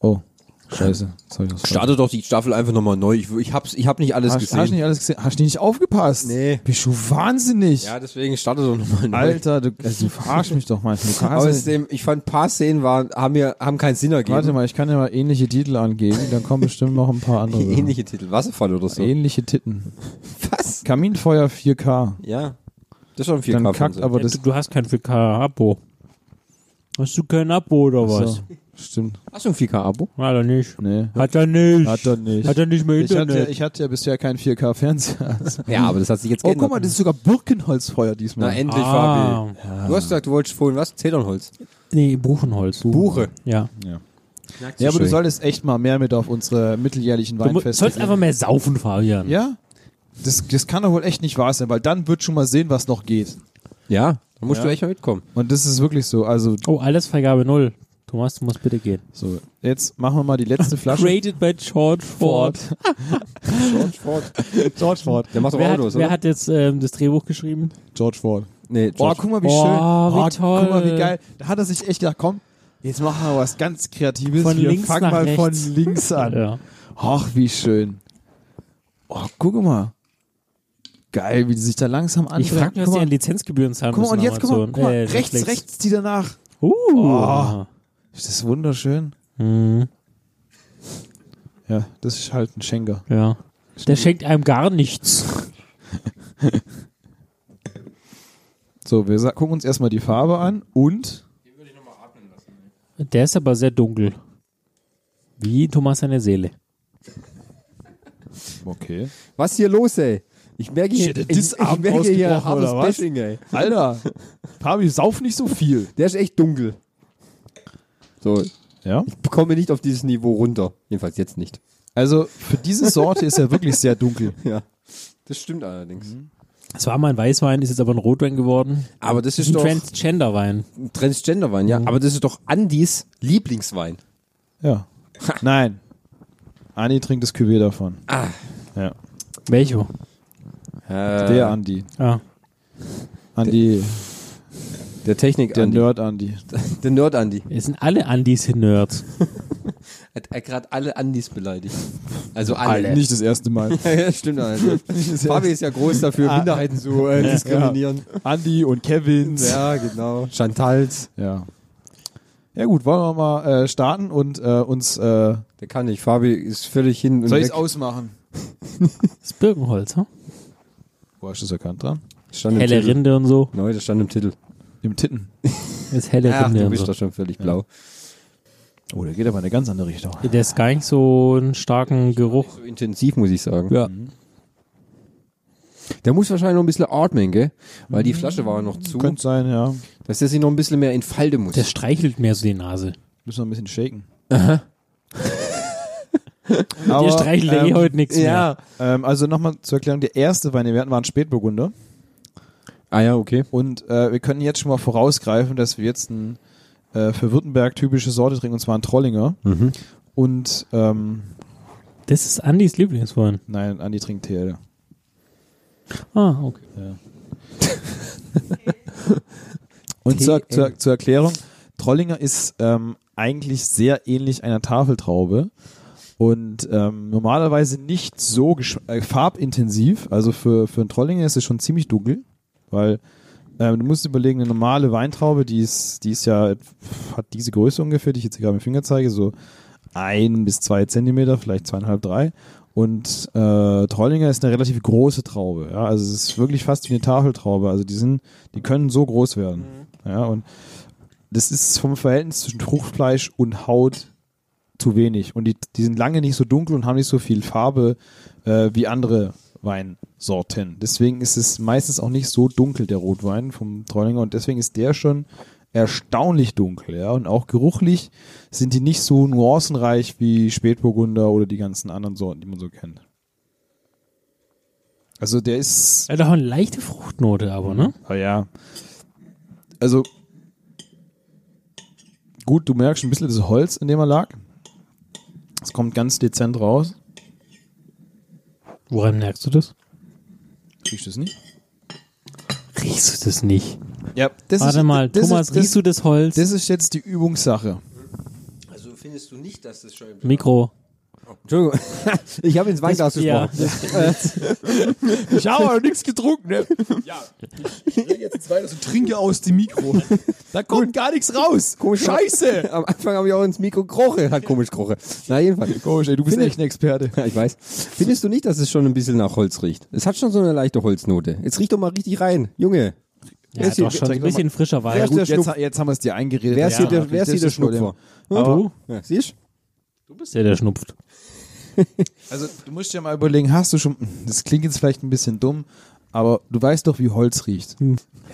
S4: Oh, scheiße. Jetzt hab ich das
S3: Starte doch die Staffel einfach nochmal neu. Ich, ich hab's, ich hab nicht alles
S4: Hast,
S3: gesehen.
S4: hast du nicht alles gesehen? Hast du nicht aufgepasst?
S3: Nee.
S4: Bist du wahnsinnig?
S3: ja, deswegen starte doch nochmal neu.
S4: Alter, du, also, du verarsch mich doch mal. Du kannst nicht-
S3: Außerdem, ich fand, ein paar Szenen waren, haben, mir, haben keinen Sinn ergeben.
S4: Warte mal, ich kann ja mal ähnliche Titel angeben, dann kommen bestimmt noch ein paar andere. Sachen.
S3: Ähnliche Titel. Wasserfall oder so.
S4: ähnliche Titten.
S3: Was?
S4: Kaminfeuer 4K.
S3: Ja. Das ist schon viel
S4: Dann kackt aber
S2: Ja,
S4: das.
S2: du, du hast kein 4K-Abo. Hast du kein Abo oder was?
S4: So, stimmt.
S3: Hast du ein 4K-Abo?
S2: Hat er nicht.
S4: Nee.
S2: Hat er nicht.
S4: Hat er nicht.
S2: Hat er nicht mehr
S4: Ich hatte, ja-
S2: Internet.
S4: ich hatte ja bisher keinen 4K-Fernseher.
S3: Ja, aber das hat sich jetzt
S4: Oh,
S3: geändert.
S4: guck mal, das ist sogar Birkenholzfeuer diesmal.
S3: Na, endlich, Fabi.
S2: ah,
S3: Du hast gesagt, du wolltest vorhin was? Zedernholz.
S2: nee, Buchenholz.
S3: Buche.
S2: Ja.
S4: ja, aber du solltest echt mal mehr mit auf unsere mitteljährlichen
S2: Du mu-
S4: Weinfeste.
S2: sollst einfach mehr saufen, Fabian.
S4: ja? Das, das kann doch wohl echt nicht wahr sein, weil dann wird schon mal sehen, was noch geht.
S3: Ja, dann musst
S4: Ja.
S3: du echt mal mitkommen.
S4: Und das ist wirklich so. Also,
S2: Oh, Altersfreigabe null. Thomas, du musst bitte gehen.
S4: so, jetzt machen wir mal die letzte Flasche.
S2: Created by George Ford.
S3: George Ford.
S4: George Ford.
S3: Der macht doch
S2: Wer,
S3: Autos,
S2: hat, wer
S3: oder?
S2: hat jetzt ähm, das Drehbuch geschrieben?
S4: George Ford.
S3: nee,
S4: Boah,
S3: George.
S4: guck mal, wie
S2: Oh,
S4: schön.
S2: wie
S4: Boah,
S2: toll.
S4: Guck mal, wie geil. Da hat er sich echt gedacht, komm, jetzt machen wir was ganz Kreatives.
S2: Von
S4: wir
S2: links
S4: fangen
S2: nach
S4: mal
S2: rechts.
S4: von links an.
S2: Ja.
S4: Ach, wie schön. Oh, guck mal. Geil, wie die sich da langsam
S2: Ich
S4: anfangen.
S2: frage mich, was
S4: guck
S2: die
S4: mal,
S2: an Lizenzgebühren zahlen
S4: guck mal,
S2: müssen.
S4: und jetzt guck mal,
S2: Amazon.
S4: guck mal
S2: Äh,
S4: rechts,
S2: Netflix.
S4: rechts, die danach.
S2: Uh.
S4: Oh. Ist das wunderschön?
S2: Mhm.
S4: Ja, das ist halt ein Schenker.
S2: Ja. Der schenkt einem gar nichts.
S4: So, wir sa- gucken uns erstmal die Farbe an und
S2: Der ist aber sehr dunkel. Wie Thomas seine Seele.
S4: okay.
S3: Was ist hier los, ey? Ich merke hier,
S4: Shit,
S3: ich,
S4: das
S3: ich
S4: Abend
S3: merke hier
S4: ausgebrochen,
S3: hartes
S4: oder was?
S3: Bashing, ey.
S4: Alter, Fabi, sauf nicht so viel.
S3: Der ist echt dunkel. So,
S4: Ja?
S3: ich komme nicht auf dieses Niveau runter. Jedenfalls jetzt nicht.
S4: Also, für diese Sorte ist er wirklich sehr dunkel.
S3: Ja. Das stimmt allerdings.
S2: Es war mal ein Weißwein, ist jetzt aber ein Rotwein geworden.
S3: Aber das ist
S2: ein
S3: doch
S2: Transgender-Wein.
S3: ein Transgender-Wein, ja. Aber das ist doch Andys Lieblingswein.
S4: Ja. Nein. Andi trinkt das Cuvée davon.
S3: Ah.
S4: Ja.
S2: Welcher?
S4: Der Andi.
S2: Ah.
S4: Andi,
S3: der Technik
S4: der
S3: Andi.
S4: Nerd Andi.
S3: Der Nerd Andi.
S2: Es sind alle Andis hier Nerds.
S3: Hat er gerade alle Andis beleidigt. Also alle.
S4: Alle. Nicht das erste Mal.
S3: Ja, stimmt allerdings. Fabi ist ja groß dafür, Minderheiten zu äh, diskriminieren.
S4: Andi und Kevin. Ja.
S3: genau. Chantals.
S4: ja. Ja gut, wollen wir mal äh, starten und äh, uns... Äh,
S3: Der kann nicht. Fabi ist völlig hin und
S4: soll ich
S3: weg.
S4: es ausmachen?
S2: Das ist Birkenholz, hm?
S4: Wo hast du das erkannt dran?
S3: Stand im
S2: Helle
S3: Titel.
S2: Rinde und so.
S3: Neu, das stand im Titel.
S4: Im Titten.
S2: Das ist helle
S3: Ach,
S2: Rinde
S3: du
S2: und
S3: bist
S2: so.
S3: doch schon völlig blau.
S4: Oh, der geht aber in eine ganz andere Richtung.
S2: Der ist gar nicht so einen starken Geruch.
S3: So intensiv, muss ich sagen. Mhm.
S2: Ja.
S3: Der muss wahrscheinlich noch ein bisschen atmen, gell? Weil die Flasche war noch zu,
S4: Könnte sein, ja.
S3: dass der sich noch ein bisschen mehr entfalten muss.
S2: Der streichelt mehr so die Nase.
S4: Müssen wir ein bisschen shaken.
S2: Der
S4: aber,
S2: streichelt ja eh
S4: ähm,
S2: heute nichts mehr.
S4: ähm, also nochmal zur Erklärung, der erste Wein, den wir hatten, war ein Spätburgunder.
S3: Ah ja, okay.
S4: Und äh, wir können jetzt schon mal vorausgreifen, dass wir jetzt ein äh, für Württemberg typische Sorte trinken, und zwar einen Trollinger. Und ähm,
S2: Das ist Andis Lieblingswein.
S4: nein, Andi trinkt TL.
S2: Ah, okay.
S4: Und zur,
S3: TL.
S4: zur, zur Erklärung, Trollinger ist ähm, eigentlich sehr ähnlich einer Tafeltraube und ähm, normalerweise nicht so gesch- äh, farbintensiv. Also für, für einen Trollinger ist es schon ziemlich dunkel, weil ähm, du musst überlegen, eine normale Weintraube, die ist, die ist ja, hat diese Größe ungefähr, die ich jetzt hier gerade mit dem Finger zeige, so ein bis zwei Zentimeter, vielleicht zweieinhalb, drei. Und äh, Trollinger ist eine relativ große Traube. Ja? Also es ist wirklich fast wie eine Tafeltraube. Also die sind, die können so groß werden. Ja, und das ist vom Verhältnis zwischen Fruchtfleisch und Haut zu wenig. Und die, die sind lange nicht so dunkel und haben nicht so viel Farbe äh, wie andere Weinsorten. Deswegen ist es meistens auch nicht so dunkel, der Rotwein vom Trollinger. Und deswegen ist der schon erstaunlich dunkel, ja. Und auch geruchlich sind die nicht so nuancenreich wie Spätburgunder oder die ganzen anderen Sorten, die man so kennt. Also der ist,
S2: Er hat auch eine leichte Fruchtnote, aber, ne?
S4: ah ja. Also, gut, du merkst ein bisschen das Holz, in dem er lag. Es kommt ganz dezent raus.
S2: Woran merkst du das?
S4: Riechst du es nicht?
S2: Riechst du das nicht?
S4: Ja, das
S2: Warte mal, Thomas, riechst du das Holz?
S4: Das ist jetzt die Übungssache.
S3: Also findest du nicht, dass das schon...
S2: Mikro.
S3: Entschuldigung, ich habe ins Weinglas gesprochen.
S4: Ich habe aber nichts getrunken, ne? Ja. Ich lege jetzt zwei und trinke aus dem Mikro. Da kommt gar nichts raus. Scheiße.
S3: Am Anfang habe ich auch ins Mikro kroche, hat komisch kroche. Na jedenfalls.
S4: Komisch, ey, du bist
S3: Finde-
S4: echt ein Experte.
S3: Ja, ich weiß. Findest du nicht, dass es schon ein bisschen nach Holz riecht? Es hat schon so eine leichte Holznote. Jetzt riech doch mal richtig rein, Junge.
S2: Ja,
S3: ist hier-
S2: doch schon
S3: zeig
S2: ein
S3: doch mal.
S2: bisschen frischer
S3: Ja,
S2: Wein.
S3: gut, jetzt
S4: jetzt, haben wir es dir eingeredet.
S3: Wer ist hier der, wer ist hier der Schnupfer?
S2: Aber
S3: Ja, siehst
S2: du bist der, der schnupft.
S4: Also, du musst dir mal überlegen, hast du schon, das klingt jetzt vielleicht ein bisschen dumm, aber du weißt doch, wie Holz riecht.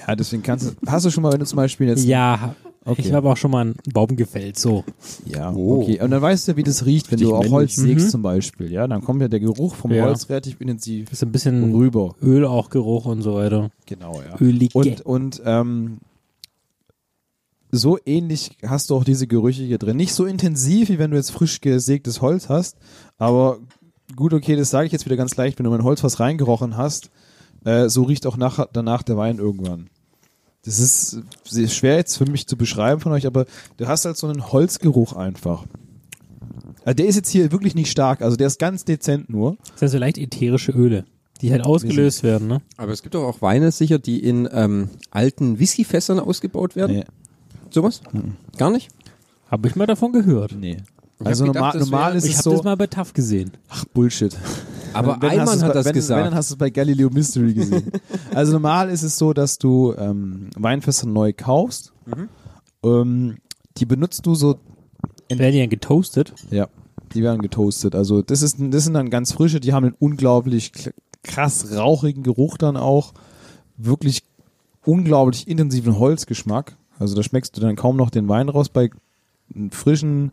S4: Ja, deswegen kannst du, hast du schon mal, wenn du zum Beispiel jetzt,
S2: Hm. Ja,
S4: Okay.
S2: ich habe auch schon mal einen Baum gefällt, so.
S4: ja
S3: Oh.
S4: okay, und dann weißt du ja, wie das riecht, wenn
S3: Richtig
S4: du auch Holz
S3: männlich.
S4: sägst zum Beispiel, ja, dann kommt ja der Geruch vom
S2: Mhm. Ja.
S4: Holz relativ intensiv
S2: Ist ein bisschen
S4: rüber.
S2: Öl auch Geruch und so weiter.
S4: Genau, ja.
S2: Ölige.
S4: Und, und ähm, so ähnlich hast du auch diese Gerüche hier drin. Nicht so intensiv, wie wenn du jetzt frisch gesägtes Holz hast, aber gut, okay, das sage ich jetzt wieder ganz leicht, wenn du mein Holzfass reingerochen hast, äh, so riecht auch nach, danach der Wein irgendwann. Das ist sehr schwer jetzt für mich zu beschreiben von euch, aber du hast halt so einen Holzgeruch einfach. Äh, Der ist jetzt hier wirklich nicht stark, also der ist ganz dezent nur.
S2: Das sind so leicht ätherische Öle, die halt ausgelöst werden, ne?
S3: Aber es gibt doch auch Weine sicher, die in ähm, alten Whiskyfässern ausgebaut werden.
S4: Nee. Mhm.
S3: Sowas? Gar nicht?
S2: Habe ich mal davon gehört.
S4: Nee.
S3: Ich
S4: Also
S3: hab gedacht,
S4: normal,
S3: das wär-
S4: normal ist
S2: ich
S4: es
S2: habe
S4: so.
S2: das mal bei TAF gesehen.
S4: Ach, Bullshit.
S3: Aber
S4: Wenn, hast
S3: Eimann
S4: du's
S3: hat
S4: bei-
S3: das
S4: wenn,
S3: gesagt.
S4: Wenn, dann hast du es bei Galileo Mystery gesehen. also normal ist es so, dass du ähm, Weinfässer neu kaufst.
S3: Mhm.
S4: Ähm, die benutzt du so,
S2: Werden die dann getoastet?
S4: ja, die werden getoastet. Also das, ist, das sind dann ganz frische, die haben einen unglaublich k- krass rauchigen Geruch dann auch. Wirklich unglaublich intensiven Holzgeschmack. Also da schmeckst du dann kaum noch den Wein raus bei frischen,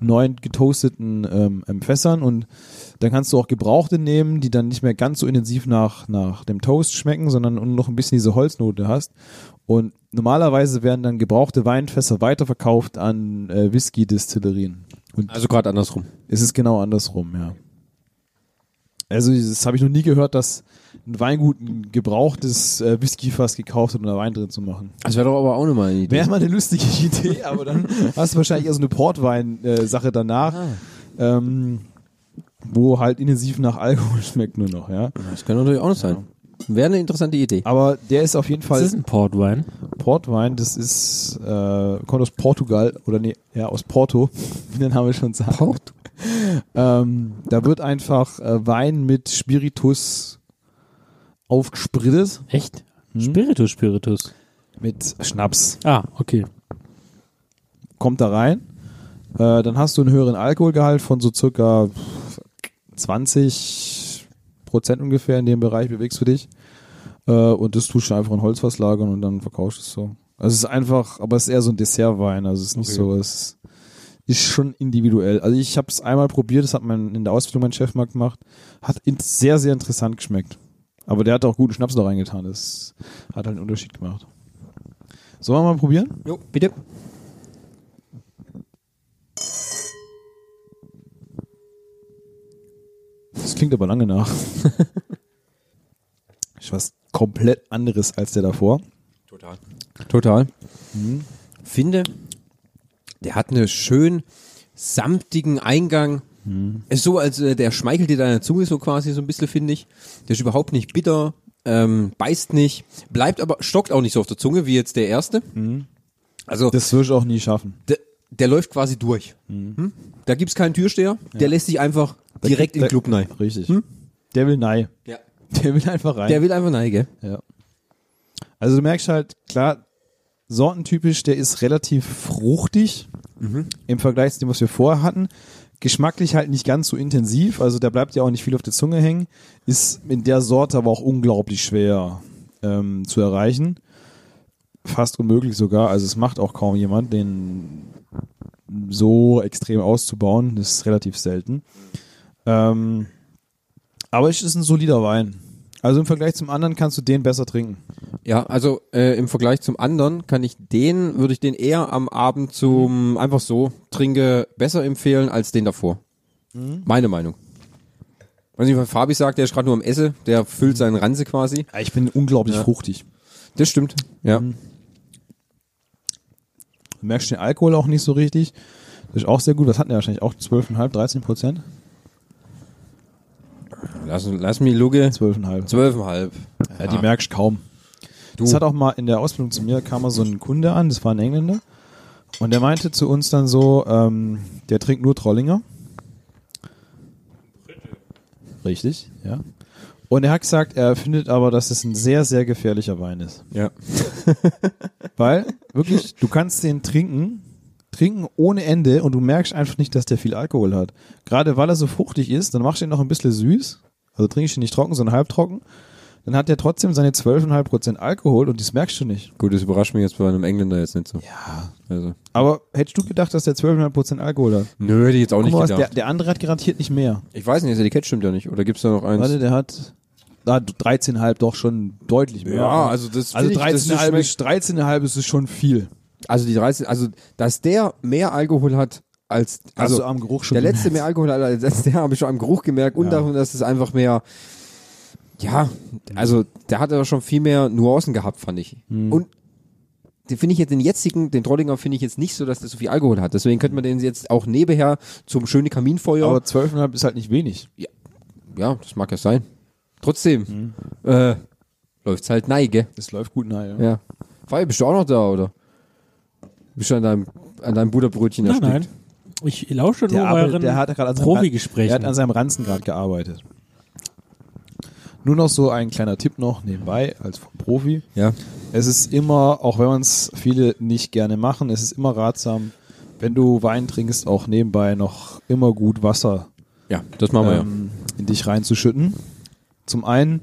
S4: neuen getoasteten ähm, ähm, Fässern und dann kannst du auch Gebrauchte nehmen, die dann nicht mehr ganz so intensiv nach, nach dem Toast schmecken, sondern nur noch ein bisschen diese Holznote hast. Und normalerweise werden dann gebrauchte Weinfässer weiterverkauft an äh, Whisky-Destillerien. Und
S3: also gerade andersrum.
S4: es ist genau andersrum, ja. Also das habe ich noch nie gehört, dass ein Weingut ein gebrauchtes äh, Whiskyfass gekauft hat, um da Wein drin zu machen.
S3: Das wäre doch aber auch nochmal eine Idee.
S4: Wäre mal eine lustige Idee, aber dann hast du wahrscheinlich eher so eine Portwein-Sache danach, ähm, wo halt intensiv nach Alkohol schmeckt nur noch, ja.
S3: Das könnte natürlich auch noch sein. Wäre eine interessante Idee.
S4: Aber der ist auf jeden
S2: Das
S4: Fall
S2: ist ein Portwein.
S4: Portwein, das ist, äh, kommt aus Portugal, oder nee, ja, aus Porto, wie der Name schon sagt. Porto. Ähm, da wird einfach äh, Wein mit Spiritus aufgesprittet,
S2: Echt?
S4: Hm?
S2: Spiritus, Spiritus.
S4: mit Schnaps.
S2: Ah, okay.
S4: kommt da rein. Äh, dann hast du einen höheren Alkoholgehalt von so circa 20 Prozent ungefähr in dem Bereich bewegst du dich. Äh, und das tust du einfach in Holzfass lagern und dann verkaufst du es so. Also es ist einfach, aber es ist eher so ein Dessertwein, also es ist nicht
S3: Okay.
S4: so, es ist schon individuell. Also ich habe es einmal probiert, das hat mein in der Ausbildung mein Chef mal gemacht, hat in, sehr sehr interessant geschmeckt. Aber der hat auch guten Schnaps da reingetan, das hat halt einen Unterschied gemacht. Sollen wir mal probieren?
S3: Jo, bitte.
S4: Das klingt aber lange nach. ist was komplett anderes als der davor.
S3: Total. Total. Finde, der hat einen schön samtigen Eingang. Ist so, als äh, der schmeichelt dir deiner Zunge so quasi so ein bisschen, finde ich. Der ist überhaupt nicht bitter, ähm, beißt nicht, bleibt aber, stockt auch nicht so auf der Zunge wie jetzt der erste. Also
S4: Das wirst du auch nie schaffen.
S3: der, der läuft quasi durch. Hm? Da gibt's keinen Türsteher, der lässt sich einfach direkt in den Club rein.
S4: Richtig. Der will nein.
S3: Ja.
S4: Der will einfach rein.
S3: Der will einfach nein, gell?
S4: ja. Also du merkst halt, klar, sortentypisch, der ist relativ fruchtig im Vergleich zu dem, was wir vorher hatten. Geschmacklich halt nicht ganz so intensiv, also da bleibt ja auch nicht viel auf der Zunge hängen. Ist in der Sorte aber auch unglaublich schwer ähm, zu erreichen. fast unmöglich sogar. Also es macht auch kaum jemand, den so extrem auszubauen. Das ist relativ selten. Ähm, aber es ist ein solider Wein. Also im Vergleich zum anderen kannst du den besser trinken.
S3: Ja, also äh, im Vergleich zum anderen kann ich den, würde ich den eher am Abend zum einfach so trinke besser empfehlen als den davor.
S4: Mhm.
S3: Meine Meinung. Weiß nicht, was Fabi sagt, der ist gerade nur am Esse, der füllt seinen Ranse quasi.
S4: Ich bin unglaublich fruchtig.
S3: Das stimmt. Ja.
S4: Mhm. Du merkst den Alkohol auch nicht so richtig. Das ist auch sehr gut. Was hatten wir wahrscheinlich auch 12,5, 13 Prozent?
S3: Lass, lass mich Luge.
S4: 12,5.
S3: Zwölfeinhalb.
S4: Ja, die merkst kaum.
S3: Du.
S4: Das hat auch mal in der Ausbildung zu mir, kam mal so ein Kunde an, das war ein Engländer. Und der meinte zu uns dann so, ähm, der trinkt nur Trollinger. Richtig, ja. Und er hat gesagt, er findet aber, dass es ein sehr, sehr gefährlicher Wein ist.
S3: Ja.
S4: Weil, wirklich, du kannst den trinken, trinken ohne Ende und du merkst einfach nicht, dass der viel Alkohol hat. Gerade weil er so fruchtig ist, dann machst du ihn noch ein bisschen süß. Also trinke ich ihn nicht trocken, sondern halbtrocken. Dann hat er trotzdem seine 12,5% Alkohol und das merkst du nicht.
S3: Gut, das überrascht mich jetzt bei einem Engländer jetzt nicht so.
S4: Ja.
S3: Also.
S4: Aber hättest du gedacht, dass der 12,5% Alkohol hat?
S3: Nö, hätte ich jetzt auch
S4: Guck
S3: nicht
S4: mal, was,
S3: gedacht.
S4: der, der andere hat garantiert nicht mehr.
S3: ich weiß nicht, das Etikett stimmt ja nicht. Oder gibt's da noch eins?
S4: Warte, der hat ah, 13,5 doch schon deutlich mehr.
S3: Ja, also das
S4: also
S3: find ich, das
S4: 13,5
S3: schmeckt-
S4: ist, 13,5 ist es schon viel.
S3: Also die 13, also dass der mehr Alkohol hat als also,
S4: Also am Geruch schon
S3: der letzte
S4: gemerkt.
S3: mehr Alkohol hat als der letzte, habe ich schon am Geruch gemerkt und
S4: Ja.
S3: davon, dass es einfach mehr ja, also der hat aber schon viel mehr Nuancen gehabt, fand ich.
S4: Hm.
S3: Und den finde ich jetzt den jetzigen, den Trollinger finde ich jetzt nicht so, dass der so viel Alkohol hat. Deswegen könnte man den jetzt auch nebenher zum schönen Kaminfeuer.
S4: Aber 12,5 ist halt nicht wenig.
S3: ja, das mag ja sein. Trotzdem
S4: Hm.
S3: äh, läuft's halt neige.
S4: Das läuft gut nahe. Ja.
S3: Ja. Fabi, bist du auch noch da, oder? Bist du an deinem, an deinem Butterbrötchen
S2: Nein,
S3: erstickt?
S2: nein. Ich lausche nur
S4: Der,
S2: euren
S4: arbeitet, der hat gerade also an seinem
S2: Profigesprächen.
S4: Der hat an seinem Ranzen gerade gearbeitet. Nur noch so ein kleiner Tipp noch nebenbei als Profi.
S3: Ja.
S4: Es ist immer, auch wenn man es viele nicht gerne machen, es ist immer ratsam, wenn du Wein trinkst, auch nebenbei noch immer gut Wasser
S3: Ja, das machen wir
S4: ähm, in dich reinzuschütten. Zum einen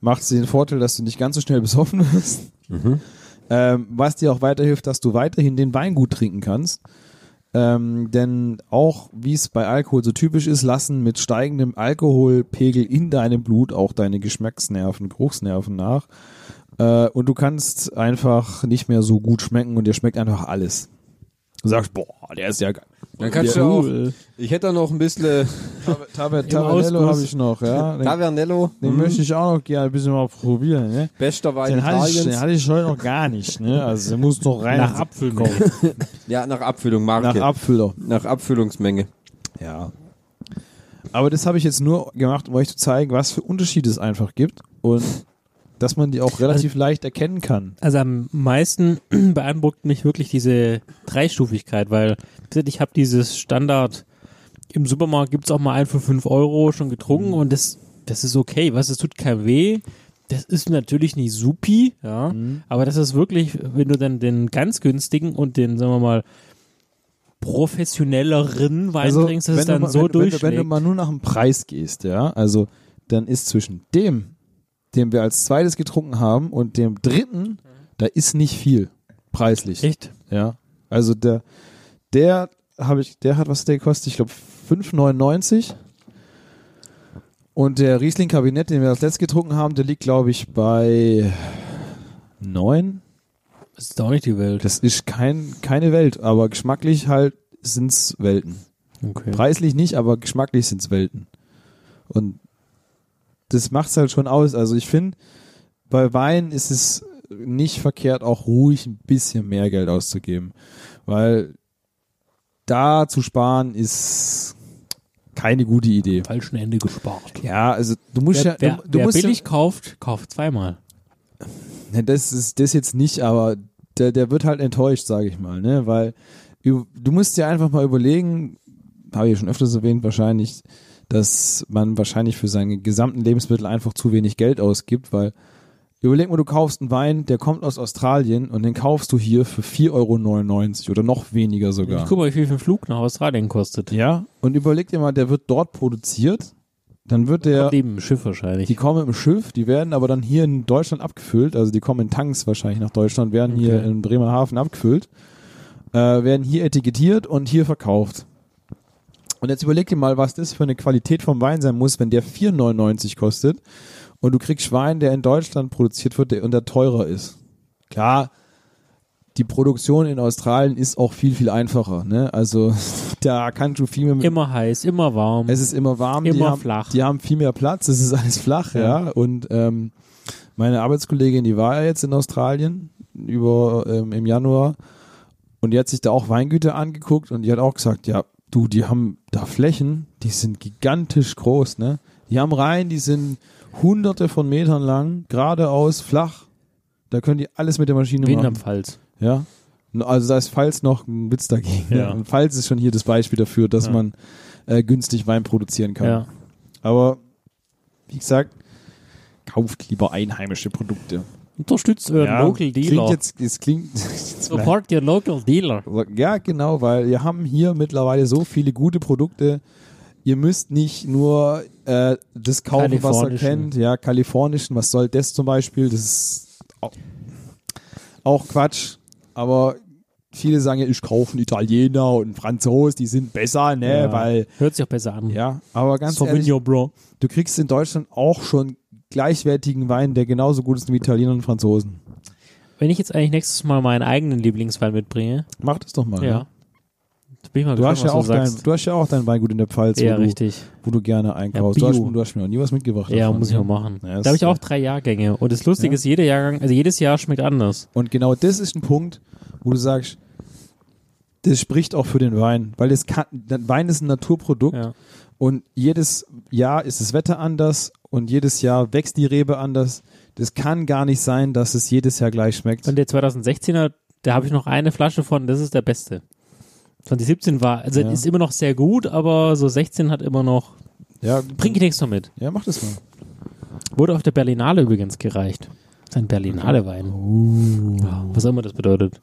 S4: macht es den Vorteil, dass du nicht ganz so schnell besoffen wirst. Ähm, was dir auch weiterhilft, dass du weiterhin den Wein gut trinken kannst. Ähm, denn auch wie es bei Alkohol so typisch ist, lassen mit steigendem Alkoholpegel in deinem Blut auch deine Geschmacksnerven, Geruchsnerven nach. Äh, und du kannst einfach nicht mehr so gut schmecken und dir schmeckt einfach alles. Du sagst, boah, der ist ja geil.
S3: Dann kannst
S4: Ja,
S3: du auch,
S4: cool.
S3: ich hätte da noch ein bisschen äh,
S4: Tabe-
S2: Ausguss.
S4: Tavanello habe ich noch, ja. Den,
S3: Tavernello,
S4: den möchte ich auch noch gerne ein bisschen mal probieren, ne?
S3: bester Wein
S4: Den hatte, ich, den
S3: Italiens.
S4: hatte ich heute noch gar nicht, ne? Also der muss noch rein.
S2: nach Apfelmilch.
S3: Ja, nach Abfüllung, Marke.
S4: Nach Abfüller.
S3: Nach Abfüllungsmenge.
S4: Ja. Aber das habe ich jetzt nur gemacht, um euch zu zeigen, was für Unterschiede es einfach gibt und dass man die auch relativ leicht erkennen kann.
S2: Also am meisten beeindruckt mich wirklich diese Dreistufigkeit, weil wie gesagt, ich habe dieses Standard, im Supermarkt gibt's auch mal einen für 5 Euro schon
S4: Mhm.
S2: getrunken und das, das ist okay, was, es tut kein weh. Das ist natürlich nicht supi, ja,
S4: Mhm.
S2: aber das ist wirklich, wenn du dann den ganz günstigen und den, sagen wir mal, professionelleren Wein trinkst, dass
S4: Also, wenn,
S2: es
S4: du
S2: dann
S4: mal,
S2: so
S4: wenn, du- wenn, du-
S2: durchschlägt.
S4: wenn du mal nur nach dem Preis gehst, ja, also dann ist zwischen dem, den wir als zweites getrunken haben, und dem dritten, da ist nicht viel preislich.
S2: Echt?
S4: Ja. Also der, der habe ich, der hat was hat der gekostet, ich glaube 5,99. Und der Riesling Kabinett, den wir als letztes getrunken haben, der liegt, glaube ich, bei 9.
S2: Das ist doch nicht die Welt.
S4: Das ist kein, keine Welt, aber geschmacklich halt sind's Welten.
S2: Okay.
S4: Preislich nicht, aber geschmacklich sind's Welten. Und das macht's halt schon aus. Also ich finde, bei Wein ist es nicht verkehrt, auch ruhig ein bisschen mehr Geld auszugeben. Weil da zu sparen ist keine gute Idee.
S2: Falschen Ende gespart.
S4: Ja, also du musst
S2: Wer,
S4: ja,
S2: wer,
S4: du, du
S2: wer
S4: musst
S2: billig kauft, kauft zweimal.
S4: ja, Ne, das ist das jetzt nicht, aber der, der wird halt enttäuscht, sage ich mal, ne, weil du du musst dir einfach mal überlegen, habe ich ja schon öfters erwähnt, wahrscheinlich, dass man wahrscheinlich für seine gesamten Lebensmittel einfach zu wenig Geld ausgibt, weil überleg mal, du kaufst einen Wein, der kommt aus Australien und den kaufst du hier für 4,99 Euro oder noch weniger sogar.
S2: Ich guck mal, wie viel für ein Flug nach Australien kostet.
S4: Ja, und überleg dir mal, der wird dort produziert Dann wird der,
S2: Neben dem Schiff wahrscheinlich.
S4: die kommen mit dem Schiff, die werden aber dann hier in Deutschland abgefüllt, also die kommen in Tanks wahrscheinlich nach Deutschland, werden hier
S2: Okay.
S4: in Bremerhaven abgefüllt, äh, werden hier etikettiert und hier verkauft. Und jetzt überleg dir mal, was das für eine Qualität vom Wein sein muss, wenn der 4,99 kostet und du kriegst Wein, der in Deutschland produziert wird der, und der teurer ist. Klar, die Produktion in Australien ist auch viel, viel einfacher. Ne? Also da kannst du viel mehr mit
S2: immer heiß, immer warm.
S4: es ist immer warm, die,
S2: Immer
S4: haben,
S2: flach.
S4: die haben viel mehr Platz, es ist alles flach, ja. Und ähm, meine Arbeitskollegin, die war jetzt in Australien über ähm, im Januar und die hat sich da auch Weingüter angeguckt und die hat auch gesagt, ja, du, die haben da Flächen, die sind gigantisch groß, ne? Die haben Reihen, die sind hunderte von Metern lang, geradeaus, flach. Da können die alles mit der Maschine machen.
S2: Rheinland-Pfalz.
S4: Ja. No- Also da ist Pfalz noch ein Witz dagegen.
S2: Ja.
S4: Ja. Und Pfalz ist schon hier das Beispiel dafür, dass
S2: Ja.
S4: man äh, günstig Wein produzieren kann.
S2: Ja.
S4: Aber wie gesagt, kauft lieber einheimische Produkte.
S2: Unterstützt euren Local
S4: Klingt
S2: Dealer.
S4: jetzt, es klingt jetzt
S2: Support your local dealer.
S4: ja, genau, weil wir haben hier mittlerweile so viele gute Produkte. Ihr müsst nicht nur äh, das kaufen, was ihr
S2: Kalifornischen.
S4: kennt. Ja, kalifornischen, was soll das zum Beispiel? Das ist au- auch Quatsch. Aber viele sagen ja, ich kaufe einen Italiener und einen Franzos, die sind besser, ne?
S2: Ja.
S4: Weil,
S2: Hört sich auch besser an.
S4: ja, aber ganz ehrlich,
S2: Sauvignon Blanc.
S4: du kriegst in Deutschland auch schon gleichwertigen Wein, der genauso gut ist wie Italiener und Franzosen.
S2: Wenn ich jetzt eigentlich nächstes Mal meinen eigenen Lieblingswein mitbringe,
S4: Mach das doch mal.
S2: ja.
S4: ne?
S2: Da bin ich mal
S4: Du,
S2: gespannt,
S4: hast ja auch
S2: was du
S4: dein,
S2: sagst.
S4: du hast ja auch dein Weingut in der Pfalz,
S2: ja,
S4: wo du
S2: richtig.
S4: wo du gerne einkaufst.
S2: Ja,
S4: du,
S2: Bio.
S4: hast, du hast mir noch nie was mitgebracht.
S2: Ja,
S4: davon.
S2: muss ich auch machen.
S4: Ja,
S2: da habe ich
S4: ist-
S2: auch drei Jahrgänge. Und das
S4: Ja.
S2: Lustige ist, jeder Jahrgang, also jedes Jahr schmeckt anders.
S4: Und genau das ist ein Punkt, wo du sagst, das spricht auch für den Wein, weil das kann, der Wein ist ein Naturprodukt
S2: Ja.
S4: und jedes Jahr ist das Wetter anders und jedes Jahr wächst die Rebe anders. Das kann gar nicht sein, dass es jedes Jahr gleich schmeckt.
S2: Und der 2016er, da habe ich noch eine Flasche von, das ist der beste. 2017 war, also
S4: Ja.
S2: ist immer noch sehr gut, aber so 16 hat immer noch,
S4: ja,
S2: bring ich nächstes Mal mit.
S4: ja, mach das mal.
S2: Wurde auf der Berlinale übrigens gereicht. Das ist ein Berlinale-Wein.
S4: Uh.
S2: Ja, Was auch immer das bedeutet.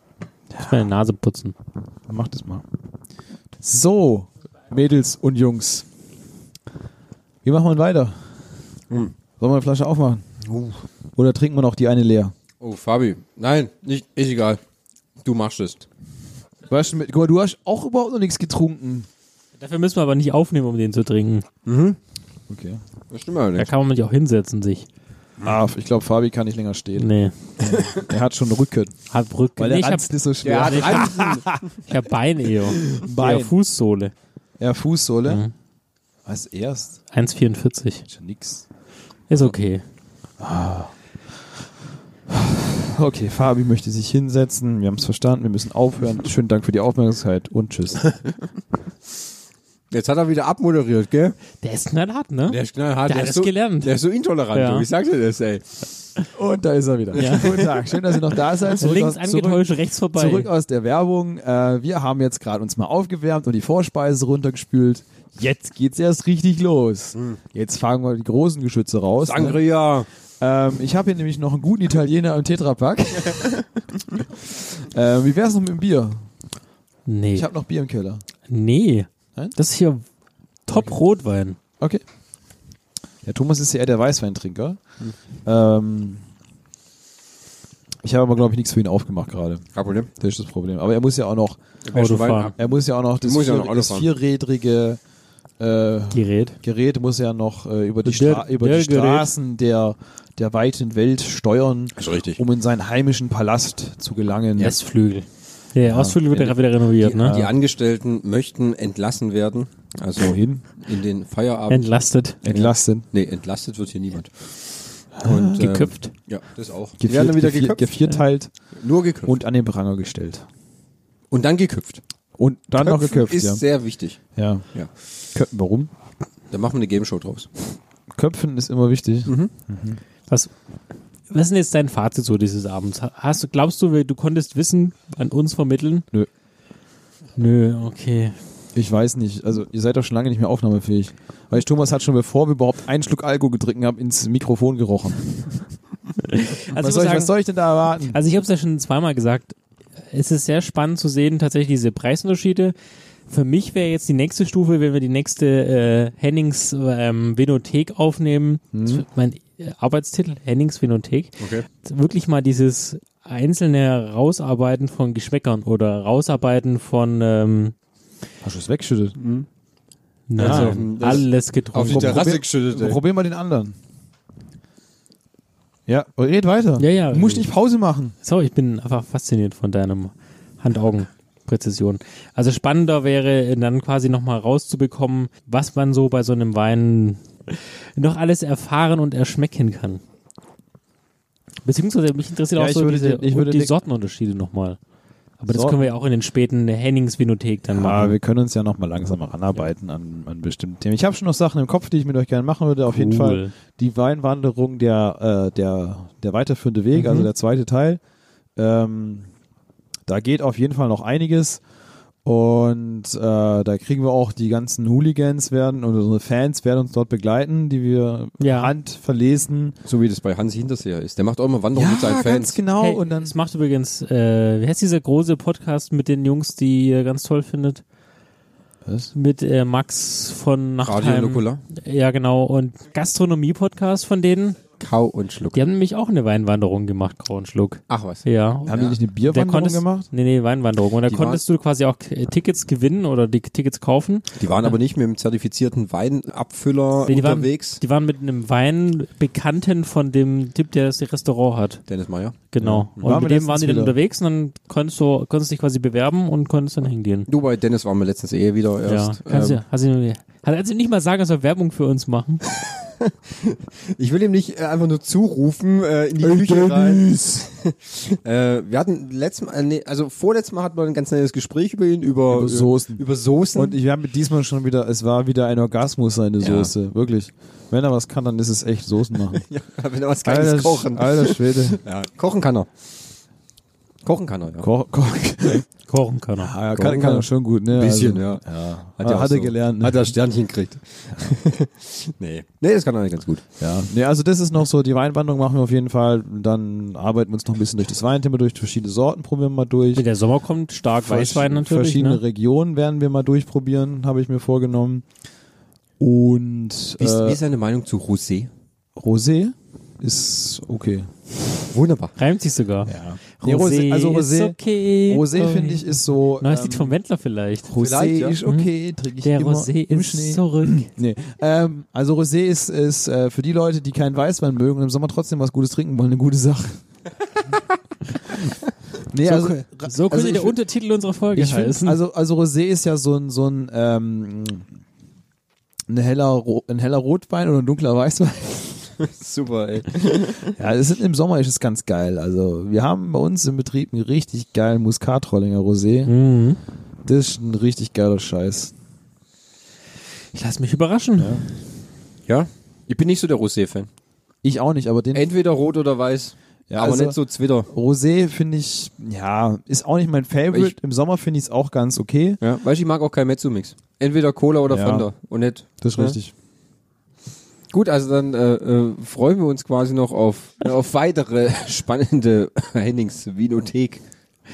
S2: Ich muss meine Nase putzen.
S4: Mach das mal. So, Mädels und Jungs. Wie machen wir weiter? Sollen wir eine Flasche aufmachen? Oder trinken wir noch die eine leer?
S3: Oh, Fabi. Nein, nicht, ist egal. Du machst es.
S4: Du hast, schon mit, guck mal, du hast auch überhaupt noch nichts getrunken.
S2: Dafür müssen wir aber nicht aufnehmen, um den zu trinken.
S4: Okay.
S3: Das stimmt ja
S2: Da
S3: nicht.
S2: kann man sich auch hinsetzen, sich.
S4: Ah, ich glaube, Fabi kann nicht länger stehen.
S2: Nee.
S4: Er hat schon Rücken.
S2: Hab Rücken.
S4: Weil
S2: nee,
S4: der
S2: ich hab,
S4: Ranzen ist so schwer.
S3: Der hat
S2: nicht.
S3: Ranzen.
S2: ich hab Bein eher.
S4: Bein.
S2: Eher Fußsohle.
S4: Ja, Fußsohle.
S2: Mhm.
S4: Was erst?
S2: 1,44.
S4: Schon nix.
S2: Ist okay.
S4: Okay, Fabi möchte sich hinsetzen. Wir haben es verstanden. Wir müssen aufhören. Schönen Dank für die Aufmerksamkeit und tschüss.
S3: Jetzt hat er wieder abmoderiert, gell?
S2: Der ist knallhart, ne?
S3: Der ist knallhart.
S2: Der hat
S3: ist
S2: es
S3: so,
S2: gelernt.
S3: Der ist so intolerant,
S2: Ja.
S3: du. Ich sag dir das, ey.
S4: Und da ist er wieder.
S2: Ja. Also
S4: Guten Tag. Schön, dass ihr noch da seid. Zurück
S2: Links
S4: aus-
S2: angetäuscht, rechts vorbei.
S4: Zurück aus der Werbung. Äh, wir haben jetzt gerade uns mal aufgewärmt und die Vorspeise runtergespült. Jetzt geht's erst richtig los.
S2: Hm.
S4: Jetzt fangen wir die großen Geschütze raus. ne?
S3: Sangria.
S4: Ähm, ich habe hier nämlich noch einen guten Italiener im Tetrapack. ähm, wie wär's noch mit dem Bier?
S2: Nee.
S4: Ich habe noch Bier im Keller.
S2: nee.
S4: Nein?
S2: Das ist hier Top-Rotwein.
S4: Okay. Ja, Thomas ist ja eher der Weißweintrinker.
S2: Hm.
S4: Ähm, ich habe aber glaube ich nichts für ihn aufgemacht gerade.
S3: Kein Problem.
S4: Das ist das Problem. Aber er muss ja auch noch,
S2: Autofahren.
S4: er muss ja auch noch das,
S3: Muss ja
S4: vier,
S3: noch Auto
S4: das
S3: fahren.
S4: vierrädrige äh,
S2: Gerät.
S4: Gerät muss ja noch äh, über die,
S2: Der-
S4: Stra über
S2: der
S4: die
S2: Gerät.
S4: Straßen der, der weiten Welt steuern,
S3: Ist richtig.
S4: um in seinen heimischen Palast zu gelangen.
S2: Westflügel. Ja, der Ostflügel wird
S3: Ja,
S2: gerade wieder renoviert, ne?
S3: Die Angestellten möchten entlassen werden. Also
S4: Wohin?
S3: in den Feierabend.
S2: Entlastet.
S4: Entlasten.
S3: nee, entlastet wird hier niemand.
S2: Äh,
S3: Und, ähm,
S2: Geköpft.
S3: Ja, das auch. Die
S4: Geviert,
S3: werden dann wieder
S4: geviert,
S3: geköpft.
S4: gevierteilt
S3: Nur geköpft. Und,
S4: und an den Pranger gestellt.
S3: dann geköpft.
S4: Und dann noch
S3: Köpfen
S4: geköpft,
S3: ist
S4: ja.
S3: sehr wichtig.
S4: ja.
S3: Ja.
S4: Köpfen, warum?
S3: Da machen wir eine Game Show draus.
S4: Köpfen ist immer wichtig.
S2: Was, was ist denn jetzt dein Fazit so dieses Abends? Hast du, glaubst du, wir- du konntest Wissen an uns vermitteln?
S4: Nö.
S2: Nö, okay.
S4: Ich weiß nicht. Also, ihr seid doch schon lange nicht mehr aufnahmefähig. Weil ich, Thomas hat schon, bevor wir überhaupt einen Schluck Alkohol getrunken haben, ins Mikrofon gerochen.
S2: Also
S4: was,
S2: ich muss
S4: soll ich, was
S2: sagen,
S4: soll ich denn da erwarten?
S2: also ich habe es ja schon zweimal gesagt. es ist sehr spannend zu sehen, tatsächlich diese Preisunterschiede. Für mich wäre jetzt die nächste Stufe, wenn wir die nächste äh, Hennings ähm, Venothek aufnehmen, das wird mein äh, Arbeitstitel, Hennings Venothek,
S3: Mhm. Okay.
S2: wirklich mal dieses einzelne Rausarbeiten von Geschmäckern oder Rausarbeiten von ähm,
S4: Hast du es weggeschüttet?
S2: nein,
S3: Also, das-
S2: alles
S3: Auf die
S2: getrunken.
S3: Terrasse geschüttet, ey.
S4: Probier mal den anderen. Ja, oh, red weiter.
S2: Ja, ja.
S4: Du musst nicht Pause machen.
S2: So, ich bin einfach fasziniert von deinem Hand-Augen-Präzision. Also spannender wäre äh, dann quasi nochmal rauszubekommen, was man so bei so einem Wein noch alles erfahren und erschmecken kann. Beziehungsweise mich interessiert
S4: Ja,
S2: auch
S4: ich
S2: so
S4: würde
S2: diese,
S4: dir- ich würde
S2: und die
S4: dir-
S2: Sortenunterschiede nochmal. Aber das
S4: So.
S2: können wir ja auch in den späten Hennings-Vinothek dann
S4: Aber
S2: machen.
S4: wir können uns ja nochmal langsam ranarbeiten an, an bestimmte Themen. Ich habe schon noch Sachen im Kopf, die ich mit euch gerne machen würde. Auf jeden
S2: Cool.
S4: Fall die Weinwanderung, der, äh, der, der weiterführende Weg,
S2: Mhm.
S4: also der zweite Teil. Ähm, da geht auf jeden Fall noch einiges. Und äh, da kriegen wir auch die ganzen Hooligans werden und unsere Fans werden uns dort begleiten, die wir
S2: Ja.
S4: handverlesen.
S3: So wie das bei Hans Hinterseher ist. Der macht auch immer Wanderungen mit seinen Fans.
S4: genau.
S2: Hey, es macht übrigens, äh, wie heißt dieser große Podcast mit den Jungs, die ihr ganz toll findet?
S4: Was?
S2: Mit äh, Max von
S3: Radio
S2: Nachtheim.
S3: Nukular.
S2: Ja, genau. Und Gastronomie-Podcast von denen,
S3: Kau und Schluck.
S2: die haben nämlich auch eine Weinwanderung gemacht, Grauenschluck.
S3: Ach was.
S2: Ja.
S4: haben die nicht eine
S2: Der
S4: Bierwanderung
S2: konntest,
S4: gemacht?
S2: Nee, nee, Weinwanderung. Und da
S3: Die
S2: konntest du quasi auch äh, Tickets gewinnen oder die Tickets kaufen.
S3: Die waren aber nicht mit dem zertifizierten Weinabfüller
S2: Nee, die waren-
S3: unterwegs.
S2: Die waren mit einem Weinbekannten von dem Typ, der das Restaurant hat.
S3: Dennis Meyer.
S2: Genau. Und
S4: Waren wir
S2: mit dem waren
S4: letztens
S2: die dann
S4: wieder.
S2: unterwegs und dann konntest du, konntest dich quasi bewerben und konntest dann hingehen.
S3: Du bei Dennis waren wir letztens eh wieder erst.
S2: ja. Kannst
S3: Ähm,
S2: du, hast du, hast du nicht mal sagen, dass wir Werbung für uns machen?
S3: Ich will ihm nicht äh, einfach nur zurufen äh, in die Küche rein. äh, wir hatten letztes Mal, äh, nee, also vorletztes Mal hatten wir ein ganz nettes Gespräch über ihn, über,
S4: Über Soßen.
S3: Über Soßen.
S4: Und ich habe diesmal schon wieder, es war wieder ein Orgasmus seine
S3: Ja.
S4: Soße. Wirklich. Wenn er was kann, dann ist es echt Soßen machen.
S3: ja, wenn er was Geiles
S4: Alter, Sch-
S3: kochen.
S4: Alter Schwede.
S3: Ja, kochen kann er. Kochen kann er, ja.
S4: Koch, Koch.
S2: Kochen kann er.
S4: Ah, ja,
S3: Kochen
S4: Ah, kann, kann er schon gut, ne?
S3: Ein bisschen,
S4: also,
S3: ja.
S4: ja.
S3: Hat er auch
S4: hat er
S3: so.
S4: gelernt. Ne?
S3: Hat er Sternchen gekriegt. nee. Nee, das kann er eigentlich ganz gut.
S4: Ja. Nee, also das ist noch so, die Weinwanderung machen wir auf jeden Fall. Dann arbeiten wir uns noch ein bisschen durch das Weinthema durch, verschiedene Sorten probieren wir mal durch.
S2: Wenn der Sommer kommt, stark Weißwein natürlich.
S4: Verschiedene
S2: ne?
S4: Regionen werden wir mal durchprobieren, habe ich mir vorgenommen. Und
S3: Wie, ist- wie
S4: äh,
S3: ist seine Meinung zu Rosé?
S4: Rosé ist okay.
S3: Wunderbar.
S2: Reimt sich sogar.
S4: Ja.
S2: Rosé,
S4: also Rosé,
S2: ist okay.
S4: Rosé finde ich ist so.
S2: Neues
S4: ähm,
S2: Lied vom Wendler vielleicht. Hm?
S4: Rosé
S3: Vielleicht, ja. Mhm.
S4: ist okay, trinke ich
S2: Der
S4: immer
S2: Rosé
S4: im
S2: ist
S4: Schnee.
S2: zurück.
S4: Nee. Ähm, also Rosé ist, ist äh, für die Leute, die keinen Weißwein mögen und im Sommer trotzdem was Gutes trinken wollen, eine gute Sache. nee, also,
S3: cool.
S2: So könnte
S4: also ich
S2: der
S4: find-
S2: Untertitel unserer Folge
S4: ich find,
S2: heißen.
S4: also, also Rosé ist ja so ein, so ein, ähm, ein heller, Ro- ein heller Rotwein oder ein dunkler Weißwein.
S3: Super, ey.
S4: Ja, es ist, im Sommer ist es ganz geil. Also wir haben bei uns im Betrieb einen richtig geilen Muskat-Trollinger Rosé.
S2: Mhm.
S4: Das ist ein richtig geiler Scheiß.
S2: ich lasse mich überraschen.
S3: Ja? Ich bin nicht so der Rosé-Fan.
S4: Ich auch nicht, aber den
S3: Entweder rot oder weiß.
S4: Ja,
S3: aber
S4: also-
S3: nicht so Zwitter.
S4: Rosé finde ich, ja, ist auch nicht mein Favorite.
S3: Ich-
S4: Im Sommer finde ich es auch ganz okay.
S3: Ja, weißt du, ich mag auch kein Mezzo-Mix. Entweder Cola oder
S4: Ja.
S3: Fanta. Und nicht.
S4: Das ist
S3: Ja.
S4: richtig.
S3: Gut, also dann äh, äh, freuen wir uns quasi noch auf, äh, auf weitere spannende Hennings Vinothek.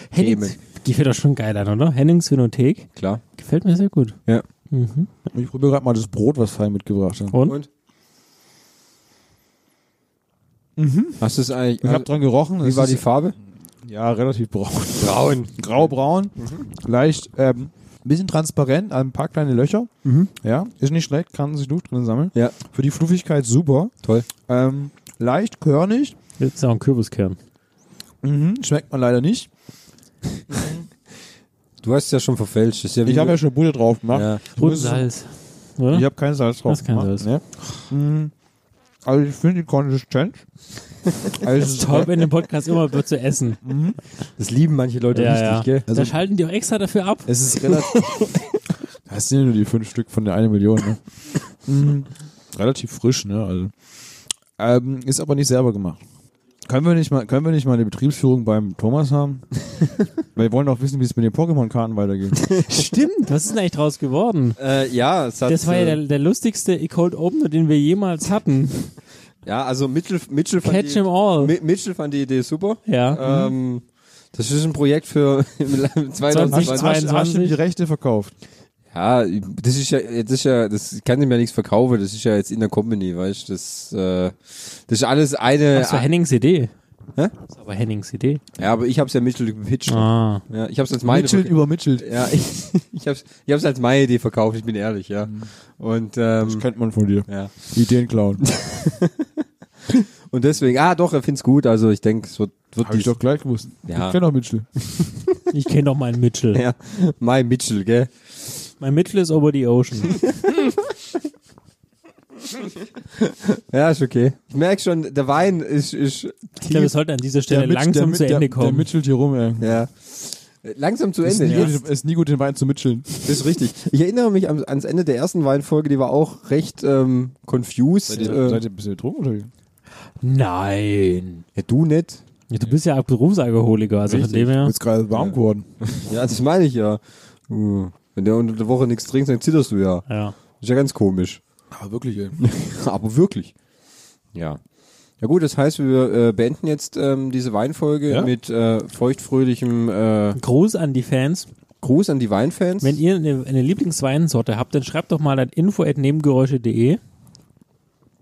S2: Hennings, gefällt doch schon geil an, oder? Hennings Vinothek.
S3: Klar.
S2: Gefällt mir sehr gut.
S3: Ja.
S2: Mhm.
S4: Ich probiere gerade mal das Brot, was Fein mitgebracht hat.
S2: Und?
S3: Und?
S2: Mhm.
S3: Hast du es eigentlich. äh,
S4: Ich habe dran gerochen.
S3: also wie
S4: es
S3: war
S4: ist-
S3: die Farbe?
S4: Ja, relativ braun.
S3: Braun. Mhm.
S4: Graubraun. Leicht, ähm, bisschen transparent, ein paar kleine Löcher.
S3: Mhm.
S4: Ja, ist nicht schlecht, kann sich Luft drin sammeln.
S3: Ja.
S4: Für die Fluffigkeit super.
S3: Toll.
S4: Ähm, leicht körnig.
S2: Jetzt ist auch ein Kürbiskern.
S4: Mhm. Schmeckt man leider nicht.
S3: Du hast es ja schon verfälscht. Das ist ja wie
S4: Ich habe ja schon Butter drauf gemacht.
S3: ja.
S4: Ich
S2: Und
S4: muss-
S2: Salz. Oder?
S4: Ich habe kein Salz drauf.
S2: Hast kein
S4: gemacht, Ne? Mhm. Also ich finde die Konsistenz. Also es ist
S2: Top in dem Podcast immer wird zu essen.
S3: Das lieben manche Leute
S2: ja,
S3: richtig,
S2: ja.
S3: gell?
S4: Also-
S2: da schalten die auch extra dafür ab.
S4: Es ist relativ. das sind ja nur die fünf Stück von der eine Million, ne? Mhm. Relativ frisch, ne? Also. Ähm, ist aber nicht selber gemacht. Können wir nicht mal, können wir nicht mal eine Betriebsführung beim Thomas haben? Weil wir wollen doch wissen, wie es mit den Pokémon-Karten weitergeht.
S2: Stimmt. Was ist denn eigentlich draus geworden?
S4: Also-
S3: Äh, ja, es hat,
S2: Das war ja
S3: äh,
S2: der, der lustigste Cold Opener, den wir jemals hatten.
S3: ja, also Mitchell, Mitchell, fand
S2: Catch
S3: die,
S2: 'em all.
S4: Mhm.
S3: Mi- Mitchell fand die Idee super.
S2: Ja.
S3: Ähm, Das ist ein Projekt für 2022.
S2: 2022.
S4: Hast, hast du die Rechte verkauft?
S3: Ja, das ist ja, das ist ja, das kann ihm ja nichts verkaufen, das ist ja jetzt in der Company, weißt du, das, äh, das ist alles eine,
S2: Das war Hennings Idee.
S3: Hä?
S2: Das war aber Hennings Idee.
S3: ja, aber ich hab's ja Mitchell gepitcht.
S2: Ah.
S3: Ja, ich hab's als meine,
S4: Mitchell
S3: verk-
S4: über Mitchell.
S3: ja, ich, ich hab's, ich hab's als meine Idee verkauft, ich bin ehrlich, ja.
S4: Mhm.
S3: Und, ähm,
S4: kennt man von dir.
S3: ja.
S4: Ideen klauen.
S3: Und deswegen, ah, doch, er find's gut, also ich denke, es wird, wird
S4: Hab ich
S3: dies,
S4: doch gleich gewusst.
S3: Ja.
S4: Ich kenne auch Mitchell.
S2: Ich kenne doch meinen Mitchell.
S3: ja, mein Mitchell, gell.
S2: Mein Mitchell ist Over the Ocean.
S3: Ja, ist okay. Ich merk schon, der Wein ist, ist,
S2: Ich glaube, wir sollten an dieser Stelle
S4: Mitch-
S2: langsam
S4: Mi-
S2: zu Ende kommen.
S4: Der Mitchell hier rum, ey.
S3: ja, langsam zu
S4: Ist
S3: Ende.
S4: nie,
S3: Jetzt,
S4: gut, ist nie gut, den Wein zu mitscheln.
S3: Das ist richtig. Ich erinnere mich am, ans Ende der ersten Weinfolge, die war auch recht ähm, confused. äh,
S4: Seid ihr ein bisschen betrunken oder wie?
S2: Nein.
S3: ja, du nicht.
S2: Ja, du bist ja Berufsalkoholiker, also von
S3: Richtig.
S2: dem her.
S4: Ist gerade warm geworden.
S3: Ja, das meine ich ja. Hm. Wenn du unter der Woche nichts trinkst, dann zitterst du ja.
S2: Ja.
S3: Ist ja ganz komisch.
S4: Aber Ah, wirklich, ey.
S3: Aber wirklich. Ja. Ja gut, das heißt, wir äh, beenden jetzt ähm, diese Weinfolge
S4: Ja.
S3: mit äh, feuchtfröhlichem äh,
S2: Gruß an die Fans.
S3: Gruß an die Weinfans.
S2: Wenn ihr eine, eine Lieblingsweinsorte habt, dann schreibt doch mal an info.nebengeräusche.de.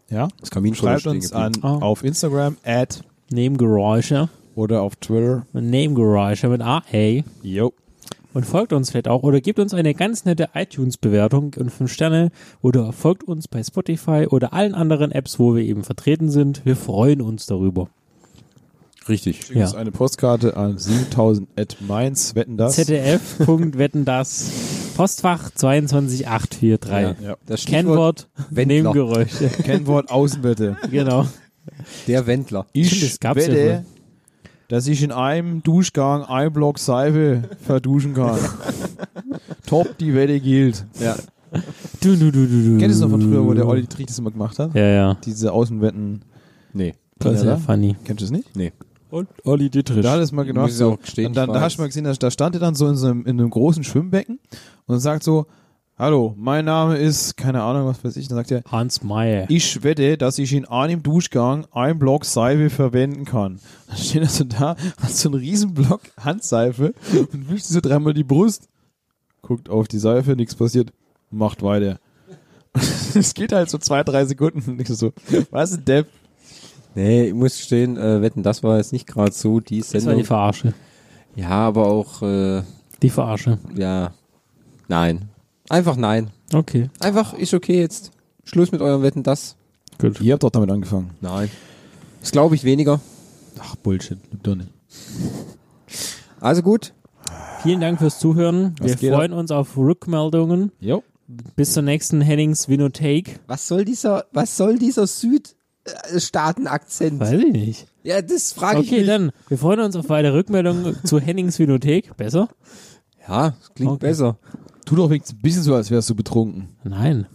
S4: Ja.
S3: das Kamin
S4: Schreibt uns an
S2: Ah.
S4: auf Instagram, at
S2: Nebengeräusche.
S4: oder auf Twitter.
S2: Nebengeräusche mit AA.
S4: Yo.
S2: Und folgt uns vielleicht auch oder gebt uns eine ganz nette iTunes-Bewertung und 5 Sterne oder folgt uns bei Spotify oder allen anderen Apps, wo wir eben vertreten sind. Wir freuen uns darüber.
S3: Richtig.
S4: Ja.
S2: Ja.
S4: Ist eine Postkarte an 7000 at Mainz. Wetten das?
S2: ZDF.wetten das Postfach 22843.
S4: Ja.
S3: Das
S2: Kennwort
S3: Stichwort, Wendler.
S2: Nebengeräusche.
S4: Kennwort Außenwette.
S2: genau.
S3: der Wendler.
S4: Ich
S2: Stimmt, das gab's ja
S4: wette,
S2: mal.
S4: dass ich in einem Duschgang ein Block Seife verduschen kann. Top, die Wette gilt.
S3: Ja.
S2: Du, du, du, du, du.
S4: Kennt ihr das noch von früher, wo der Olli Dietrich das immer gemacht hat?
S2: Ja, ja.
S4: Diese Außenwetten.
S3: Nee.
S2: Das ist
S4: Ja,
S2: ja
S4: da?
S2: funny.
S4: Kennst du das nicht?
S2: Und Olli Dittrich.
S4: Da hat er es mal gemacht.
S3: Muss ich auch gestehen,
S4: und dann
S3: ich
S4: da
S3: weiß.
S4: hast du mal gesehen, da, da stand er dann so in, so einem, in einem großen Schwimmbecken und sagt so, hallo, mein Name ist, keine Ahnung, was weiß ich. Dann sagt er,
S2: Hans Meyer.
S4: ich wette, dass ich in einem Duschgang einen Block Seife verwenden kann. Dann steht er so da, hat so einen riesen Block Handseife und wischt so dreimal die Brust, guckt auf die Seife, nichts passiert, macht weiter. Es geht halt so zwei, drei Sekunden und ich so, was ein Depp.
S3: Nee, ich muss gestehen, äh, Wetten, das war jetzt nicht gerade so die
S2: Das war
S3: Sendung.
S2: die Verarsche.
S3: ja, aber auch, äh,
S2: Die Verarsche.
S3: ja, nein. Einfach nein.
S2: Okay,
S3: Einfach ist okay jetzt. Schluss mit eurem Wetten, das.
S2: gut.
S4: Ihr habt doch damit angefangen.
S3: Nein. Das glaube ich weniger.
S4: Ach, Bullshit, nimmt doch nicht.
S3: Also gut.
S2: Vielen Dank fürs Zuhören.
S4: Was
S2: Wir
S4: geht
S2: freuen uns auf Rückmeldungen.
S4: Jo.
S2: Bis zur nächsten Hennings Vinothek.
S3: Was soll dieser, was soll dieser Südstaaten-Akzent?
S2: Weiß ich nicht.
S3: Ja, das frage
S2: Okay, dann. Wir freuen uns auf weitere Rückmeldungen zu Hennings Vinothek. Besser?
S3: Ja, das klingt
S2: Okay.
S3: besser.
S4: Tu doch wenigstens ein bisschen so, als wärst du betrunken.
S2: Nein.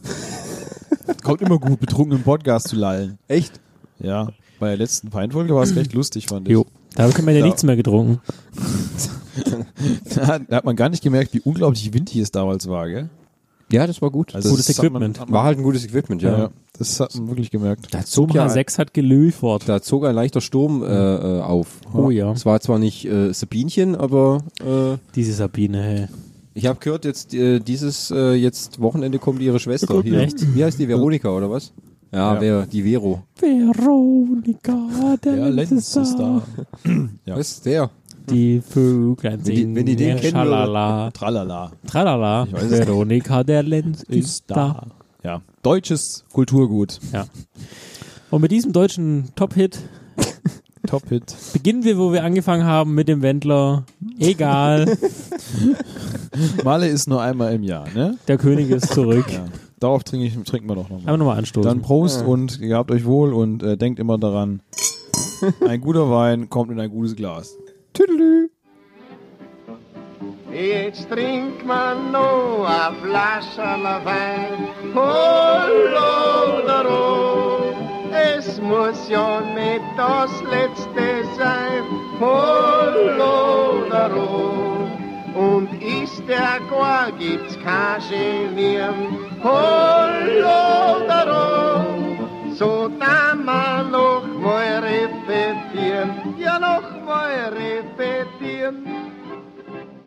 S4: Kommt immer gut, betrunken im Podcast zu lallen.
S3: Echt?
S4: Ja, bei der letzten Feinfolge war es recht lustig, fand ich.
S2: Jo. Da haben wir ja
S4: Ja.
S2: nichts mehr getrunken.
S4: Da, hat- da hat man gar nicht gemerkt, wie unglaublich windig es damals war, gell?
S3: Ja, das war gut.
S4: Also
S2: Gutes
S4: das hat
S2: Equipment.
S4: Man, hat
S3: war
S4: man,
S3: halt ein gutes Equipment,
S4: ja.
S3: ja.
S4: das hat man wirklich gemerkt.
S3: Da zog,
S2: Zoma
S3: ja,
S2: 6 hat geliefert.
S3: da zog ein leichter Sturm äh, äh, auf.
S2: Oh ja.
S3: Es war zwar nicht äh, Sabinchen, aber äh,
S2: Diese Sabine, hey.
S3: Ich habe gehört, jetzt äh, dieses äh, jetzt Wochenende kommt ihre Schwester hier.
S2: Echt?
S3: Wie heißt die Veronika oder was? Ja,
S4: Ja.
S3: Wer, die Vero.
S2: Veronika, der
S4: Ja,
S2: Lenz ist da.
S4: Ja.
S3: Was ist der?
S2: Die Vöglein
S3: Wenn die-
S2: singen.
S3: wenn die den kennen würde.
S2: Schalala.
S4: Tralala.
S2: Tralala.
S4: weiß es
S2: Veronika, der Lenz
S4: Ist da. Ja, deutsches Kulturgut.
S2: Ja. Und mit diesem deutschen Top-Hit
S4: Top-Hit.
S2: beginnen wir, wo wir angefangen haben, mit dem Wendler. Egal,
S4: Male ist nur einmal im Jahr, ne?
S2: der König ist zurück.
S4: Ja. Darauf trinke ich, trinken wir doch nochmal.
S2: Einfach nochmal anstoßen.
S4: Dann Prost und gehabt euch wohl und äh, denkt immer daran, ein guter Wein kommt in ein gutes Glas.
S3: Tüdelü.
S1: Jetzt trinkt man nur ein Flascherl Wein. Holoderum, es muss ja nicht das Letzte sein. Holoderum, und ist der Chor, gibt's kein Genieren. Holoderum, so da man noch mal repetieren. Ja, noch mal repetieren.